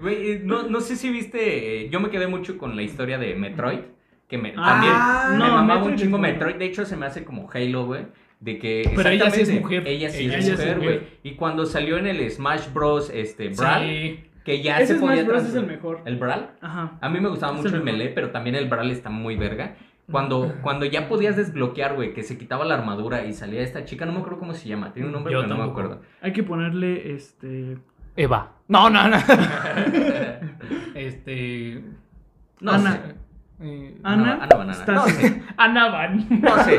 [SPEAKER 1] Güey, eh, no, no sé si viste, eh, yo me quedé mucho con la historia de Metroid, que me,
[SPEAKER 3] Ah,
[SPEAKER 1] también me
[SPEAKER 3] no,
[SPEAKER 1] mamaba un
[SPEAKER 3] Metroid
[SPEAKER 1] chingo
[SPEAKER 3] es muy
[SPEAKER 1] Metroid, de hecho se me hace como Halo, güey. De que
[SPEAKER 2] Pero ella sí es
[SPEAKER 1] exactamente,
[SPEAKER 2] mujer.
[SPEAKER 1] Ella sí
[SPEAKER 2] Ella
[SPEAKER 1] es
[SPEAKER 2] sí es
[SPEAKER 1] mujer,
[SPEAKER 2] mujer.
[SPEAKER 1] güey. Y cuando salió en el Smash Bros. Este, Brawl,
[SPEAKER 2] Sí.
[SPEAKER 1] que ya
[SPEAKER 3] Ese
[SPEAKER 1] se podía
[SPEAKER 3] Smash Bros es
[SPEAKER 1] transfer-
[SPEAKER 3] el mejor.
[SPEAKER 1] ¿El Brawl?
[SPEAKER 3] Ajá.
[SPEAKER 1] A mí me gustaba
[SPEAKER 3] Es
[SPEAKER 1] mucho
[SPEAKER 3] el
[SPEAKER 1] el
[SPEAKER 3] mejor.
[SPEAKER 1] melee, pero también el Brawl está muy verga. Cuando, cuando ya podías desbloquear, güey, que se quitaba la armadura y salía esta chica, no me acuerdo cómo se llama, tiene un nombre,
[SPEAKER 2] Yo
[SPEAKER 1] pero no me
[SPEAKER 2] tampoco.
[SPEAKER 1] acuerdo.
[SPEAKER 3] Hay que ponerle este
[SPEAKER 2] Eva. No, no, no. este.
[SPEAKER 1] No
[SPEAKER 3] Ana.
[SPEAKER 1] sé.
[SPEAKER 2] eh,
[SPEAKER 1] Ah,
[SPEAKER 3] Ana.
[SPEAKER 1] Ana Banana.
[SPEAKER 3] estás-
[SPEAKER 1] No sé.
[SPEAKER 3] Ana Van.
[SPEAKER 1] No sé.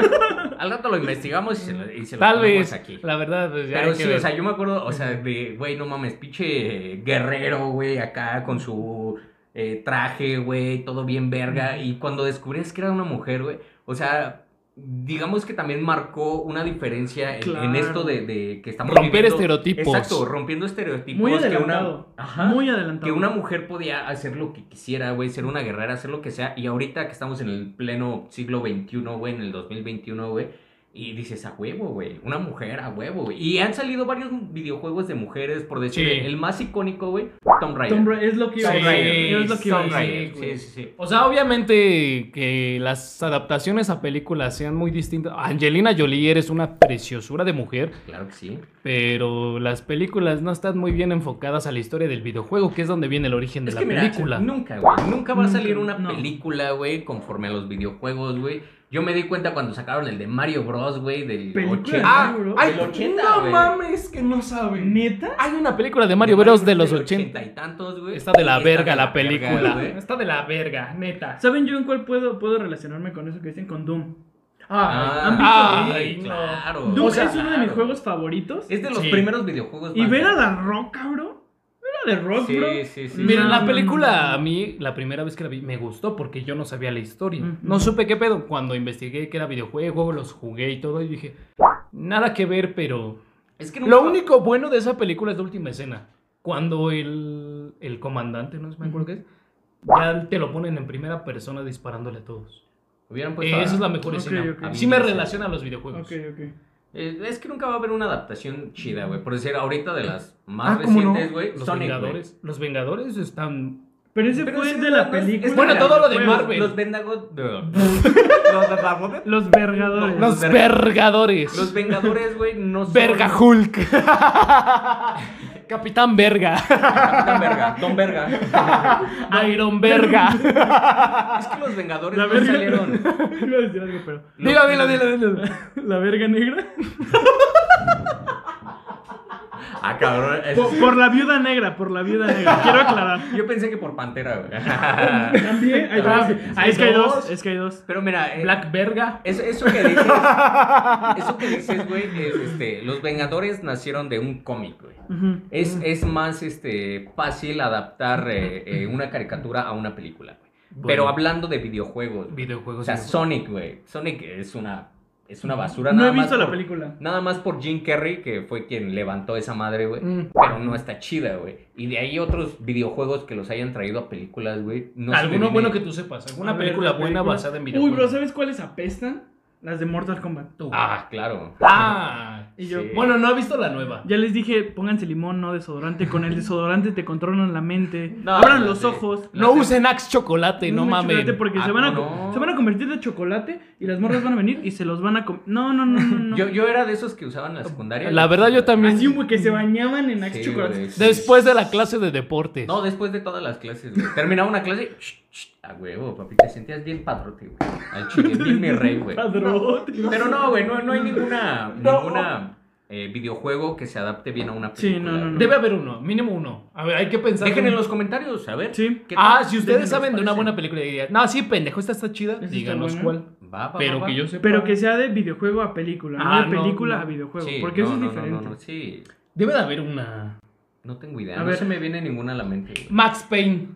[SPEAKER 1] Al rato lo investigamos y se lo, y se lo
[SPEAKER 2] Tal
[SPEAKER 1] ponemos
[SPEAKER 2] vez.
[SPEAKER 1] aquí.
[SPEAKER 2] La verdad, pues ya.
[SPEAKER 1] Pero
[SPEAKER 2] hay que
[SPEAKER 1] sí,
[SPEAKER 2] ver.
[SPEAKER 1] o sea, yo me acuerdo, o sea, de, güey, no mames, pinche guerrero, güey, acá con su eh, traje, güey, todo bien verga. Y cuando descubrías que era una mujer, güey, o sea, digamos que también marcó una diferencia en,
[SPEAKER 3] Claro.
[SPEAKER 1] en esto de, de que estamos
[SPEAKER 2] Romper
[SPEAKER 1] viviendo-
[SPEAKER 2] estereotipos.
[SPEAKER 1] Exacto, rompiendo estereotipos.
[SPEAKER 3] Muy
[SPEAKER 1] que
[SPEAKER 3] adelantado.
[SPEAKER 1] una, Ajá.
[SPEAKER 3] Muy adelantado.
[SPEAKER 1] Que una mujer podía hacer lo que quisiera, güey, ser una guerrera, hacer lo que sea. Y ahorita que estamos en el pleno siglo XXI, güey, en el 2021, güey, y dices a huevo, güey, una mujer a huevo, güey. Y han salido varios videojuegos de mujeres, por decir,
[SPEAKER 2] Sí.
[SPEAKER 1] el más icónico, güey, Tomb Raider.
[SPEAKER 3] Tomb Ra- es lo que iba a
[SPEAKER 1] Tomb Raider.
[SPEAKER 3] decir. Es lo que iba a
[SPEAKER 1] Tomb
[SPEAKER 3] decir,
[SPEAKER 1] Raider,
[SPEAKER 3] güey.
[SPEAKER 1] sí, sí, sí.
[SPEAKER 2] O sea, obviamente que las adaptaciones a películas sean muy distintas. Angelina Jolie eres una preciosura de mujer,
[SPEAKER 1] Claro que sí.
[SPEAKER 2] pero las películas no están muy bien enfocadas a la historia del videojuego, que es donde viene el origen de
[SPEAKER 1] Es
[SPEAKER 2] la
[SPEAKER 1] que mira,
[SPEAKER 2] película.
[SPEAKER 1] nunca, güey, nunca va a
[SPEAKER 3] Nunca,
[SPEAKER 1] salir una
[SPEAKER 3] no.
[SPEAKER 1] película, güey, conforme a los videojuegos, güey. Yo me di cuenta cuando sacaron el de Mario Bros, güey, del Ah,
[SPEAKER 3] Película de
[SPEAKER 1] 80.
[SPEAKER 3] Mario Bros.
[SPEAKER 1] del 80, güey.
[SPEAKER 4] que no saben.
[SPEAKER 3] ¿Neta?
[SPEAKER 2] Hay una película de Mario Bros. de los 80.
[SPEAKER 1] y tantos, güey.
[SPEAKER 2] Está de la
[SPEAKER 1] Y
[SPEAKER 2] verga la
[SPEAKER 1] verga,
[SPEAKER 2] película.
[SPEAKER 1] güey.
[SPEAKER 4] Está de la verga, neta.
[SPEAKER 3] ¿Saben yo en cuál puedo, puedo relacionarme con eso que dicen? Con Doom.
[SPEAKER 1] Ah,
[SPEAKER 2] ¿han
[SPEAKER 1] ay,
[SPEAKER 2] visto?
[SPEAKER 1] claro.
[SPEAKER 3] Doom
[SPEAKER 1] O sea,
[SPEAKER 3] es uno de mis
[SPEAKER 1] claro.
[SPEAKER 3] juegos favoritos.
[SPEAKER 1] Es de los
[SPEAKER 2] Sí.
[SPEAKER 1] primeros videojuegos.
[SPEAKER 3] Y
[SPEAKER 1] más
[SPEAKER 3] ver a
[SPEAKER 1] grandes.
[SPEAKER 3] la roca, bro. Ver a la rock,
[SPEAKER 1] Sí,
[SPEAKER 3] bro.
[SPEAKER 1] sí, sí.
[SPEAKER 2] Mira,
[SPEAKER 3] No,
[SPEAKER 2] la
[SPEAKER 3] no,
[SPEAKER 2] película
[SPEAKER 3] no, no.
[SPEAKER 2] a mí, la primera vez que la vi, me gustó porque yo no sabía la historia.
[SPEAKER 3] Ujú.
[SPEAKER 2] No supe qué pedo. Cuando investigué que era videojuego, los jugué y todo, y dije, nada que ver, pero...
[SPEAKER 1] Es que
[SPEAKER 2] Lo
[SPEAKER 1] nunca-
[SPEAKER 2] único bueno de esa película es la última escena. Cuando el, el comandante, no sé me acuerdo qué es, ya te lo ponen en primera persona disparándole a todos.
[SPEAKER 1] Hubieran
[SPEAKER 2] Eh,
[SPEAKER 1] puesto a-
[SPEAKER 2] Esa es la mejor
[SPEAKER 3] Pues, ah, Ok,
[SPEAKER 2] escena.
[SPEAKER 3] ok.
[SPEAKER 2] A mí Sí me relaciona a los videojuegos.
[SPEAKER 3] Ok, ok.
[SPEAKER 1] Eh, Es que nunca va a haber una adaptación chida, güey. Por decir, ahorita de las más
[SPEAKER 2] Ah, ¿cómo no?
[SPEAKER 1] recientes, güey,
[SPEAKER 2] Los
[SPEAKER 1] Sonic, güey.
[SPEAKER 2] Vengadores. Los Vengadores están
[SPEAKER 3] Pero ese
[SPEAKER 1] Pero
[SPEAKER 3] fue
[SPEAKER 1] ese
[SPEAKER 3] de
[SPEAKER 1] no-
[SPEAKER 3] la
[SPEAKER 1] no es-
[SPEAKER 3] película.
[SPEAKER 1] es- Bueno,
[SPEAKER 2] todo lo de
[SPEAKER 3] Fue-
[SPEAKER 2] Marvel.
[SPEAKER 1] Los Vendago- Los Vengadores.
[SPEAKER 3] Los
[SPEAKER 2] los
[SPEAKER 3] vergadores.
[SPEAKER 1] Los
[SPEAKER 2] vergadores.
[SPEAKER 1] Los Vengadores, güey, no son.
[SPEAKER 2] Verga Hulk. Capitán Verga.
[SPEAKER 1] Capitán Verga, Don Verga.
[SPEAKER 2] Iron Verga.
[SPEAKER 1] Es que los Vengadores
[SPEAKER 3] La
[SPEAKER 1] no
[SPEAKER 3] verga.
[SPEAKER 1] salieron.
[SPEAKER 3] Iba a decir algo, pero.
[SPEAKER 2] dilo, dilo, dilo, dilo.
[SPEAKER 3] La verga negra.
[SPEAKER 1] Ah, cabrón. eso
[SPEAKER 3] Por,
[SPEAKER 1] sí.
[SPEAKER 3] por la viuda negra, por la viuda negra. Quiero aclarar.
[SPEAKER 1] Yo pensé que por Pantera, güey.
[SPEAKER 3] También. Hay
[SPEAKER 1] Ah,
[SPEAKER 3] dos.
[SPEAKER 1] sí,
[SPEAKER 3] Ah,
[SPEAKER 1] hay
[SPEAKER 3] es que hay dos.
[SPEAKER 1] dos.
[SPEAKER 3] Es que hay dos.
[SPEAKER 1] Pero mira, eh,
[SPEAKER 2] Black Verga.
[SPEAKER 1] eso, eso que dices, eso que dices, güey, es, este, los Vengadores nacieron de un cómic, güey.
[SPEAKER 3] Ujú.
[SPEAKER 1] Es, es más este, fácil adaptar eh, eh, una caricatura a una película, güey. Pero
[SPEAKER 2] Bueno.
[SPEAKER 1] hablando de videojuegos, güey.
[SPEAKER 2] Videojuegos.
[SPEAKER 1] o sea,
[SPEAKER 2] videojuegos.
[SPEAKER 1] Sonic, güey. Sonic es una es una basura.
[SPEAKER 3] no
[SPEAKER 1] nada
[SPEAKER 3] he visto
[SPEAKER 1] más
[SPEAKER 3] la
[SPEAKER 1] por-
[SPEAKER 3] película.
[SPEAKER 1] Nada más por Jim Carrey, que fue quien levantó esa madre, güey.
[SPEAKER 4] Mm.
[SPEAKER 1] Pero no está chida, güey. Y de ahí otros videojuegos que los hayan traído a películas, güey. No se me
[SPEAKER 4] Alguno
[SPEAKER 1] viene-
[SPEAKER 4] bueno que tú sepas. Alguna
[SPEAKER 3] A ver,
[SPEAKER 4] película
[SPEAKER 3] la
[SPEAKER 4] buena
[SPEAKER 3] película-
[SPEAKER 4] basada en
[SPEAKER 3] Uy,
[SPEAKER 4] videojuegos.
[SPEAKER 3] bro, ¿sabes cuáles apestan? Las de Mortal Kombat.
[SPEAKER 4] Tú.
[SPEAKER 1] Ah, claro.
[SPEAKER 4] Ah.
[SPEAKER 3] Y yo,
[SPEAKER 1] Sí.
[SPEAKER 4] Bueno, no ha visto la nueva.
[SPEAKER 3] Ya les dije, pónganse limón, no desodorante. Con el desodorante te controlan la mente.
[SPEAKER 1] No,
[SPEAKER 3] Abran
[SPEAKER 1] no
[SPEAKER 3] los
[SPEAKER 1] sé.
[SPEAKER 3] ojos.
[SPEAKER 2] No usen Axe Chocolate, no,
[SPEAKER 3] usen
[SPEAKER 2] mamen.
[SPEAKER 3] chocolate Porque se,
[SPEAKER 1] Ah,
[SPEAKER 3] van a,
[SPEAKER 1] ¿cómo
[SPEAKER 3] co-
[SPEAKER 1] no?
[SPEAKER 3] se van a convertir de chocolate y las morras van a venir y se los van a comer. No, no, no, no. no.
[SPEAKER 1] Yo, yo era de esos que usaban en la secundaria.
[SPEAKER 2] La verdad, yo también.
[SPEAKER 3] Así, güey, que se bañaban en
[SPEAKER 1] Sí,
[SPEAKER 3] Axe
[SPEAKER 1] güey,
[SPEAKER 3] Chocolate.
[SPEAKER 1] sí.
[SPEAKER 2] Después de la clase de deportes.
[SPEAKER 1] No, después de todas las clases, güey. Terminaba una clase. shh, shh, a huevo, papi. Te sentías bien padrote, güey. Al chile, bien mi rey, güey.
[SPEAKER 3] Ah, Padrote.
[SPEAKER 1] Pero no, güey, no, no hay ninguna, ninguna eh, videojuego que se adapte bien a una
[SPEAKER 3] Sí,
[SPEAKER 1] película.
[SPEAKER 3] no, no, no.
[SPEAKER 1] güey.
[SPEAKER 4] Debe haber uno, mínimo uno. A ver, hay que pensar.
[SPEAKER 1] Dejen en
[SPEAKER 4] un-
[SPEAKER 1] los comentarios, a ver.
[SPEAKER 3] Sí.
[SPEAKER 1] ¿qué
[SPEAKER 2] Ah,
[SPEAKER 1] tal?
[SPEAKER 2] si ustedes
[SPEAKER 3] les
[SPEAKER 2] saben de una
[SPEAKER 3] parece?
[SPEAKER 2] buena película y dirían, no, sí, pendejo, esta está chida,
[SPEAKER 3] está
[SPEAKER 2] díganos
[SPEAKER 3] buena.
[SPEAKER 2] cuál.
[SPEAKER 1] Va, va, va,
[SPEAKER 4] Pero
[SPEAKER 1] va.
[SPEAKER 4] que yo sepa.
[SPEAKER 3] Pero que sea de videojuego a película,
[SPEAKER 2] Ah,
[SPEAKER 3] no de
[SPEAKER 2] no,
[SPEAKER 3] película
[SPEAKER 2] no.
[SPEAKER 3] a videojuego.
[SPEAKER 1] Sí,
[SPEAKER 3] porque
[SPEAKER 1] no,
[SPEAKER 3] eso es
[SPEAKER 1] no, no,
[SPEAKER 3] diferente.
[SPEAKER 1] no, no, sí.
[SPEAKER 4] Debe de haber una.
[SPEAKER 1] No tengo idea.
[SPEAKER 3] A
[SPEAKER 1] no
[SPEAKER 3] ver.
[SPEAKER 1] se me viene ninguna a la mente. güey.
[SPEAKER 2] Max Payne.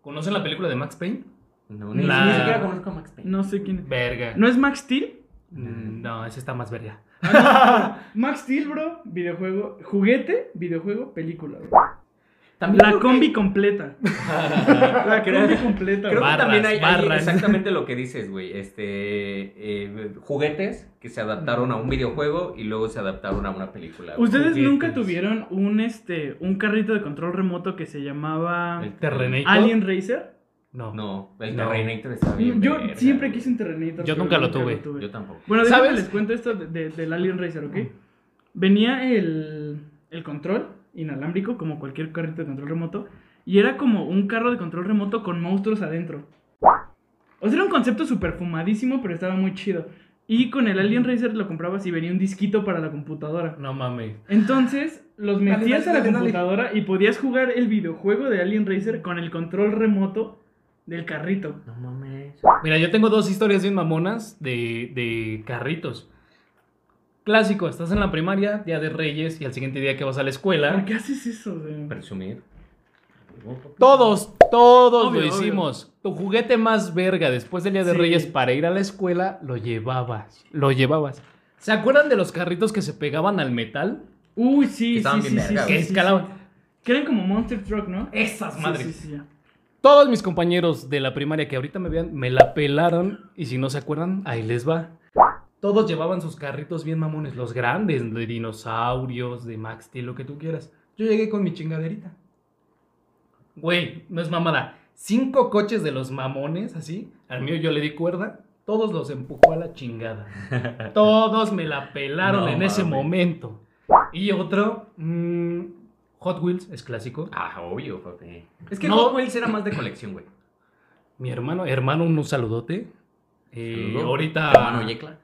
[SPEAKER 4] ¿Conocen la película de Max Payne?
[SPEAKER 1] No, ni,
[SPEAKER 2] La-
[SPEAKER 1] ni siquiera conozco a Max Payne.
[SPEAKER 3] No sé quién.
[SPEAKER 2] Verga.
[SPEAKER 3] ¿No es Max Steel?
[SPEAKER 2] Mm, No, esa está más verga.
[SPEAKER 3] Max Steel, bro, videojuego. Juguete, videojuego, película. bro.
[SPEAKER 1] También
[SPEAKER 3] La
[SPEAKER 1] creo que-
[SPEAKER 3] combi completa. La combi completa.
[SPEAKER 1] Creo
[SPEAKER 3] bro.
[SPEAKER 1] que también
[SPEAKER 2] Barras,
[SPEAKER 1] hay, hay
[SPEAKER 2] barras.
[SPEAKER 1] exactamente lo que dices, güey. Este, eh, juguetes que se adaptaron a un videojuego y luego se adaptaron a una película. güey.
[SPEAKER 3] ¿Ustedes
[SPEAKER 2] Juguetes.
[SPEAKER 3] nunca tuvieron un este un carrito de control remoto que se llamaba
[SPEAKER 1] El
[SPEAKER 2] Terrenator.
[SPEAKER 3] Mm, Alien Racer?
[SPEAKER 2] No.
[SPEAKER 1] No, el
[SPEAKER 2] No.
[SPEAKER 1] Terrenator está bien.
[SPEAKER 3] Yo
[SPEAKER 1] verga,
[SPEAKER 3] siempre
[SPEAKER 1] güey.
[SPEAKER 3] quise un Terrenator.
[SPEAKER 2] Yo
[SPEAKER 3] pero
[SPEAKER 2] nunca lo tuve.
[SPEAKER 1] Yo tampoco.
[SPEAKER 3] Bueno, déjenme
[SPEAKER 2] ¿Sabes?
[SPEAKER 3] les cuento esto de- de- del Alien Racer, ¿ok? Venía el, el control inalámbrico, como cualquier carrito de control remoto, y era como un carro de control remoto con monstruos adentro. O sea, era un concepto súper fumadísimo, pero estaba muy chido. Y con el Alien Racer lo comprabas y venía un disquito para la computadora.
[SPEAKER 2] No mames.
[SPEAKER 3] Entonces, los metías
[SPEAKER 4] dale,
[SPEAKER 3] a la
[SPEAKER 4] dale, dale.
[SPEAKER 3] computadora y podías jugar el videojuego de Alien Racer con el control remoto del carrito.
[SPEAKER 1] No mames.
[SPEAKER 2] Mira, yo tengo dos historias bien mamonas de, de carritos. Clásico, estás en la primaria, día de Reyes, y al siguiente día que vas a la
[SPEAKER 3] ¿Por
[SPEAKER 2] escuela.
[SPEAKER 3] qué haces eso? güey?
[SPEAKER 1] Presumir.
[SPEAKER 2] Todos, todos
[SPEAKER 3] Obvio,
[SPEAKER 2] lo
[SPEAKER 3] obvio.
[SPEAKER 2] hicimos. Tu juguete más verga después del día de
[SPEAKER 3] Sí.
[SPEAKER 2] Reyes para ir a la escuela, lo llevabas. Lo llevabas. ¿Se acuerdan de los carritos que se pegaban al metal?
[SPEAKER 3] Uy, sí, sí,
[SPEAKER 1] Estaban
[SPEAKER 3] sí,
[SPEAKER 1] bien
[SPEAKER 3] sí,
[SPEAKER 1] verga,
[SPEAKER 3] sí,
[SPEAKER 2] Que
[SPEAKER 3] sí,
[SPEAKER 2] escalaban.
[SPEAKER 3] Que eran como Monster Truck, ¿no?
[SPEAKER 1] Eh,
[SPEAKER 3] Ah,
[SPEAKER 2] Esas
[SPEAKER 3] Sí,
[SPEAKER 2] madres.
[SPEAKER 3] sí, sí, ya.
[SPEAKER 2] Todos mis compañeros de la primaria que ahorita me vean, me la pelaron. Y si no se acuerdan, ahí les va. Todos llevaban sus carritos bien mamones, los grandes, de dinosaurios, de Max Steel, lo que tú quieras. Yo llegué con mi chingaderita. Güey, no es mamada. Cinco coches de los mamones, así. Al mío yo le di cuerda. Todos los empujó a la chingada. Todos me la pelaron
[SPEAKER 1] No
[SPEAKER 2] en ese
[SPEAKER 1] mames.
[SPEAKER 2] momento. Y otro, mm, Hot Wheels, es clásico.
[SPEAKER 1] Ah, obvio, papi. Es que
[SPEAKER 2] No.
[SPEAKER 1] Hot Wheels era más de colección, güey.
[SPEAKER 2] Mi hermano, hermano, un saludote. Eh,
[SPEAKER 1] Saludo.
[SPEAKER 2] ahorita
[SPEAKER 1] Hermano Yecla.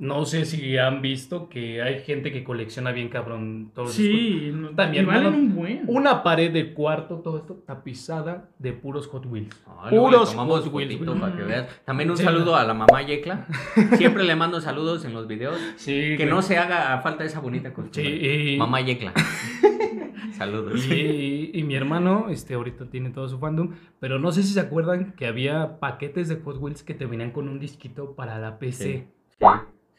[SPEAKER 2] no sé si han visto que hay gente que colecciona bien cabrón todos sus
[SPEAKER 3] Sí, no,
[SPEAKER 2] También,
[SPEAKER 3] y valen
[SPEAKER 2] hermano,
[SPEAKER 3] un buen.
[SPEAKER 2] cu- Una pared del cuarto, todo esto, tapizada de puros Hot Wheels.
[SPEAKER 1] Ah, luego le
[SPEAKER 2] Puros
[SPEAKER 1] tomamos
[SPEAKER 2] Hot Wheels,
[SPEAKER 1] fotito
[SPEAKER 2] güey.
[SPEAKER 1] para que veas. También un
[SPEAKER 2] Sí.
[SPEAKER 1] saludo a la mamá Yecla. Siempre le mando saludos en los videos.
[SPEAKER 2] Sí,
[SPEAKER 1] Que no se haga a falta esa bonita costumbre.
[SPEAKER 2] Sí, y-
[SPEAKER 1] Mamá Yecla. Saludos.
[SPEAKER 2] eh, Y, y mi hermano, este, ahorita tiene todo su fandom, pero no sé si se acuerdan que había paquetes de Hot Wheels que te venían con un disquito para la PC.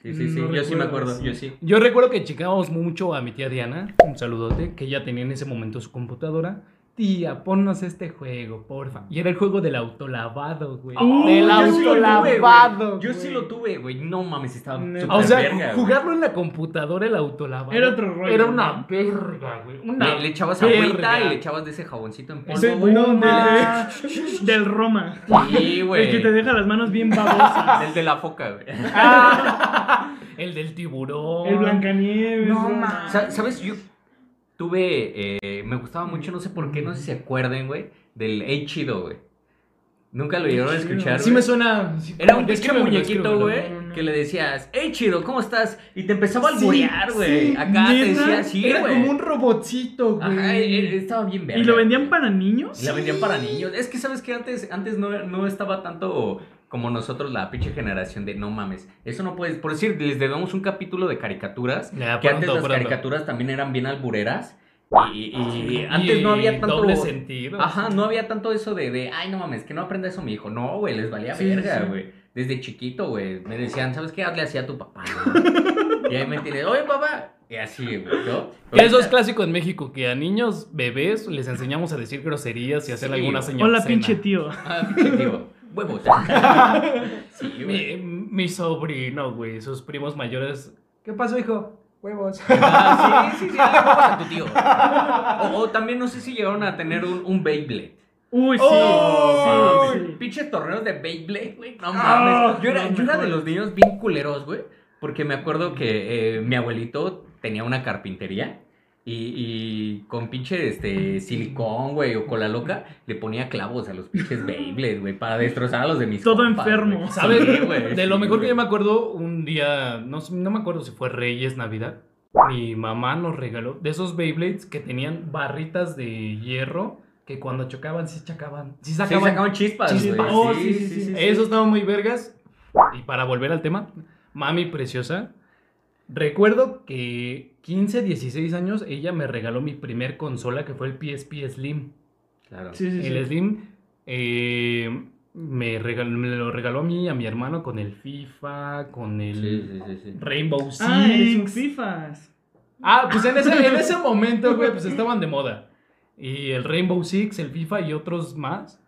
[SPEAKER 1] Sí, sí, sí.
[SPEAKER 3] No
[SPEAKER 1] yo sí me
[SPEAKER 3] recuerdo
[SPEAKER 1] acuerdo. Yo
[SPEAKER 3] eso.
[SPEAKER 1] sí.
[SPEAKER 2] Yo recuerdo que checábamos mucho a mi tía Diana, un saludote, que ella tenía en ese momento su computadora. Tía, ponnos este juego, porfa. Y era el juego del autolavado, güey.
[SPEAKER 3] Uh,
[SPEAKER 2] del
[SPEAKER 3] yo sí lo tuve,
[SPEAKER 2] autolavado.
[SPEAKER 1] Yo sí
[SPEAKER 2] güey.
[SPEAKER 1] lo tuve, güey. No mames, estaba
[SPEAKER 3] Neta.
[SPEAKER 1] súper
[SPEAKER 2] Ah, O sea,
[SPEAKER 1] verga, güey.
[SPEAKER 2] jugarlo en la computadora, el autolavado.
[SPEAKER 3] Era otro rollo,
[SPEAKER 2] Era
[SPEAKER 3] ¿no?
[SPEAKER 2] una verga, güey. Una
[SPEAKER 1] Le, le echabas
[SPEAKER 2] verga.
[SPEAKER 1] agüita y le echabas de ese jaboncito en polvo.
[SPEAKER 3] Ese-
[SPEAKER 1] güey.
[SPEAKER 3] no, ma- del Roma.
[SPEAKER 1] Sí,
[SPEAKER 3] El que te
[SPEAKER 1] güey.
[SPEAKER 3] deja las manos bien babosas.
[SPEAKER 1] El de la foca, güey.
[SPEAKER 2] El del tiburón.
[SPEAKER 3] el Blancanieves.
[SPEAKER 2] No,
[SPEAKER 3] bro.
[SPEAKER 2] ma-
[SPEAKER 1] Sa- ¿Sabes? Yo tuve. eh, me gustaba mucho, no sé por qué, no sé si se acuerden, güey. Del Hey Chido, güey. Nunca lo llegaron a
[SPEAKER 3] Chido.
[SPEAKER 1] escuchar.
[SPEAKER 2] Sí
[SPEAKER 1] güey.
[SPEAKER 2] me suena.
[SPEAKER 1] Era un pinche
[SPEAKER 2] Descríbemelo,
[SPEAKER 1] muñequito,
[SPEAKER 2] descríbemelo.
[SPEAKER 1] güey,
[SPEAKER 3] No, no.
[SPEAKER 1] que le decías, hey chido, ¿cómo estás? Y te empezaba a
[SPEAKER 2] Sí,
[SPEAKER 1] alburear, güey.
[SPEAKER 2] sí,
[SPEAKER 1] Acá te
[SPEAKER 3] ¿neta?
[SPEAKER 1] decía, sí, güey.
[SPEAKER 2] Era como un robotcito, güey.
[SPEAKER 1] Ajá, e- e- estaba bien verga.
[SPEAKER 3] ¿Y lo vendían
[SPEAKER 1] güey.
[SPEAKER 3] para niños?
[SPEAKER 1] Y la vendían para niños. Es que, ¿sabes que Antes, antes no, no estaba tanto como nosotros, la pinche generación de no mames. Eso no puedes. Por decir, les debemos un capítulo de caricaturas.
[SPEAKER 2] Ya,
[SPEAKER 1] que
[SPEAKER 2] pronto,
[SPEAKER 1] antes las
[SPEAKER 2] pronto.
[SPEAKER 1] caricaturas también eran bien albureras. Y, y- y
[SPEAKER 2] Ah, Y
[SPEAKER 1] antes no había tanto.
[SPEAKER 2] doble sentido.
[SPEAKER 1] Ajá, no había tanto eso de, de, ay, no mames, que no aprenda eso mi hijo. No, güey, les valía
[SPEAKER 3] Sí, sí,
[SPEAKER 1] verga,
[SPEAKER 3] sí.
[SPEAKER 1] güey. desde chiquito, güey, me decían, ¿sabes qué? Hazle así a tu papá. ¿no? y ahí me entiendes, oye, papá. Y así, güey, ¿no?
[SPEAKER 2] Que eso es clásico en México, que a niños bebés les enseñamos a decir groserías y hacer
[SPEAKER 1] Sí.
[SPEAKER 2] alguna señal.
[SPEAKER 3] Hola,
[SPEAKER 2] obscena.
[SPEAKER 3] pinche tío.
[SPEAKER 1] Ah, pinche tío, Huevos. sí,
[SPEAKER 2] Mi,
[SPEAKER 1] güey.
[SPEAKER 2] mi sobrino, güey, sus primos mayores. ¿Qué pasó, hijo? Huevos.
[SPEAKER 1] Ah, sí, sí, sí, huevos a tu tío. O, o también no sé si llegaron a tener un, un Beyblade.
[SPEAKER 3] Uy, sí.
[SPEAKER 2] Oh,
[SPEAKER 3] sí,
[SPEAKER 1] Pinche
[SPEAKER 3] sí.
[SPEAKER 1] Pinches torneos de Beyblade, güey. No
[SPEAKER 3] Ah,
[SPEAKER 1] mames. yo era,
[SPEAKER 3] no
[SPEAKER 1] yo era
[SPEAKER 3] me
[SPEAKER 1] de los niños bien culeros, güey. Porque me acuerdo que eh, mi abuelito tenía una carpintería. Y, y con pinche este, silicón, güey, o cola loca, le ponía clavos a los pinches Beyblades, güey, para destrozar a los de mis
[SPEAKER 3] Todo
[SPEAKER 1] compas,
[SPEAKER 3] enfermo.
[SPEAKER 1] güey.
[SPEAKER 2] ¿Sabes?
[SPEAKER 1] Sí, güey,
[SPEAKER 2] de lo
[SPEAKER 1] sí,
[SPEAKER 2] mejor que yo me
[SPEAKER 1] güey.
[SPEAKER 2] acuerdo, un día, no, sé- no me acuerdo si fue Reyes, Navidad, mi mamá nos regaló de esos Beyblades que tenían barritas de hierro que cuando chocaban, sí chocaban. Sí
[SPEAKER 1] Sí,
[SPEAKER 2] sacaban.
[SPEAKER 1] sacaban chispas, güey.
[SPEAKER 2] Chispas.
[SPEAKER 3] Oh, sí, sí, sí, sí.
[SPEAKER 2] Eso estaba muy vergas. Y para volver al tema, mami preciosa, recuerdo que 15, 16 años, ella me regaló mi primer consola que fue el PSP Slim.
[SPEAKER 1] Claro.
[SPEAKER 3] Sí, sí, sí.
[SPEAKER 2] El Slim eh, me, regaló- me lo regaló a mí, y a mi hermano, con el FIFA, con el
[SPEAKER 1] Sí, sí, sí, sí.
[SPEAKER 2] Rainbow Six.
[SPEAKER 3] Ah, eres un fifas.
[SPEAKER 2] Ah, pues en ese, en ese momento, güey, pues estaban de moda. Y el Rainbow Six, el FIFA y otros más.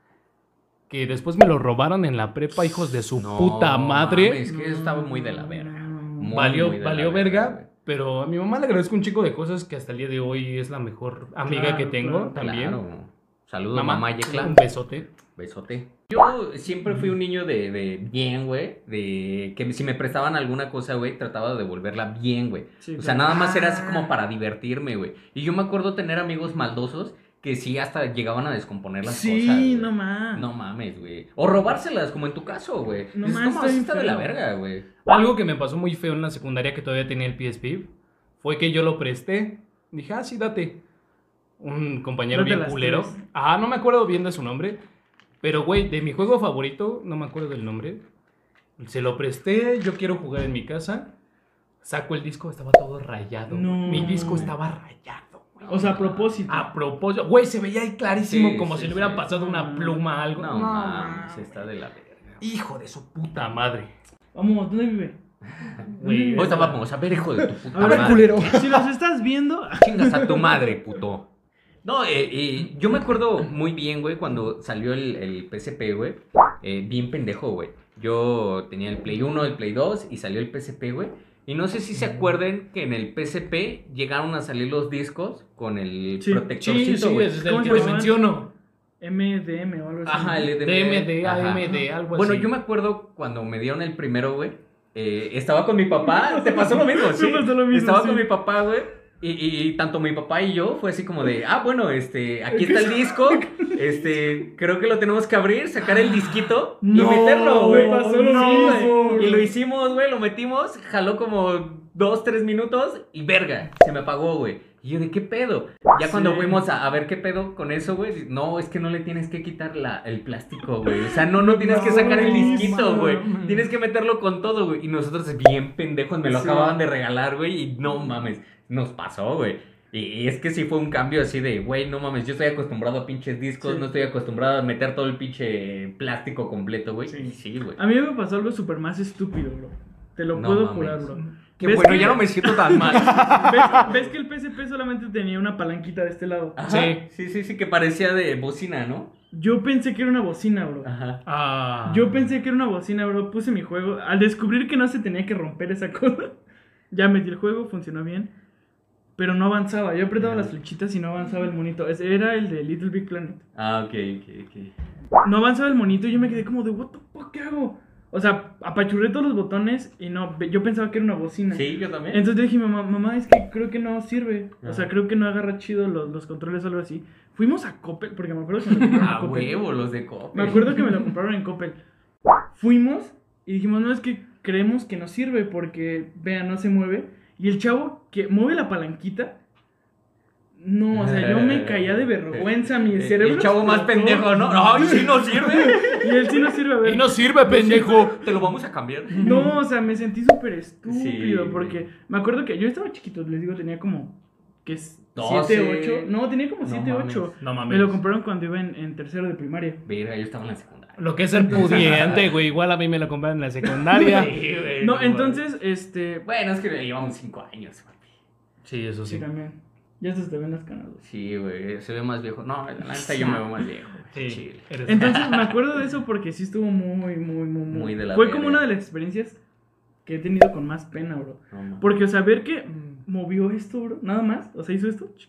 [SPEAKER 2] Que después me lo robaron en la prepa, hijos de su
[SPEAKER 1] No,
[SPEAKER 2] puta madre.
[SPEAKER 1] mames, Es que estaba muy de la verga. Muy,
[SPEAKER 2] valió
[SPEAKER 1] muy de la
[SPEAKER 2] valió
[SPEAKER 1] verga,
[SPEAKER 2] verga,
[SPEAKER 1] güey.
[SPEAKER 2] pero a mi mamá le agradezco un chico de cosas que hasta el día de hoy es la mejor amiga
[SPEAKER 3] Claro,
[SPEAKER 2] que tengo
[SPEAKER 3] claro,
[SPEAKER 2] también.
[SPEAKER 1] Claro. Saludos, mamá, Yecla.
[SPEAKER 2] un besote.
[SPEAKER 1] Besote. Yo siempre
[SPEAKER 3] Mm.
[SPEAKER 1] fui un niño de, de bien, güey. De que si me prestaban alguna cosa, güey, trataba de devolverla bien, güey.
[SPEAKER 3] Sí, ah.
[SPEAKER 1] O sea,
[SPEAKER 3] claro.
[SPEAKER 1] nada más era así como para divertirme, güey. Y yo me acuerdo tener amigos maldosos que sí hasta llegaban a descomponer las
[SPEAKER 3] Sí,
[SPEAKER 1] cosas. güey.
[SPEAKER 3] no más.
[SPEAKER 1] No mames, güey. O robárselas, como en tu caso, güey.
[SPEAKER 3] No
[SPEAKER 1] es
[SPEAKER 3] mames,
[SPEAKER 1] como
[SPEAKER 3] está
[SPEAKER 1] así
[SPEAKER 3] bien
[SPEAKER 1] está de la
[SPEAKER 3] feo.
[SPEAKER 1] verga, güey.
[SPEAKER 2] Algo que me pasó muy feo en la secundaria que todavía tenía el PSP fue que yo lo presté. Dije, ah, sí, date. Un compañero
[SPEAKER 3] Date
[SPEAKER 2] bien
[SPEAKER 3] las
[SPEAKER 2] culero.
[SPEAKER 3] tuyas.
[SPEAKER 2] Ah, no me acuerdo bien de su nombre. Pero, güey, de mi juego favorito, no me acuerdo del nombre. Se lo presté, yo quiero jugar en mi casa. Saco el disco, estaba todo rayado. güey.
[SPEAKER 3] No.
[SPEAKER 2] Mi disco estaba rayado, güey.
[SPEAKER 3] O sea, a propósito.
[SPEAKER 1] Ah.
[SPEAKER 2] A propósito, güey, se veía ahí clarísimo
[SPEAKER 1] Sí,
[SPEAKER 2] como
[SPEAKER 1] sí,
[SPEAKER 2] si le hubieran
[SPEAKER 1] sí.
[SPEAKER 2] pasado una
[SPEAKER 3] No,
[SPEAKER 2] pluma a algo.
[SPEAKER 1] No,
[SPEAKER 2] No,
[SPEAKER 1] mames, está de la verga.
[SPEAKER 2] Hijo de su puta madre.
[SPEAKER 3] Vamos, ¿dónde vive? Mm.
[SPEAKER 2] Güey,
[SPEAKER 1] Ahorita vamos a ver, hijo de tu puta
[SPEAKER 3] A ver,
[SPEAKER 1] madre.
[SPEAKER 3] culero. Si los estás viendo,
[SPEAKER 1] Chingas a tu madre, puto. No, eh, eh, yo me acuerdo muy bien, güey, cuando salió el, el PSP, güey. eh, bien pendejo, güey. Yo tenía el Play 1, el Play 2 y salió el PSP, güey. Y no sé si se acuerden que en el PSP llegaron a salir los discos con el
[SPEAKER 3] Sí,
[SPEAKER 2] Sí,
[SPEAKER 1] protectorcito,
[SPEAKER 2] sí,
[SPEAKER 1] güey.
[SPEAKER 2] es el
[SPEAKER 3] ¿Cómo
[SPEAKER 2] que
[SPEAKER 3] se
[SPEAKER 2] te
[SPEAKER 3] llamaban?
[SPEAKER 2] menciono.
[SPEAKER 3] MDM o algo así.
[SPEAKER 1] Ajá, el
[SPEAKER 2] DMD,
[SPEAKER 1] Ajá.
[SPEAKER 2] AMD, algo
[SPEAKER 1] Bueno,
[SPEAKER 2] así.
[SPEAKER 1] yo me acuerdo cuando me dieron el primero, güey. eh, estaba con mi papá. Te pasó lo mismo,
[SPEAKER 3] Me
[SPEAKER 1] sí.
[SPEAKER 3] pasó lo mismo,
[SPEAKER 1] Estaba
[SPEAKER 3] sí.
[SPEAKER 1] con mi papá, güey. Y, y- y tanto mi papá y yo fue así como de, ah, bueno, este, aquí está el disco, este, creo que lo tenemos que abrir, sacar el disquito
[SPEAKER 3] No,
[SPEAKER 1] y meterlo, güey.
[SPEAKER 3] me pasó lo
[SPEAKER 1] Sí,
[SPEAKER 3] mismo,
[SPEAKER 1] güey.
[SPEAKER 3] güey.
[SPEAKER 1] Y lo hicimos, güey, lo metimos, jaló como dos, tres minutos y verga, se me apagó, güey. Y yo de qué pedo. Ya cuando
[SPEAKER 3] Sí.
[SPEAKER 1] fuimos a, a ver qué pedo con eso, güey, no, es que no le tienes que quitar la, el plástico, güey. O sea, no, no tienes que
[SPEAKER 3] No,
[SPEAKER 1] sacar el disquito,
[SPEAKER 3] mames.
[SPEAKER 1] güey. Tienes que meterlo con todo, güey. Y nosotros bien pendejos me lo
[SPEAKER 3] Sí.
[SPEAKER 1] acababan de regalar, güey. Y no mames, nos pasó, güey. Y, y es que sí fue un cambio así de, güey, no mames, yo estoy acostumbrado a pinches discos,
[SPEAKER 3] Sí.
[SPEAKER 1] no estoy acostumbrado a meter todo el pinche plástico completo, güey.
[SPEAKER 3] Sí. Ah,
[SPEAKER 1] Y Sí, güey.
[SPEAKER 3] A mí me pasó algo súper más estúpido, bro. Te lo
[SPEAKER 1] No
[SPEAKER 3] puedo
[SPEAKER 1] mames.
[SPEAKER 3] jurar, bro.
[SPEAKER 1] Que
[SPEAKER 3] ¿Ves
[SPEAKER 1] bueno,
[SPEAKER 3] que-
[SPEAKER 1] ya no me siento tan mal.
[SPEAKER 3] ¿Ves, ves que el PSP solamente tenía una palanquita de este lado?
[SPEAKER 1] Ajá, sí, sí, sí, que parecía de bocina, ¿no?
[SPEAKER 3] Yo pensé que era una bocina, bro.
[SPEAKER 1] Ajá.
[SPEAKER 2] Ah.
[SPEAKER 3] Yo pensé que era una bocina, bro. Puse mi juego. Al descubrir que no se tenía que romper esa cosa, ya metí el juego, funcionó bien. Pero no avanzaba. Yo apretaba las flechitas y no avanzaba el monito. Ese era el de Little Big Planet.
[SPEAKER 1] Ah, ok, ok, ok.
[SPEAKER 3] No avanzaba el monito y yo me quedé como de, ¿What the fuck ¿qué hago? O sea, apachurré todos los botones y no. Yo pensaba que era una bocina.
[SPEAKER 1] Sí, yo también.
[SPEAKER 3] Entonces yo dije, mamá, mamá, es que creo que no sirve. O sea,
[SPEAKER 1] Ajá.
[SPEAKER 3] creo que no agarra chido los, los controles o algo así. Fuimos a Coppel, porque me acuerdo que me lo compraron en
[SPEAKER 1] A
[SPEAKER 3] Coppel.
[SPEAKER 1] huevo, los de Coppel.
[SPEAKER 3] Me acuerdo que me lo compraron en Coppel. Fuimos y dijimos, no, es que creemos que no sirve porque, vea, no se mueve. Y el chavo que mueve la palanquita. No, o sea, yo me caía de vergüenza, mi
[SPEAKER 1] El-
[SPEAKER 3] cerebro.
[SPEAKER 1] El chavo más
[SPEAKER 3] explotó.
[SPEAKER 1] pendejo, ¿no? Ay, sí no sirve.
[SPEAKER 3] Y él sí no sirve, a ver.
[SPEAKER 2] Y no sirve, pendejo.
[SPEAKER 1] Te lo vamos a cambiar.
[SPEAKER 3] No, o sea, me sentí súper estúpido
[SPEAKER 1] Sí.
[SPEAKER 3] porque me acuerdo que yo estaba chiquito, les digo, tenía como, ¿qué es?
[SPEAKER 1] Doce.
[SPEAKER 3] 7, 8. No, tenía como
[SPEAKER 1] No
[SPEAKER 3] 7,
[SPEAKER 1] mames.
[SPEAKER 3] 8.
[SPEAKER 2] No mames.
[SPEAKER 3] Me lo compraron cuando iba en, en tercero de primaria.
[SPEAKER 1] Verga, yo estaba en la secundaria.
[SPEAKER 2] Lo que es ser pudiente, güey. Igual a mí me lo compraron en la secundaria.
[SPEAKER 1] güey,
[SPEAKER 3] No,
[SPEAKER 1] mames.
[SPEAKER 3] entonces, este.
[SPEAKER 1] Bueno, es que llevamos cinco años, güey.
[SPEAKER 2] Sí, eso
[SPEAKER 3] Sí,
[SPEAKER 2] sí.
[SPEAKER 3] también. Ya se te ven las canas. güey.
[SPEAKER 1] Sí, güey, se ve más viejo. No, la neta yo me veo más viejo. güey.
[SPEAKER 2] Sí,
[SPEAKER 1] Chile.
[SPEAKER 2] eres-
[SPEAKER 3] Entonces, me acuerdo de eso porque sí estuvo muy, muy, muy, muy.
[SPEAKER 1] Muy de la
[SPEAKER 3] Fue
[SPEAKER 1] verga.
[SPEAKER 3] como una de las experiencias que he tenido con más pena, bro.
[SPEAKER 1] No, mames.
[SPEAKER 3] Porque, o sea, ver que movió esto, bro, nada más, o sea, hizo esto, ch-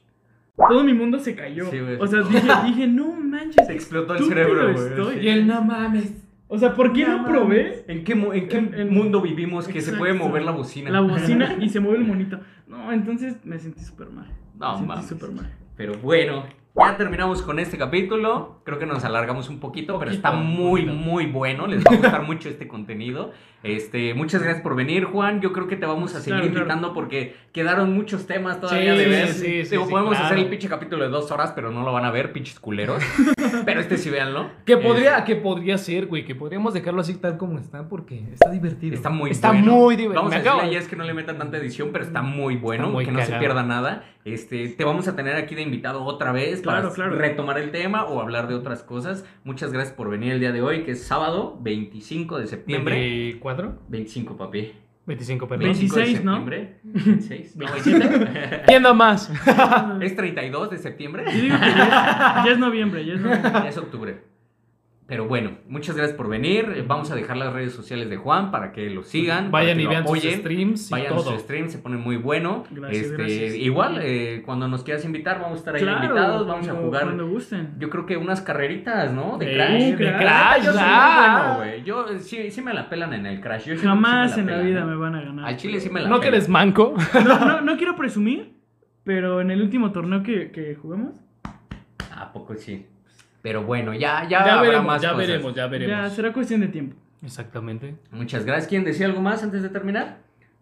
[SPEAKER 3] todo mi mundo se cayó.
[SPEAKER 1] Sí, güey.
[SPEAKER 3] o sea, dije, dije, no manches,
[SPEAKER 1] Se
[SPEAKER 3] qué
[SPEAKER 1] explotó el
[SPEAKER 3] estúpido
[SPEAKER 1] cerebro, güey.
[SPEAKER 3] estoy.
[SPEAKER 1] Sí.
[SPEAKER 2] Y el no mames.
[SPEAKER 3] O sea, ¿por qué no probé
[SPEAKER 1] ¿En qué, mu- en qué
[SPEAKER 3] En- en-
[SPEAKER 1] mundo vivimos que se puede
[SPEAKER 3] Exacto.
[SPEAKER 1] mover la bocina?
[SPEAKER 3] la bocina y se mueve el monito? No, entonces me sentí súper mal.
[SPEAKER 1] No,
[SPEAKER 3] me sentí
[SPEAKER 1] mames.
[SPEAKER 3] súper mal.
[SPEAKER 1] Pero bueno, ya terminamos con este capítulo. Creo que nos alargamos un poquito, pero está muy, muy bueno. Les va a gustar mucho este contenido. Este, muchas gracias por venir, Juan. Yo creo que te vamos a seguir
[SPEAKER 3] Claro, claro.
[SPEAKER 1] invitando porque quedaron muchos temas todavía
[SPEAKER 2] Sí,
[SPEAKER 1] de ver.
[SPEAKER 2] sí, sí,
[SPEAKER 1] Digo,
[SPEAKER 2] sí,
[SPEAKER 1] podemos
[SPEAKER 2] claro.
[SPEAKER 1] hacer el pinche capítulo de dos horas, pero no lo van a ver, pinches culeros. pero este sí, véanlo.
[SPEAKER 2] Que
[SPEAKER 1] Eh,
[SPEAKER 2] podría, que podría ser, güey, que podríamos dejarlo así tal como está porque está divertido.
[SPEAKER 1] Está muy
[SPEAKER 2] Está
[SPEAKER 1] bueno.
[SPEAKER 2] muy divertido.
[SPEAKER 1] Vamos
[SPEAKER 2] Me
[SPEAKER 1] a decirle
[SPEAKER 2] acabo-
[SPEAKER 1] a Jess que no le metan tanta edición, pero está muy bueno,
[SPEAKER 2] muy
[SPEAKER 1] que no se
[SPEAKER 2] cagado.
[SPEAKER 1] pierda nada. Este, te vamos a tener aquí de invitado otra vez para
[SPEAKER 3] Claro, claro.
[SPEAKER 1] retomar el tema o hablar de otras cosas. Muchas gracias por venir el día de hoy, que es sábado 25 de septiembre.
[SPEAKER 2] ¿24?
[SPEAKER 1] 25, papi.
[SPEAKER 2] 25, perdón.
[SPEAKER 3] 20. 26, ¿no?
[SPEAKER 1] 26, ¿no? 27.
[SPEAKER 2] ¿Quién da más?
[SPEAKER 1] ¿Es 32 de septiembre?
[SPEAKER 3] Yo digo que ya, ya es noviembre, ya es noviembre.
[SPEAKER 1] Ya es octubre. Pero bueno, muchas gracias por venir. Eh, Vamos a dejar las redes sociales de Juan para que lo sigan. para
[SPEAKER 2] Vayan
[SPEAKER 1] que
[SPEAKER 2] y
[SPEAKER 1] lo
[SPEAKER 2] vean sus
[SPEAKER 1] apoyen.
[SPEAKER 2] streams y
[SPEAKER 1] Vayan a
[SPEAKER 2] todo.
[SPEAKER 1] su stream, se pone muy bueno.
[SPEAKER 3] Gracias,
[SPEAKER 1] Este,
[SPEAKER 3] gracias.
[SPEAKER 1] Igual, eh, cuando nos quieras invitar, vamos a estar ahí
[SPEAKER 3] Claro,
[SPEAKER 1] invitados, vamos a
[SPEAKER 3] cuando-
[SPEAKER 1] jugar.
[SPEAKER 3] Cuando gusten.
[SPEAKER 1] Yo creo que unas carreritas, ¿no? De
[SPEAKER 2] Eh,
[SPEAKER 1] Crash.
[SPEAKER 2] de
[SPEAKER 1] La neta,
[SPEAKER 2] Crash,
[SPEAKER 1] yo soy muy
[SPEAKER 2] ah.
[SPEAKER 1] bueno, güey. Yo eh, sí, sí me la pelan en el Crash. Yo sí-
[SPEAKER 3] Jamás
[SPEAKER 1] sí me
[SPEAKER 3] en la
[SPEAKER 1] pelan,
[SPEAKER 3] vida
[SPEAKER 1] ¿eh?
[SPEAKER 3] me van a ganar.
[SPEAKER 1] Al Chile sí me la
[SPEAKER 2] ¿No que
[SPEAKER 1] pelan.
[SPEAKER 2] eres manco?
[SPEAKER 3] No, no, no quiero presumir, pero en el último torneo que, que jugamos,
[SPEAKER 1] Ah, ¿A poco sí? Pero bueno, ya, ya,
[SPEAKER 4] Ya
[SPEAKER 1] habrá
[SPEAKER 4] veremos,
[SPEAKER 1] más
[SPEAKER 4] ya
[SPEAKER 1] cosas.
[SPEAKER 4] veremos, ya
[SPEAKER 3] ya
[SPEAKER 4] veremos.
[SPEAKER 3] será cuestión de tiempo.
[SPEAKER 2] Exactamente.
[SPEAKER 1] Muchas gracias. ¿Quién decía algo más antes de terminar?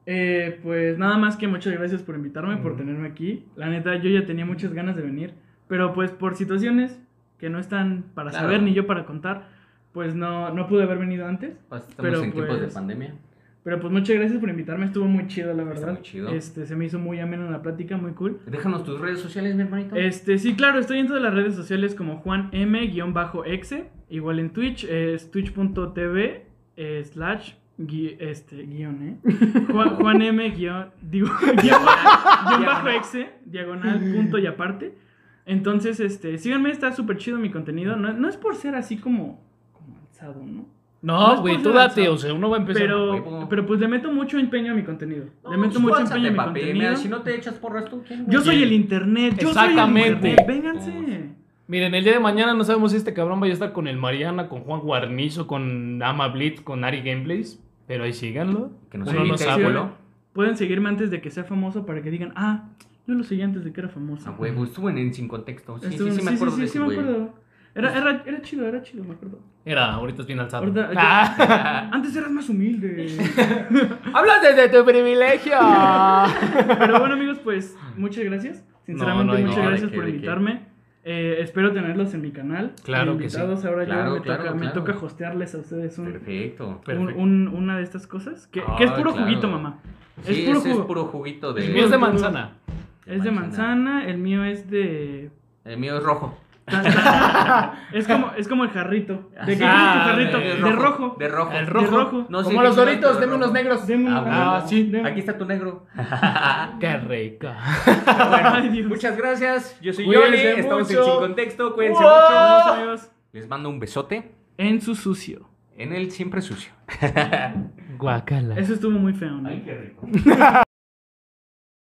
[SPEAKER 3] Eh, pues nada más que muchas gracias por invitarme, por tenerme aquí. La neta, yo ya tenía muchas ganas de venir, pero pues por situaciones que no están para
[SPEAKER 1] Claro.
[SPEAKER 3] saber ni yo para contar, pues no, no pude haber venido antes.
[SPEAKER 1] Pues, Estamos
[SPEAKER 3] Pero,
[SPEAKER 1] en tiempos de
[SPEAKER 3] pues,
[SPEAKER 1] pandemia.
[SPEAKER 3] Pero pues muchas gracias por invitarme, estuvo muy chido, la
[SPEAKER 1] Está
[SPEAKER 3] verdad.
[SPEAKER 1] muy chido.
[SPEAKER 3] Este, se me hizo muy ameno la plática, muy cool.
[SPEAKER 1] Déjanos tus redes sociales, mi hermanito.
[SPEAKER 3] Este, sí, claro, estoy en todas las redes sociales como Juan M-exe, igual en Twitch, es twitch.tv eh, slash gui- este, guión, ¿eh? Juan, Juan M guión, digo, guión, ba- guión bajo exe, diagonal, punto y aparte. Entonces, este, síganme, está súper chido mi contenido, no, no es por ser así como, como alzado, ¿no? No es
[SPEAKER 2] No, güey,
[SPEAKER 3] por
[SPEAKER 2] tú
[SPEAKER 3] ser
[SPEAKER 2] date,
[SPEAKER 3] lanzado,
[SPEAKER 2] o sea, uno va a empezar.
[SPEAKER 1] huevo.
[SPEAKER 3] Pero, pero pues le meto mucho empeño a mi contenido,
[SPEAKER 1] No,
[SPEAKER 3] le meto
[SPEAKER 1] pues,
[SPEAKER 3] mucho
[SPEAKER 1] pásate,
[SPEAKER 3] empeño a mi
[SPEAKER 1] papi. Mira,
[SPEAKER 3] contenido.
[SPEAKER 1] si no te echas porras tú, ¿quién? güey?
[SPEAKER 3] Yo soy el internet, yo soy el
[SPEAKER 2] Exactamente.
[SPEAKER 3] internet, vénganse.
[SPEAKER 2] Miren, el día de mañana no sabemos si este cabrón vaya a estar con el Mariana, con Juan Guarnizo, con Ama Blitz, con Ari Gameplays. Pero ahí síganlo.
[SPEAKER 1] Que nos
[SPEAKER 2] Uno no
[SPEAKER 1] invite,
[SPEAKER 2] sabe.
[SPEAKER 1] abuelo.
[SPEAKER 3] Pueden seguirme antes de que sea famoso para que digan, ah, yo lo seguí antes de que era famoso.
[SPEAKER 1] A huevo, estuvo en, en Sin Contexto. Ah, Sí,
[SPEAKER 3] Estuvo-
[SPEAKER 1] sí, sí, me acuerdo
[SPEAKER 3] sí,
[SPEAKER 1] de
[SPEAKER 3] sí,
[SPEAKER 1] ese
[SPEAKER 3] me
[SPEAKER 1] güey.
[SPEAKER 3] acuerdo. Era, era, era chido, era chido, me acuerdo.
[SPEAKER 2] Era, ahorita es bien alzado.
[SPEAKER 3] Ahorita-
[SPEAKER 2] Ah,
[SPEAKER 3] Antes eras más humilde.
[SPEAKER 2] ¡Hablas desde tu privilegio!
[SPEAKER 3] Pero bueno, amigos, pues muchas gracias. Sinceramente,
[SPEAKER 2] No, no hay
[SPEAKER 3] muchas
[SPEAKER 1] nada,
[SPEAKER 3] gracias
[SPEAKER 1] ¿de qué,
[SPEAKER 3] por
[SPEAKER 1] de qué?
[SPEAKER 3] invitarme. Eh, espero tenerlos en mi canal.
[SPEAKER 2] Claro
[SPEAKER 3] De
[SPEAKER 2] que sí.
[SPEAKER 3] invitados, Ahora
[SPEAKER 1] Claro,
[SPEAKER 3] ya me,
[SPEAKER 1] claro,
[SPEAKER 3] toca, me
[SPEAKER 1] claro.
[SPEAKER 3] toca hostearles a ustedes un-
[SPEAKER 1] Perfecto.
[SPEAKER 3] un- un- una de estas cosas. Que,
[SPEAKER 1] Ah,
[SPEAKER 3] que es puro
[SPEAKER 1] claro.
[SPEAKER 3] juguito, mamá.
[SPEAKER 1] Sí,
[SPEAKER 3] es puro
[SPEAKER 1] ese es
[SPEAKER 3] jugo.
[SPEAKER 1] puro juguito
[SPEAKER 2] El
[SPEAKER 1] de.
[SPEAKER 2] mío es de manzana.
[SPEAKER 3] es de manzana, el mío es de
[SPEAKER 1] El mío es rojo.
[SPEAKER 3] Es como, es como el jarrito. ¿De qué
[SPEAKER 2] Ah,
[SPEAKER 3] quieres tu jarrito?
[SPEAKER 1] Es
[SPEAKER 3] De rojo.
[SPEAKER 1] De rojo.
[SPEAKER 2] El
[SPEAKER 3] rojo.
[SPEAKER 1] No sé
[SPEAKER 2] Como
[SPEAKER 1] qué
[SPEAKER 2] los
[SPEAKER 1] será,
[SPEAKER 2] doritos,
[SPEAKER 1] pero
[SPEAKER 2] denme
[SPEAKER 1] rojo.
[SPEAKER 2] unos negros.
[SPEAKER 3] Deme un-
[SPEAKER 1] Ah,
[SPEAKER 2] Ah, sí. Ah,
[SPEAKER 3] deme-
[SPEAKER 1] Aquí está tu negro.
[SPEAKER 2] Qué rico.
[SPEAKER 3] Ay, Dios.
[SPEAKER 1] Muchas gracias. Yo soy
[SPEAKER 2] Cuídense
[SPEAKER 1] Yoli. Estamos en
[SPEAKER 2] mucho.
[SPEAKER 1] Sin Contexto. Cuídense
[SPEAKER 2] Wow.
[SPEAKER 1] mucho.
[SPEAKER 3] Adiós, amigos.
[SPEAKER 1] Les mando un besote
[SPEAKER 3] En su sucio.
[SPEAKER 1] en el siempre sucio.
[SPEAKER 2] Guacala.
[SPEAKER 3] Eso estuvo muy feo, ¿no?
[SPEAKER 1] qué rico.